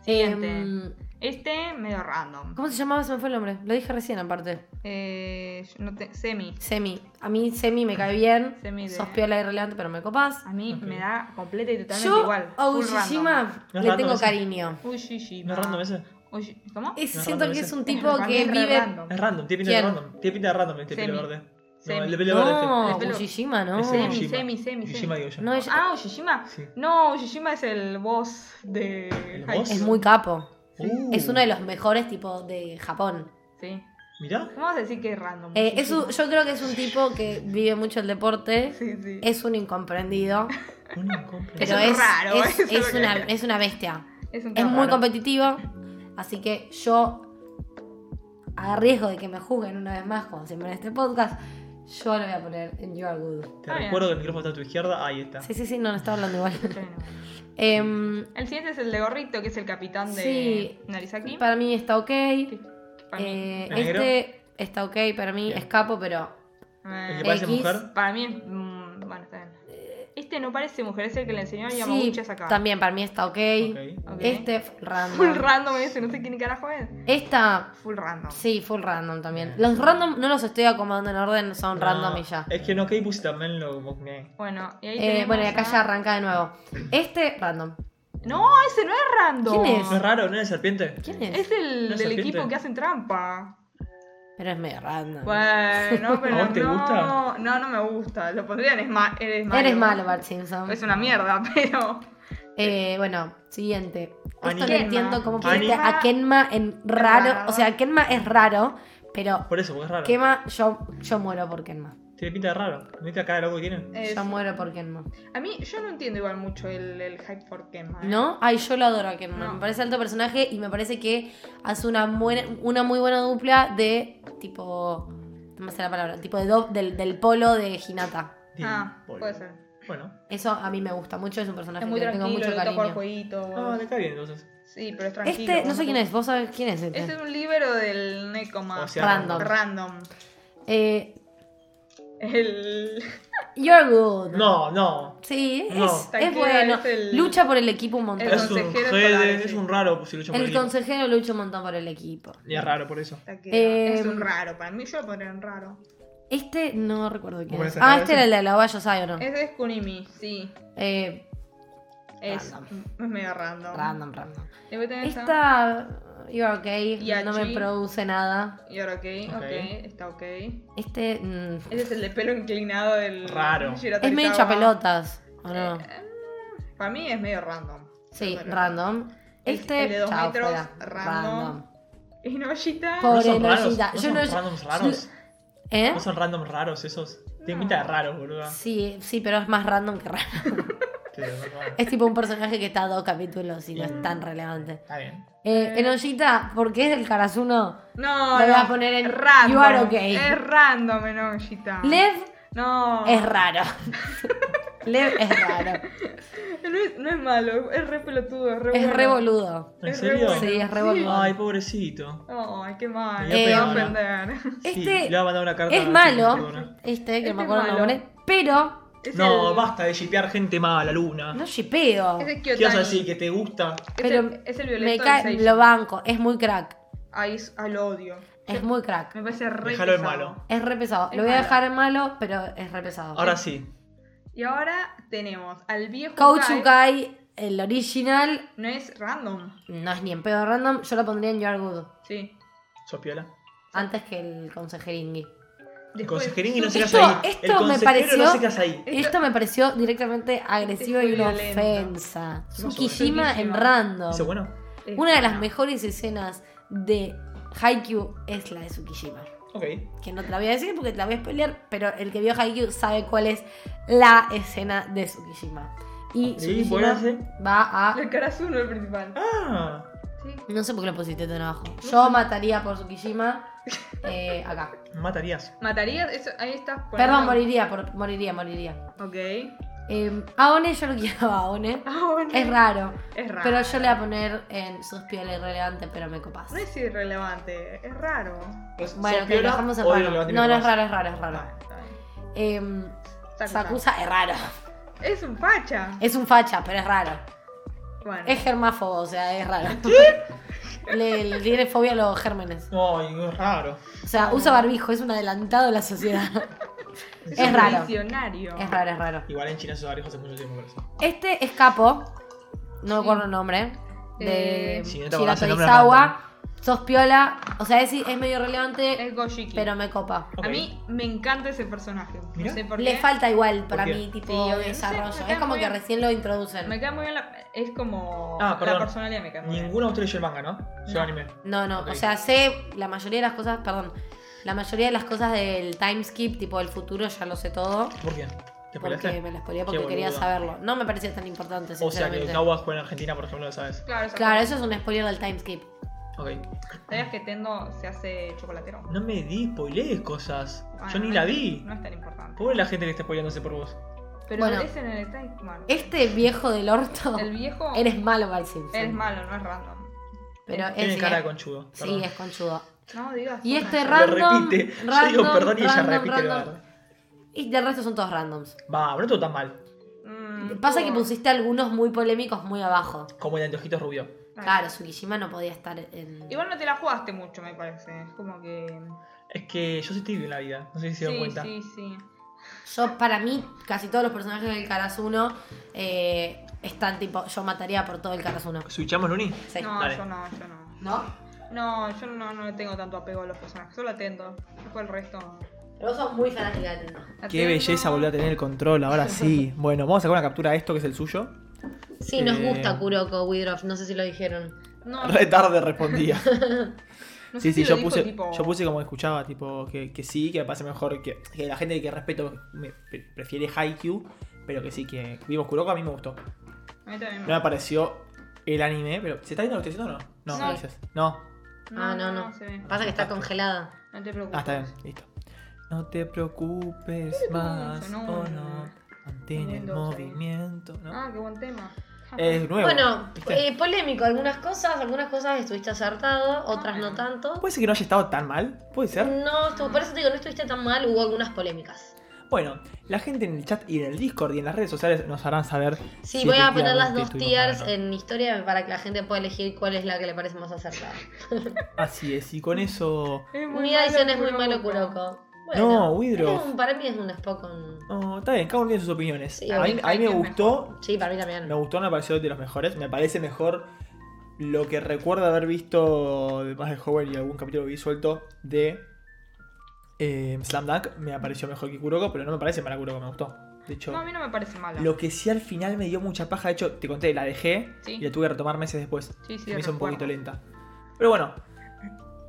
Speaker 3: Siguiente.
Speaker 4: Eh,
Speaker 3: Este, medio random.
Speaker 4: ¿Cómo se llamaba? Se me fue el nombre. Lo dije recién aparte.
Speaker 3: Eh, yo no te- semi.
Speaker 4: Semi. A mí Semi me cae bien.
Speaker 3: Semi de-
Speaker 4: Sos piola irrelevante, pero me copas.
Speaker 3: A mí
Speaker 1: Ok.
Speaker 3: me da completa y totalmente
Speaker 4: Yo
Speaker 3: igual.
Speaker 4: a
Speaker 3: full random.
Speaker 4: Ushijima
Speaker 1: No es
Speaker 4: le
Speaker 1: random
Speaker 4: tengo
Speaker 1: ese.
Speaker 4: cariño.
Speaker 1: ¿No
Speaker 3: Ushijima.
Speaker 1: es random ese?
Speaker 3: Ushi- ¿Cómo?
Speaker 4: Es-
Speaker 1: No es
Speaker 4: siento
Speaker 1: random
Speaker 4: que
Speaker 1: ese.
Speaker 4: es un tipo
Speaker 3: Para mí
Speaker 4: que
Speaker 3: es re
Speaker 4: vive...
Speaker 3: random.
Speaker 1: Es random, tiene pinta de
Speaker 4: ¿Quién?
Speaker 1: random. Tiene pinta de random este
Speaker 3: Semi.
Speaker 1: pelo verde. No,
Speaker 3: Semi.
Speaker 1: el de pelo verde
Speaker 4: No,
Speaker 3: El pelo-
Speaker 4: Ushijima no.
Speaker 1: Es Semi.
Speaker 3: Semi,
Speaker 1: Ushijima.
Speaker 3: semi, semi,
Speaker 1: este.
Speaker 3: semi.
Speaker 1: Yushima digo yo.
Speaker 4: No, es-
Speaker 3: Ah, Ushijima.
Speaker 1: Sí.
Speaker 3: No, Ushijima es el boss de
Speaker 1: ¿El
Speaker 3: Haikyuu.
Speaker 1: boss?
Speaker 4: Es muy capo.
Speaker 1: Uh,
Speaker 4: Es uno de los mejores tipos de Japón.
Speaker 3: Sí.
Speaker 1: Mirá.
Speaker 3: Vamos a decir que es random.
Speaker 4: Eh, es
Speaker 3: Ushijima.
Speaker 4: un- yo creo que es un tipo que vive mucho el deporte.
Speaker 3: (laughs) Sí, sí.
Speaker 4: Es un incomprendido.
Speaker 1: Un incomprendido.
Speaker 4: Pero
Speaker 3: Es
Speaker 4: es,
Speaker 3: raro,
Speaker 4: es,
Speaker 3: eso
Speaker 4: es
Speaker 3: es lo
Speaker 4: una,
Speaker 3: que-
Speaker 4: es una bestia.
Speaker 3: Es un
Speaker 4: Es
Speaker 3: tema
Speaker 4: muy
Speaker 3: raro.
Speaker 4: competitivo. Así que yo, a riesgo de que me juzguen una vez más, como siempre en este podcast, yo lo voy a poner en You Are Good.
Speaker 1: Te
Speaker 3: Ah,
Speaker 1: recuerdo que el micrófono está a tu izquierda. Ahí está.
Speaker 4: Sí, sí, sí, no, no está hablando
Speaker 3: (laughs)
Speaker 4: igual.
Speaker 3: Bueno.
Speaker 4: Em,
Speaker 3: El siguiente es el de gorrito, que es el capitán de
Speaker 4: Sí.
Speaker 3: Narizaki.
Speaker 4: para mí está ok.
Speaker 3: Para mí-
Speaker 4: Eh,
Speaker 1: ¿El negro?
Speaker 4: este está ok, para mí
Speaker 1: Bien.
Speaker 4: escapo, pero
Speaker 1: El
Speaker 3: eh,
Speaker 1: que parece
Speaker 4: X.
Speaker 1: mujer.
Speaker 3: para mí es... mm, bueno, está bien. Este no parece mujer, es el que le enseñó a
Speaker 4: Eh, Sí,
Speaker 3: Yamaguchi a sacar.
Speaker 4: también para mí está ok.
Speaker 1: Ok.
Speaker 3: Ok.
Speaker 4: Este,
Speaker 3: (laughs) Full
Speaker 4: random.
Speaker 3: random ese, no sé quién carajo es.
Speaker 4: Esta,
Speaker 3: Full random.
Speaker 4: sí, full random también. Los random no los estoy acomodando en orden, son random y ya.
Speaker 1: Ah, Es que en OK puse también lo mocné.
Speaker 3: Bueno, y ahí
Speaker 4: Eh,
Speaker 3: Eh, tenemos
Speaker 4: bueno, y acá
Speaker 3: a-
Speaker 4: ya arranca de nuevo. Este, random.
Speaker 3: No, ese no es random.
Speaker 4: ¿Quién
Speaker 1: ¿No es raro? ¿No es serpiente?
Speaker 4: ¿Quién es?
Speaker 3: Es el
Speaker 1: ¿No es
Speaker 3: del
Speaker 1: serpiente?
Speaker 3: equipo que hacen
Speaker 4: (laughs)
Speaker 3: trampa.
Speaker 4: Pero es medio random.
Speaker 3: Bueno, pero
Speaker 1: ¿A vos te
Speaker 3: no,
Speaker 1: gusta?
Speaker 3: no, no me gusta. Lo pondría en esma- eres malo.
Speaker 4: Eres malo, Bart Simpson.
Speaker 3: Es una mierda, (laughs) pero.
Speaker 4: Eh, bueno, siguiente. Esto no
Speaker 1: Anima.
Speaker 4: entiendo cómo pusiste
Speaker 1: Anima.
Speaker 4: a Kenma en raro.
Speaker 3: Raro.
Speaker 4: O sea, Kenma es raro, pero
Speaker 1: Por eso, porque es raro.
Speaker 4: Kenma, yo, yo muero por Kenma.
Speaker 1: Tiene pinta de raro. ¿Viste acá loco que tiene?
Speaker 3: es-
Speaker 4: Yo muero por Kenma.
Speaker 3: A mí, yo no entiendo igual mucho el, el hype por Kenma. ¿eh?
Speaker 4: ¿No? Ay, yo lo adoro a Kenma.
Speaker 3: No.
Speaker 4: Me parece alto personaje y me parece que hace una, buena, una muy buena dupla de tipo. No me sé la palabra. Tipo de do- del, del polo de Hinata.
Speaker 1: Tiene
Speaker 3: Ah,
Speaker 1: polvo.
Speaker 3: puede ser.
Speaker 1: Bueno. Ah,
Speaker 4: Eso a mí me gusta mucho. Es un personaje
Speaker 3: Es muy
Speaker 4: que le tengo
Speaker 3: tranquilo,
Speaker 4: mucho
Speaker 3: le toca jugar
Speaker 4: cariño.
Speaker 3: jueguitos.
Speaker 1: Ah, le está bien entonces.
Speaker 3: Sí, pero es tranquilo.
Speaker 4: Este, no sé quién es. ¿Vos sabés quién es este?
Speaker 3: Este es un libro del Necoma.
Speaker 1: O sea,
Speaker 4: Random.
Speaker 3: Random.
Speaker 4: Eh,
Speaker 3: El.
Speaker 4: you're good.
Speaker 1: No, no.
Speaker 4: Sí,
Speaker 1: No.
Speaker 4: es,
Speaker 3: Tranquila,
Speaker 4: es bueno.
Speaker 3: es el-
Speaker 4: Lucha por el equipo un montón.
Speaker 3: El
Speaker 4: El,
Speaker 1: es un
Speaker 3: consejero
Speaker 1: jede,
Speaker 3: escolar,
Speaker 1: es
Speaker 3: sí.
Speaker 1: un raro si lucha por el equipo.
Speaker 4: consejero lucha un montón por el equipo.
Speaker 1: Y es raro por eso.
Speaker 3: taquero.
Speaker 4: Eh,
Speaker 3: Es un raro. Para mí, yo lo pondría en raro.
Speaker 4: Este no recuerdo quién
Speaker 1: Bueno,
Speaker 4: es.
Speaker 1: ese
Speaker 4: Ah,
Speaker 1: no,
Speaker 4: este
Speaker 1: ese.
Speaker 4: era el de la Ovayo o no.
Speaker 3: Ese es Kunimi, sí.
Speaker 4: Eh,
Speaker 3: Es,
Speaker 4: Random.
Speaker 3: es medio random.
Speaker 4: random, random.
Speaker 3: Después tenés a-
Speaker 4: Esta, you're
Speaker 3: Y a
Speaker 4: okay, no me
Speaker 3: Chi.
Speaker 4: produce nada.
Speaker 3: Y ahora ok, ok,
Speaker 1: Ok.
Speaker 3: está ok.
Speaker 4: Este mm,
Speaker 3: Ese es el de pelo inclinado del.
Speaker 1: Raro.
Speaker 3: Shiro
Speaker 4: es medio
Speaker 3: Torizawa.
Speaker 4: chapelotas, ¿o no?
Speaker 3: Para mí es medio random.
Speaker 4: Sí,
Speaker 3: Pero-
Speaker 4: random.
Speaker 3: El-
Speaker 4: Este,
Speaker 3: el de dos
Speaker 4: chao,
Speaker 3: metros,
Speaker 4: fuera.
Speaker 3: random. Y Noyita.
Speaker 4: Pobre
Speaker 1: no son raros.
Speaker 4: Nojita.
Speaker 1: ¿No
Speaker 4: Yo
Speaker 1: son
Speaker 4: no-
Speaker 1: randoms raros.
Speaker 4: ¿Eh?
Speaker 1: No son randoms raros esos. Tienen pinta de raros, boluda.
Speaker 4: Sí, sí, pero es más random (laughs) que raro.
Speaker 1: Sí, es raro.
Speaker 4: es tipo un personaje que está a dos capítulos y no es
Speaker 1: Mm.
Speaker 4: tan relevante.
Speaker 1: Está bien.
Speaker 4: Eh, en ollita, ¿por qué es el Karasuno?
Speaker 3: No,
Speaker 4: Lo
Speaker 3: no.
Speaker 4: voy a poner en
Speaker 3: random.
Speaker 4: You are okay.
Speaker 3: Es random en Noyita.
Speaker 4: Lev
Speaker 3: No.
Speaker 4: es raro. (laughs) Lev es raro.
Speaker 3: No es, no es malo, es re pelotudo, es re
Speaker 4: Es
Speaker 3: bueno.
Speaker 4: re boludo.
Speaker 1: ¿En
Speaker 3: Es re
Speaker 1: serio?
Speaker 3: bueno.
Speaker 4: Sí, es re boludo.
Speaker 1: Ay, pobrecito.
Speaker 3: Ay, qué mal.
Speaker 1: Eh,
Speaker 3: Me va a
Speaker 1: bueno.
Speaker 3: ofender.
Speaker 1: (laughs) Sí,
Speaker 4: Este
Speaker 1: le va a mandar una carta a
Speaker 4: Es
Speaker 1: la
Speaker 4: malo.
Speaker 1: perdona.
Speaker 4: Este, que no
Speaker 3: Este
Speaker 4: me
Speaker 3: es
Speaker 4: acuerdo el
Speaker 3: malo.
Speaker 4: nombre. Pero
Speaker 3: Es
Speaker 1: No,
Speaker 3: el-
Speaker 1: basta de shipear gente mala, Luna.
Speaker 4: no shipeo.
Speaker 3: Es
Speaker 1: ¿Qué
Speaker 3: el Kyotani.
Speaker 1: vas a decir? ¿Que te gusta?
Speaker 3: Es,
Speaker 4: Pero
Speaker 3: el, es el
Speaker 4: Me
Speaker 3: violeto
Speaker 4: cae,
Speaker 3: del
Speaker 4: lo banco. Es muy crack.
Speaker 3: Ahí al odio.
Speaker 4: Es muy crack.
Speaker 3: Me parece re
Speaker 1: Déjalo en
Speaker 3: pesado.
Speaker 1: malo.
Speaker 4: Es re pesado.
Speaker 3: Es
Speaker 4: Lo voy a
Speaker 3: malo.
Speaker 4: dejar en malo, pero es re pesado.
Speaker 1: Ahora sí.
Speaker 3: Y ahora tenemos al viejo Kai.
Speaker 4: Kauchukai, el original,
Speaker 3: No es random.
Speaker 4: no es ni en pedo random. Yo lo pondría en You Are Good.
Speaker 3: Sí.
Speaker 1: ¿Sos piola?
Speaker 4: Antes que el consejeringui.
Speaker 1: El
Speaker 3: Después-
Speaker 1: consejerín y no se
Speaker 4: Esto-
Speaker 1: casa ahí. El
Speaker 4: esto me
Speaker 1: consejero no
Speaker 4: pareció-
Speaker 1: se casa ahí.
Speaker 4: Esto me pareció directamente agresivo y
Speaker 3: Es
Speaker 4: una
Speaker 3: muy violento.
Speaker 4: ofensa.
Speaker 1: No,
Speaker 4: Tsukishima
Speaker 3: sobre-
Speaker 4: en
Speaker 3: Tsukishima.
Speaker 4: random.
Speaker 1: ¿Hizo bueno?
Speaker 3: es
Speaker 4: Una de las
Speaker 3: bueno.
Speaker 4: mejores escenas de Haikyuu es la de Tsukishima.
Speaker 1: Ok.
Speaker 4: Que no te la voy a decir porque te la voy a spoilear, pero el que vio Haikyuu sabe cuál es la escena de Tsukishima. Y
Speaker 1: Sí,
Speaker 4: Tsukishima
Speaker 1: buena, sí.
Speaker 4: va a...
Speaker 3: El Karasuno el principal.
Speaker 1: Ah,
Speaker 3: Sí.
Speaker 4: No sé por qué lo pusiste tan abajo. Yo mataría por Tsukishima eh, (laughs) acá.
Speaker 1: matarías.
Speaker 3: ¿Matarías? Eso, ahí estás poniendo-
Speaker 4: Perdón, moriría, por- moriría, moriría.
Speaker 3: Ok.
Speaker 4: Eh, Aone, yo lo quiero a Aone. (laughs)
Speaker 3: Ah, bueno.
Speaker 4: Es raro.
Speaker 3: Es raro.
Speaker 4: Pero yo le voy a poner en sus pieles irrelevante, pero me copas.
Speaker 3: No es irrelevante, es raro.
Speaker 1: Pues,
Speaker 4: Bueno, que lo dejamos en
Speaker 1: paro.
Speaker 4: raro. No, no es raro, es raro, es raro.
Speaker 3: Ah, está bien.
Speaker 4: Em,
Speaker 3: Sakusa.
Speaker 4: Sakusa es raro.
Speaker 3: Es un facha.
Speaker 4: Es un facha, pero es raro.
Speaker 3: Bueno.
Speaker 4: Es germáfobo, o sea, es raro. Le, le tiene fobia a los gérmenes.
Speaker 1: No, y no es raro.
Speaker 4: O sea, usa barbijo, es un adelantado de la sociedad.
Speaker 3: Es,
Speaker 4: es
Speaker 3: un
Speaker 4: raro.
Speaker 3: visionario.
Speaker 4: Es raro, es raro.
Speaker 1: Igual en China esos barrios hace mucho tiempo por eso.
Speaker 4: Este es Capo, no
Speaker 3: Sí.
Speaker 4: me acuerdo el nombre, de
Speaker 3: Eh,
Speaker 1: Sí, no te
Speaker 4: Shira
Speaker 1: acordás el nombre,
Speaker 4: Torizawa. Sos piola, o sea, es, es medio relevante,
Speaker 3: Es Goshiki.
Speaker 4: pero me copa.
Speaker 1: Ok.
Speaker 3: A mí me encanta ese personaje.
Speaker 1: Mirá.
Speaker 3: No sé por qué.
Speaker 4: Le falta igual para
Speaker 1: qué?
Speaker 4: mí, tipo,
Speaker 3: Sí, obvio.
Speaker 4: desarrollo.
Speaker 3: No sé, me
Speaker 4: es
Speaker 3: cae
Speaker 4: como
Speaker 3: muy
Speaker 4: que
Speaker 3: bien.
Speaker 4: recién lo introducen.
Speaker 3: Me cae muy bien la... Es como...
Speaker 1: Ah, perdón.
Speaker 3: La personalidad me cae muy bien.
Speaker 1: Ninguno de ustedes leyó el manga, ¿no? Yo
Speaker 3: No.
Speaker 1: anime.
Speaker 4: No, no,
Speaker 1: Ok.
Speaker 4: o sea, sé la mayoría de las cosas, perdón, la mayoría de las cosas del time skip, tipo el futuro, ya lo sé todo.
Speaker 1: ¿Por qué? ¿Te
Speaker 4: Porque
Speaker 1: spoileaste?
Speaker 4: me lo spoileé porque
Speaker 1: Qué
Speaker 4: quería
Speaker 1: boluda.
Speaker 4: saberlo. No me parecía tan importante,
Speaker 1: O sea, que
Speaker 4: sinceramente.
Speaker 1: Kawa juega en Argentina, por ejemplo, lo sabes.
Speaker 3: Claro, esa
Speaker 4: claro,
Speaker 3: cosa.
Speaker 4: eso es un spoiler del time skip.
Speaker 1: Ok.
Speaker 3: ¿Sabías que Tendo se hace chocolatero?
Speaker 1: No me di spoilees cosas.
Speaker 3: Ah,
Speaker 1: Yo
Speaker 3: no
Speaker 1: ni
Speaker 3: es-
Speaker 1: la vi.
Speaker 3: No es tan importante.
Speaker 1: Pobre la gente que está spoileándose por vos.
Speaker 3: Pero
Speaker 4: Bueno.
Speaker 3: es en el time. Bueno,
Speaker 4: Este viejo del orto,
Speaker 3: el viejo
Speaker 7: (laughs)
Speaker 4: eres malo, Bart Simpson.
Speaker 3: es malo, no es random.
Speaker 4: Pero
Speaker 1: Tiene
Speaker 4: es,
Speaker 1: cara de
Speaker 4: es-
Speaker 1: conchudo.
Speaker 4: Sí,
Speaker 1: (laughs)
Speaker 4: es conchudo.
Speaker 3: No digas.
Speaker 4: Y
Speaker 3: cosas.
Speaker 4: este
Speaker 1: Lo
Speaker 4: random.
Speaker 1: repite. Yo
Speaker 4: random,
Speaker 1: digo perdón y ella
Speaker 4: random,
Speaker 1: repite, la
Speaker 4: random.
Speaker 1: verdad.
Speaker 4: Y del resto son todos randoms.
Speaker 1: Va, pero no estuvo tan mal.
Speaker 3: Mm, Mm,
Speaker 7: Pasa que
Speaker 3: por-
Speaker 7: pusiste algunos muy polémicos muy abajo.
Speaker 1: Como el de anteojitos rubio.
Speaker 3: Ah.
Speaker 7: Claro, Tsukishima no podía estar en.
Speaker 3: Igual no te la jugaste mucho, me parece. Es como que.
Speaker 1: Es que yo soy tibio en la vida, no sé si se dieron
Speaker 3: Sí,
Speaker 1: cuenta.
Speaker 3: sí, sí.
Speaker 7: Yo, para mí, casi todos los personajes del Karasuno eh, están tipo. Yo mataría por todo el Karasuno.
Speaker 1: ¿Switchamos Luni?
Speaker 7: Sí.
Speaker 3: No,
Speaker 1: Dale.
Speaker 3: yo no, yo no.
Speaker 7: ¿No?
Speaker 3: No, yo no, no le tengo tanto apego a los personajes, solo atento. Después el resto.
Speaker 7: Pero vos sos muy fanática de Tendo.
Speaker 1: Qué
Speaker 3: Atento.
Speaker 1: belleza volver a tener el control, ahora
Speaker 4: (laughs)
Speaker 1: sí. Bueno, vamos a sacar una captura de esto que es el suyo.
Speaker 4: Sí, nos
Speaker 1: Eh.
Speaker 4: gusta Kuroko Widroff, no sé si lo dijeron.
Speaker 1: (laughs)
Speaker 3: No,
Speaker 1: Re tarde
Speaker 4: (laughs)
Speaker 1: respondía.
Speaker 3: no sé
Speaker 1: Sí, sí,
Speaker 3: si
Speaker 1: yo
Speaker 3: lo dijo,
Speaker 1: puse,
Speaker 3: tipo-
Speaker 1: yo puse como escuchaba, tipo, que, que sí, que me parece mejor, que, que la gente que respeto me pre- prefiere Haikyuu, pero que sí, que vimos Kuroko, a mí me gustó.
Speaker 3: A mí también
Speaker 1: No
Speaker 3: me-
Speaker 1: me pareció el anime, pero ¿se está viendo lo que estoy diciendo o no? No,
Speaker 3: Sí.
Speaker 1: gracias. No.
Speaker 4: Ah, no, no.
Speaker 3: se ve.
Speaker 4: Pasa que está congelada.
Speaker 3: No te preocupes.
Speaker 1: Ah, está bien, listo. No te preocupes más,
Speaker 3: no,
Speaker 1: oh
Speaker 3: no.
Speaker 1: no, mantén el
Speaker 3: Tremendo, o sea.
Speaker 1: movimiento, ¿no?
Speaker 3: Ah, qué buen tema.
Speaker 1: Es nuevo.
Speaker 4: Bueno,
Speaker 1: ¿viste?
Speaker 4: eh, polémico, algunas cosas, algunas cosas estuviste acertado, otras no tanto.
Speaker 1: Puede ser que no haya estado tan mal, puede ser.
Speaker 4: No, estuvo- por eso te digo, no estuviste tan mal, hubo algunas polémicas.
Speaker 1: Bueno, la gente en el chat y en el Discord y en las redes sociales nos harán saber.
Speaker 4: Sí,
Speaker 1: si
Speaker 4: voy a poner las
Speaker 1: efectivamente
Speaker 4: dos
Speaker 1: estuvimos
Speaker 4: tiers
Speaker 1: mal o no.
Speaker 4: en historia para que la gente pueda elegir cuál es la que le parece más acertada.
Speaker 1: Así es, y con eso.
Speaker 3: Es muy
Speaker 4: Mira,
Speaker 3: malo
Speaker 4: dicen es muy
Speaker 3: Kuroko.
Speaker 4: malo Kuroko.
Speaker 1: No, Widroff.
Speaker 4: es un- Para mí es un Spokon.
Speaker 1: Oh, está bien, cada uno tiene sus opiniones.
Speaker 4: Sí,
Speaker 1: a mí,
Speaker 3: Haikyuu
Speaker 1: a mí me
Speaker 3: es
Speaker 1: gustó,
Speaker 4: Sí, para mí también.
Speaker 1: me gustó, me pareció de los mejores. Me parece mejor lo que recuerdo haber visto de más de joven y algún capítulo que vi suelto de eh, Slam Dunk. Me pareció mejor que Kuroko, pero no me parece mala Kuroko, me gustó. De hecho,
Speaker 3: No, a mí no me parece mala.
Speaker 1: lo que sí al final me dio mucha paja, de hecho, te conté, la dejé
Speaker 3: Sí.
Speaker 1: y la tuve que retomar meses después.
Speaker 3: Sí, sí,
Speaker 1: Se me hizo un
Speaker 3: recuerdo.
Speaker 1: poquito lenta. Pero bueno,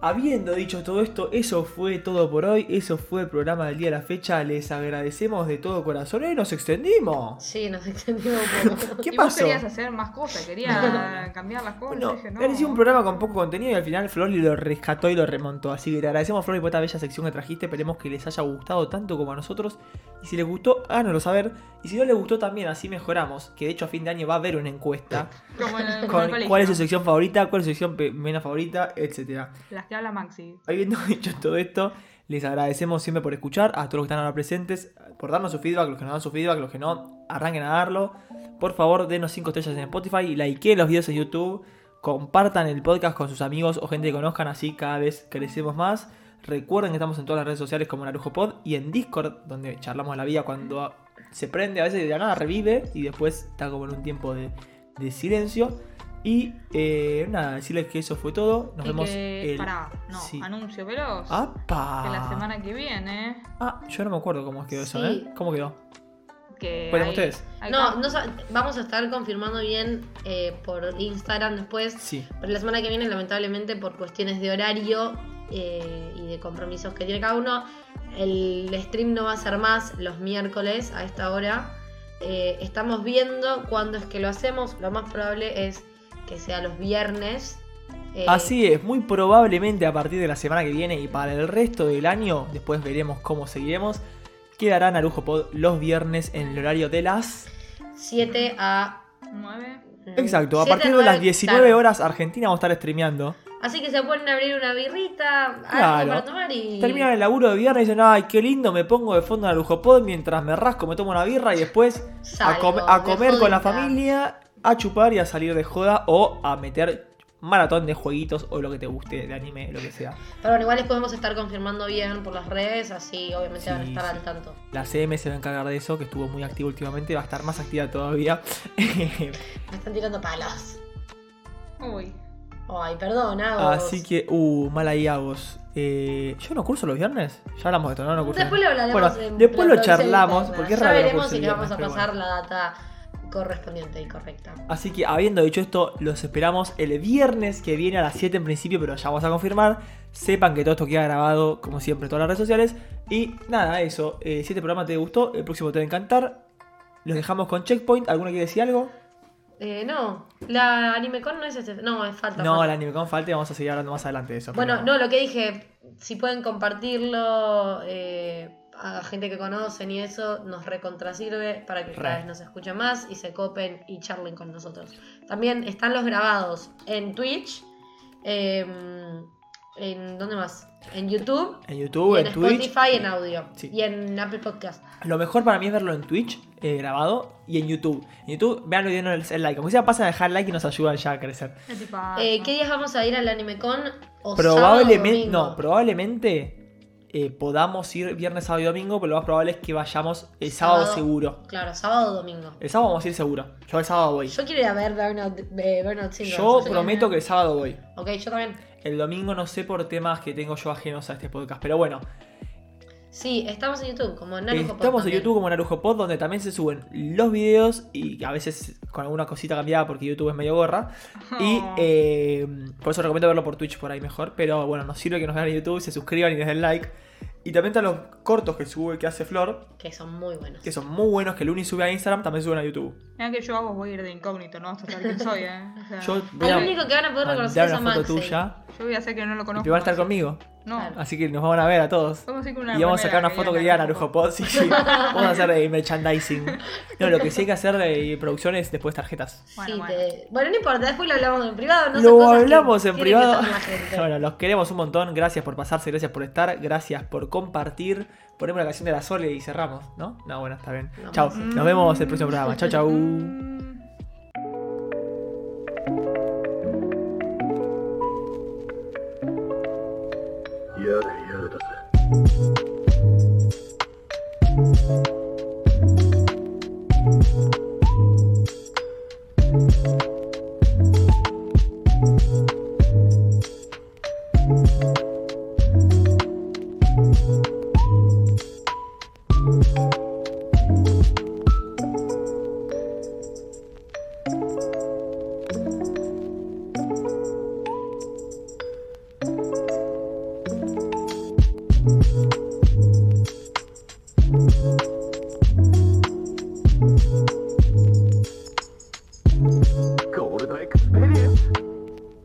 Speaker 1: habiendo dicho todo esto, eso fue todo por hoy. Eso fue el programa del día de la fecha. Les agradecemos de todo corazón. ¡Eh, nos extendimos!
Speaker 4: Sí, nos extendimos un poco.
Speaker 1: ¿Qué
Speaker 3: y Vos
Speaker 1: pasó?
Speaker 3: querías hacer más
Speaker 1: (laughs)
Speaker 3: cosas, querías cambiar las cosas.
Speaker 1: Bueno,
Speaker 3: dije, no.
Speaker 1: parecía un programa con poco contenido y al final Flori lo rescató y lo remontó. Así que te agradecemos, Flori, por esta bella sección que trajiste. Esperemos que les haya gustado tanto como a nosotros. Y si les gustó, háganoslo saber. Y si no les gustó también, así mejoramos. Que de hecho a fin de año va a haber una encuesta.
Speaker 3: Como en el-
Speaker 1: (laughs)
Speaker 3: como
Speaker 1: con
Speaker 3: en el
Speaker 1: cuál es su
Speaker 3: colegio.
Speaker 1: sección favorita, cuál es su sección pe- menos favorita, etcétera.
Speaker 3: Las que habla Maxi.
Speaker 1: Habiendo (laughs) dicho todo esto, les agradecemos siempre por escuchar, a todos los que están ahora presentes, por darnos su feedback, los que nos dan su feedback, los que no, arranquen a darlo. Por favor, denos 5 estrellas en Spotify, likeen los videos en YouTube, compartan el podcast con sus amigos o gente que conozcan, así cada vez crecemos más. Recuerden que estamos en todas las redes sociales como Narujo Pod y en Discord, donde charlamos de la vida cuando se prende, a veces de la nada revive y después está como en un tiempo de, de silencio. Y eh, nada, decirles que eso fue todo. Nos
Speaker 3: Y
Speaker 1: vemos
Speaker 3: que-
Speaker 1: el
Speaker 3: Pará, no,
Speaker 1: sí. Ah.
Speaker 3: anuncio veloz.
Speaker 1: ¡Apa!
Speaker 3: Que la semana que viene.
Speaker 1: Ah, yo no me acuerdo cómo quedó eso,
Speaker 4: Sí. Eh,
Speaker 1: ¿eh? ¿Cómo quedó?
Speaker 3: Que
Speaker 1: Cuenten
Speaker 3: hay-
Speaker 1: ustedes.
Speaker 3: hay
Speaker 4: No,
Speaker 3: cam-
Speaker 4: no sa- vamos a estar confirmando bien eh, por Instagram después.
Speaker 1: Sí.
Speaker 4: Pero la semana que viene, lamentablemente, por cuestiones de horario eh, y de compromisos que tiene cada uno, el stream no va a ser más los miércoles a esta hora. Eh, estamos viendo cuándo es que lo hacemos. Lo más probable es que sea los viernes. Eh,
Speaker 1: Así es, muy probablemente a partir de la semana que viene y para el resto del año, después veremos cómo seguiremos, quedará Narujo Pod los viernes en el horario de las...
Speaker 4: 7 a. mm,
Speaker 3: Nueve.
Speaker 1: Exacto, a
Speaker 4: siete
Speaker 1: partir de las
Speaker 4: nueve,
Speaker 1: 19
Speaker 4: claro.
Speaker 1: horas Argentina vamos a estar streameando.
Speaker 4: Así que se pueden abrir una birrita, algo
Speaker 1: Claro.
Speaker 4: para tomar y.
Speaker 1: Terminan el laburo de viernes y dicen, ay, qué lindo, me pongo de fondo Narujo Pod mientras me rasco, me tomo una birra y después a,
Speaker 4: salgo
Speaker 1: com- a
Speaker 4: de
Speaker 1: comer con la
Speaker 4: jodita.
Speaker 1: familia, a chupar y a salir de joda o a meter maratón de jueguitos o lo que te guste de anime, lo que sea.
Speaker 4: Pero bueno, igual les podemos estar confirmando bien por las redes, así obviamente
Speaker 1: Sí,
Speaker 4: van a estar
Speaker 1: sí.
Speaker 4: al tanto.
Speaker 1: La CM se va a encargar de eso, que estuvo muy activa últimamente, va a estar más activa
Speaker 4: (laughs)
Speaker 1: todavía.
Speaker 4: Me están tirando palos.
Speaker 3: Uy.
Speaker 4: Ay, perdón, Agos.
Speaker 1: Así que, uh, mal ahí Agos. Eh, ¿Yo no curso los viernes? Ya hablamos de esto, ¿no? no curso
Speaker 4: Después lo hablaremos.
Speaker 1: Bueno,
Speaker 4: en
Speaker 1: después
Speaker 4: la
Speaker 1: lo
Speaker 4: próxima
Speaker 1: charlamos,
Speaker 4: interna.
Speaker 1: porque es
Speaker 4: ya
Speaker 1: raro que no
Speaker 4: veremos
Speaker 1: curse
Speaker 4: si le vamos a
Speaker 1: viernes,
Speaker 4: pasar
Speaker 1: pero
Speaker 4: la data correspondiente y correcta.
Speaker 1: Así que habiendo dicho esto, los esperamos el viernes que viene a las 7 en principio, pero ya vamos a confirmar. Sepan que todo esto queda grabado, como siempre, en todas las redes sociales. Y nada, eso. Eh, si este programa te gustó, el próximo te va a encantar. Los dejamos con Checkpoint. ¿Alguno quiere decir algo?
Speaker 4: Eh, no, la AnimeCon no es este. No, es falta.
Speaker 1: No,
Speaker 4: falta.
Speaker 1: la anime con falta y vamos a seguir hablando más adelante de eso.
Speaker 4: Bueno,
Speaker 1: pero-
Speaker 4: no, lo que dije, si pueden compartirlo eh, a gente que conocen y eso, nos recontra sirve para que
Speaker 1: Re.
Speaker 4: cada vez nos escuchen más y se copen y charlen con nosotros. También están los grabados en Twitch. eh, ¿En dónde más? En YouTube.
Speaker 1: En YouTube,
Speaker 4: y
Speaker 1: Uh, en,
Speaker 4: en,
Speaker 1: Twitch.
Speaker 4: Spotify, en audio.
Speaker 1: Sí.
Speaker 4: Y en Apple Podcast.
Speaker 1: Lo mejor para mí es verlo en Twitch eh, grabado y en YouTube. En YouTube, veanlo y denos el like. Aunque sea, pasen a dejar like y nos ayudan ya a crecer.
Speaker 3: ah,
Speaker 4: Eh, ¿Qué días vamos a ir al AnimeCon? ¿O
Speaker 1: Probablemente,
Speaker 4: sábado o domingo?
Speaker 1: no, probablemente eh, podamos ir viernes, sábado y domingo, pero lo más probable es que vayamos el sábado,
Speaker 4: Sábado.
Speaker 1: seguro.
Speaker 4: Claro, sábado o domingo.
Speaker 1: El sábado vamos a ir seguro. Yo el sábado voy. Yo,
Speaker 4: Yo quiero ir a ver Burnout, eh, Burnout Syndrome. así
Speaker 1: prometo que el sábado voy.
Speaker 4: Ok, yo también.
Speaker 1: El domingo no sé por temas que tengo yo ajenos a este podcast, pero bueno.
Speaker 4: Sí, estamos en YouTube, como en Narujo Pod
Speaker 1: Estamos en
Speaker 4: también.
Speaker 1: YouTube como Narujo Pod, donde también se suben los videos y a veces con alguna cosita cambiada porque YouTube es medio gorra. Y
Speaker 3: Oh.
Speaker 1: eh, por eso recomiendo verlo por Twitch por ahí mejor. Pero bueno, nos sirve que nos vean en YouTube, se suscriban y les den like. Y también están los cortos que sube, que hace Flor,
Speaker 4: Que son muy buenos.
Speaker 1: que son muy buenos, que Luni sube a Instagram, también suben a YouTube.
Speaker 3: Mira que yo hago voy a ir de incógnito, no vas a saber quién soy, eh. O sea,
Speaker 1: Yo
Speaker 3: yo...
Speaker 1: voy a
Speaker 4: Al único que van a poder reconocer
Speaker 1: mandar
Speaker 4: es a
Speaker 1: una foto
Speaker 4: Maxi.
Speaker 1: tuya
Speaker 3: voy a hacer que no lo
Speaker 1: y
Speaker 3: conozco.
Speaker 1: te va a estar
Speaker 3: así.
Speaker 1: conmigo.
Speaker 3: No.
Speaker 4: Claro.
Speaker 1: Así que nos van a ver a todos.
Speaker 3: Vamos a ir con una
Speaker 1: Y vamos a
Speaker 3: remera
Speaker 1: sacar una foto que diga
Speaker 3: diga
Speaker 1: Narujo Pod, sí,
Speaker 3: (laughs)
Speaker 1: sí. Vamos a hacer eh, merchandising. No, lo que sí hay que hacer de producción es después tarjetas.
Speaker 4: Sí,
Speaker 3: Bueno, bueno.
Speaker 4: te- bueno, no importa, después lo hablamos en privado. No son
Speaker 1: lo
Speaker 4: cosas que
Speaker 1: hablamos en
Speaker 4: tiene que
Speaker 1: privado.
Speaker 4: saber la
Speaker 1: (laughs)
Speaker 4: gente.
Speaker 1: Bueno, los queremos un montón. Gracias por pasarse, gracias por estar, gracias por compartir. Ponemos la canción de la Sole y cerramos, ¿no? No, bueno, está bien.
Speaker 4: Vamos.
Speaker 1: Chao, nos vemos en el próximo programa. Chao, chao.
Speaker 3: Mm.
Speaker 9: Yada, yada.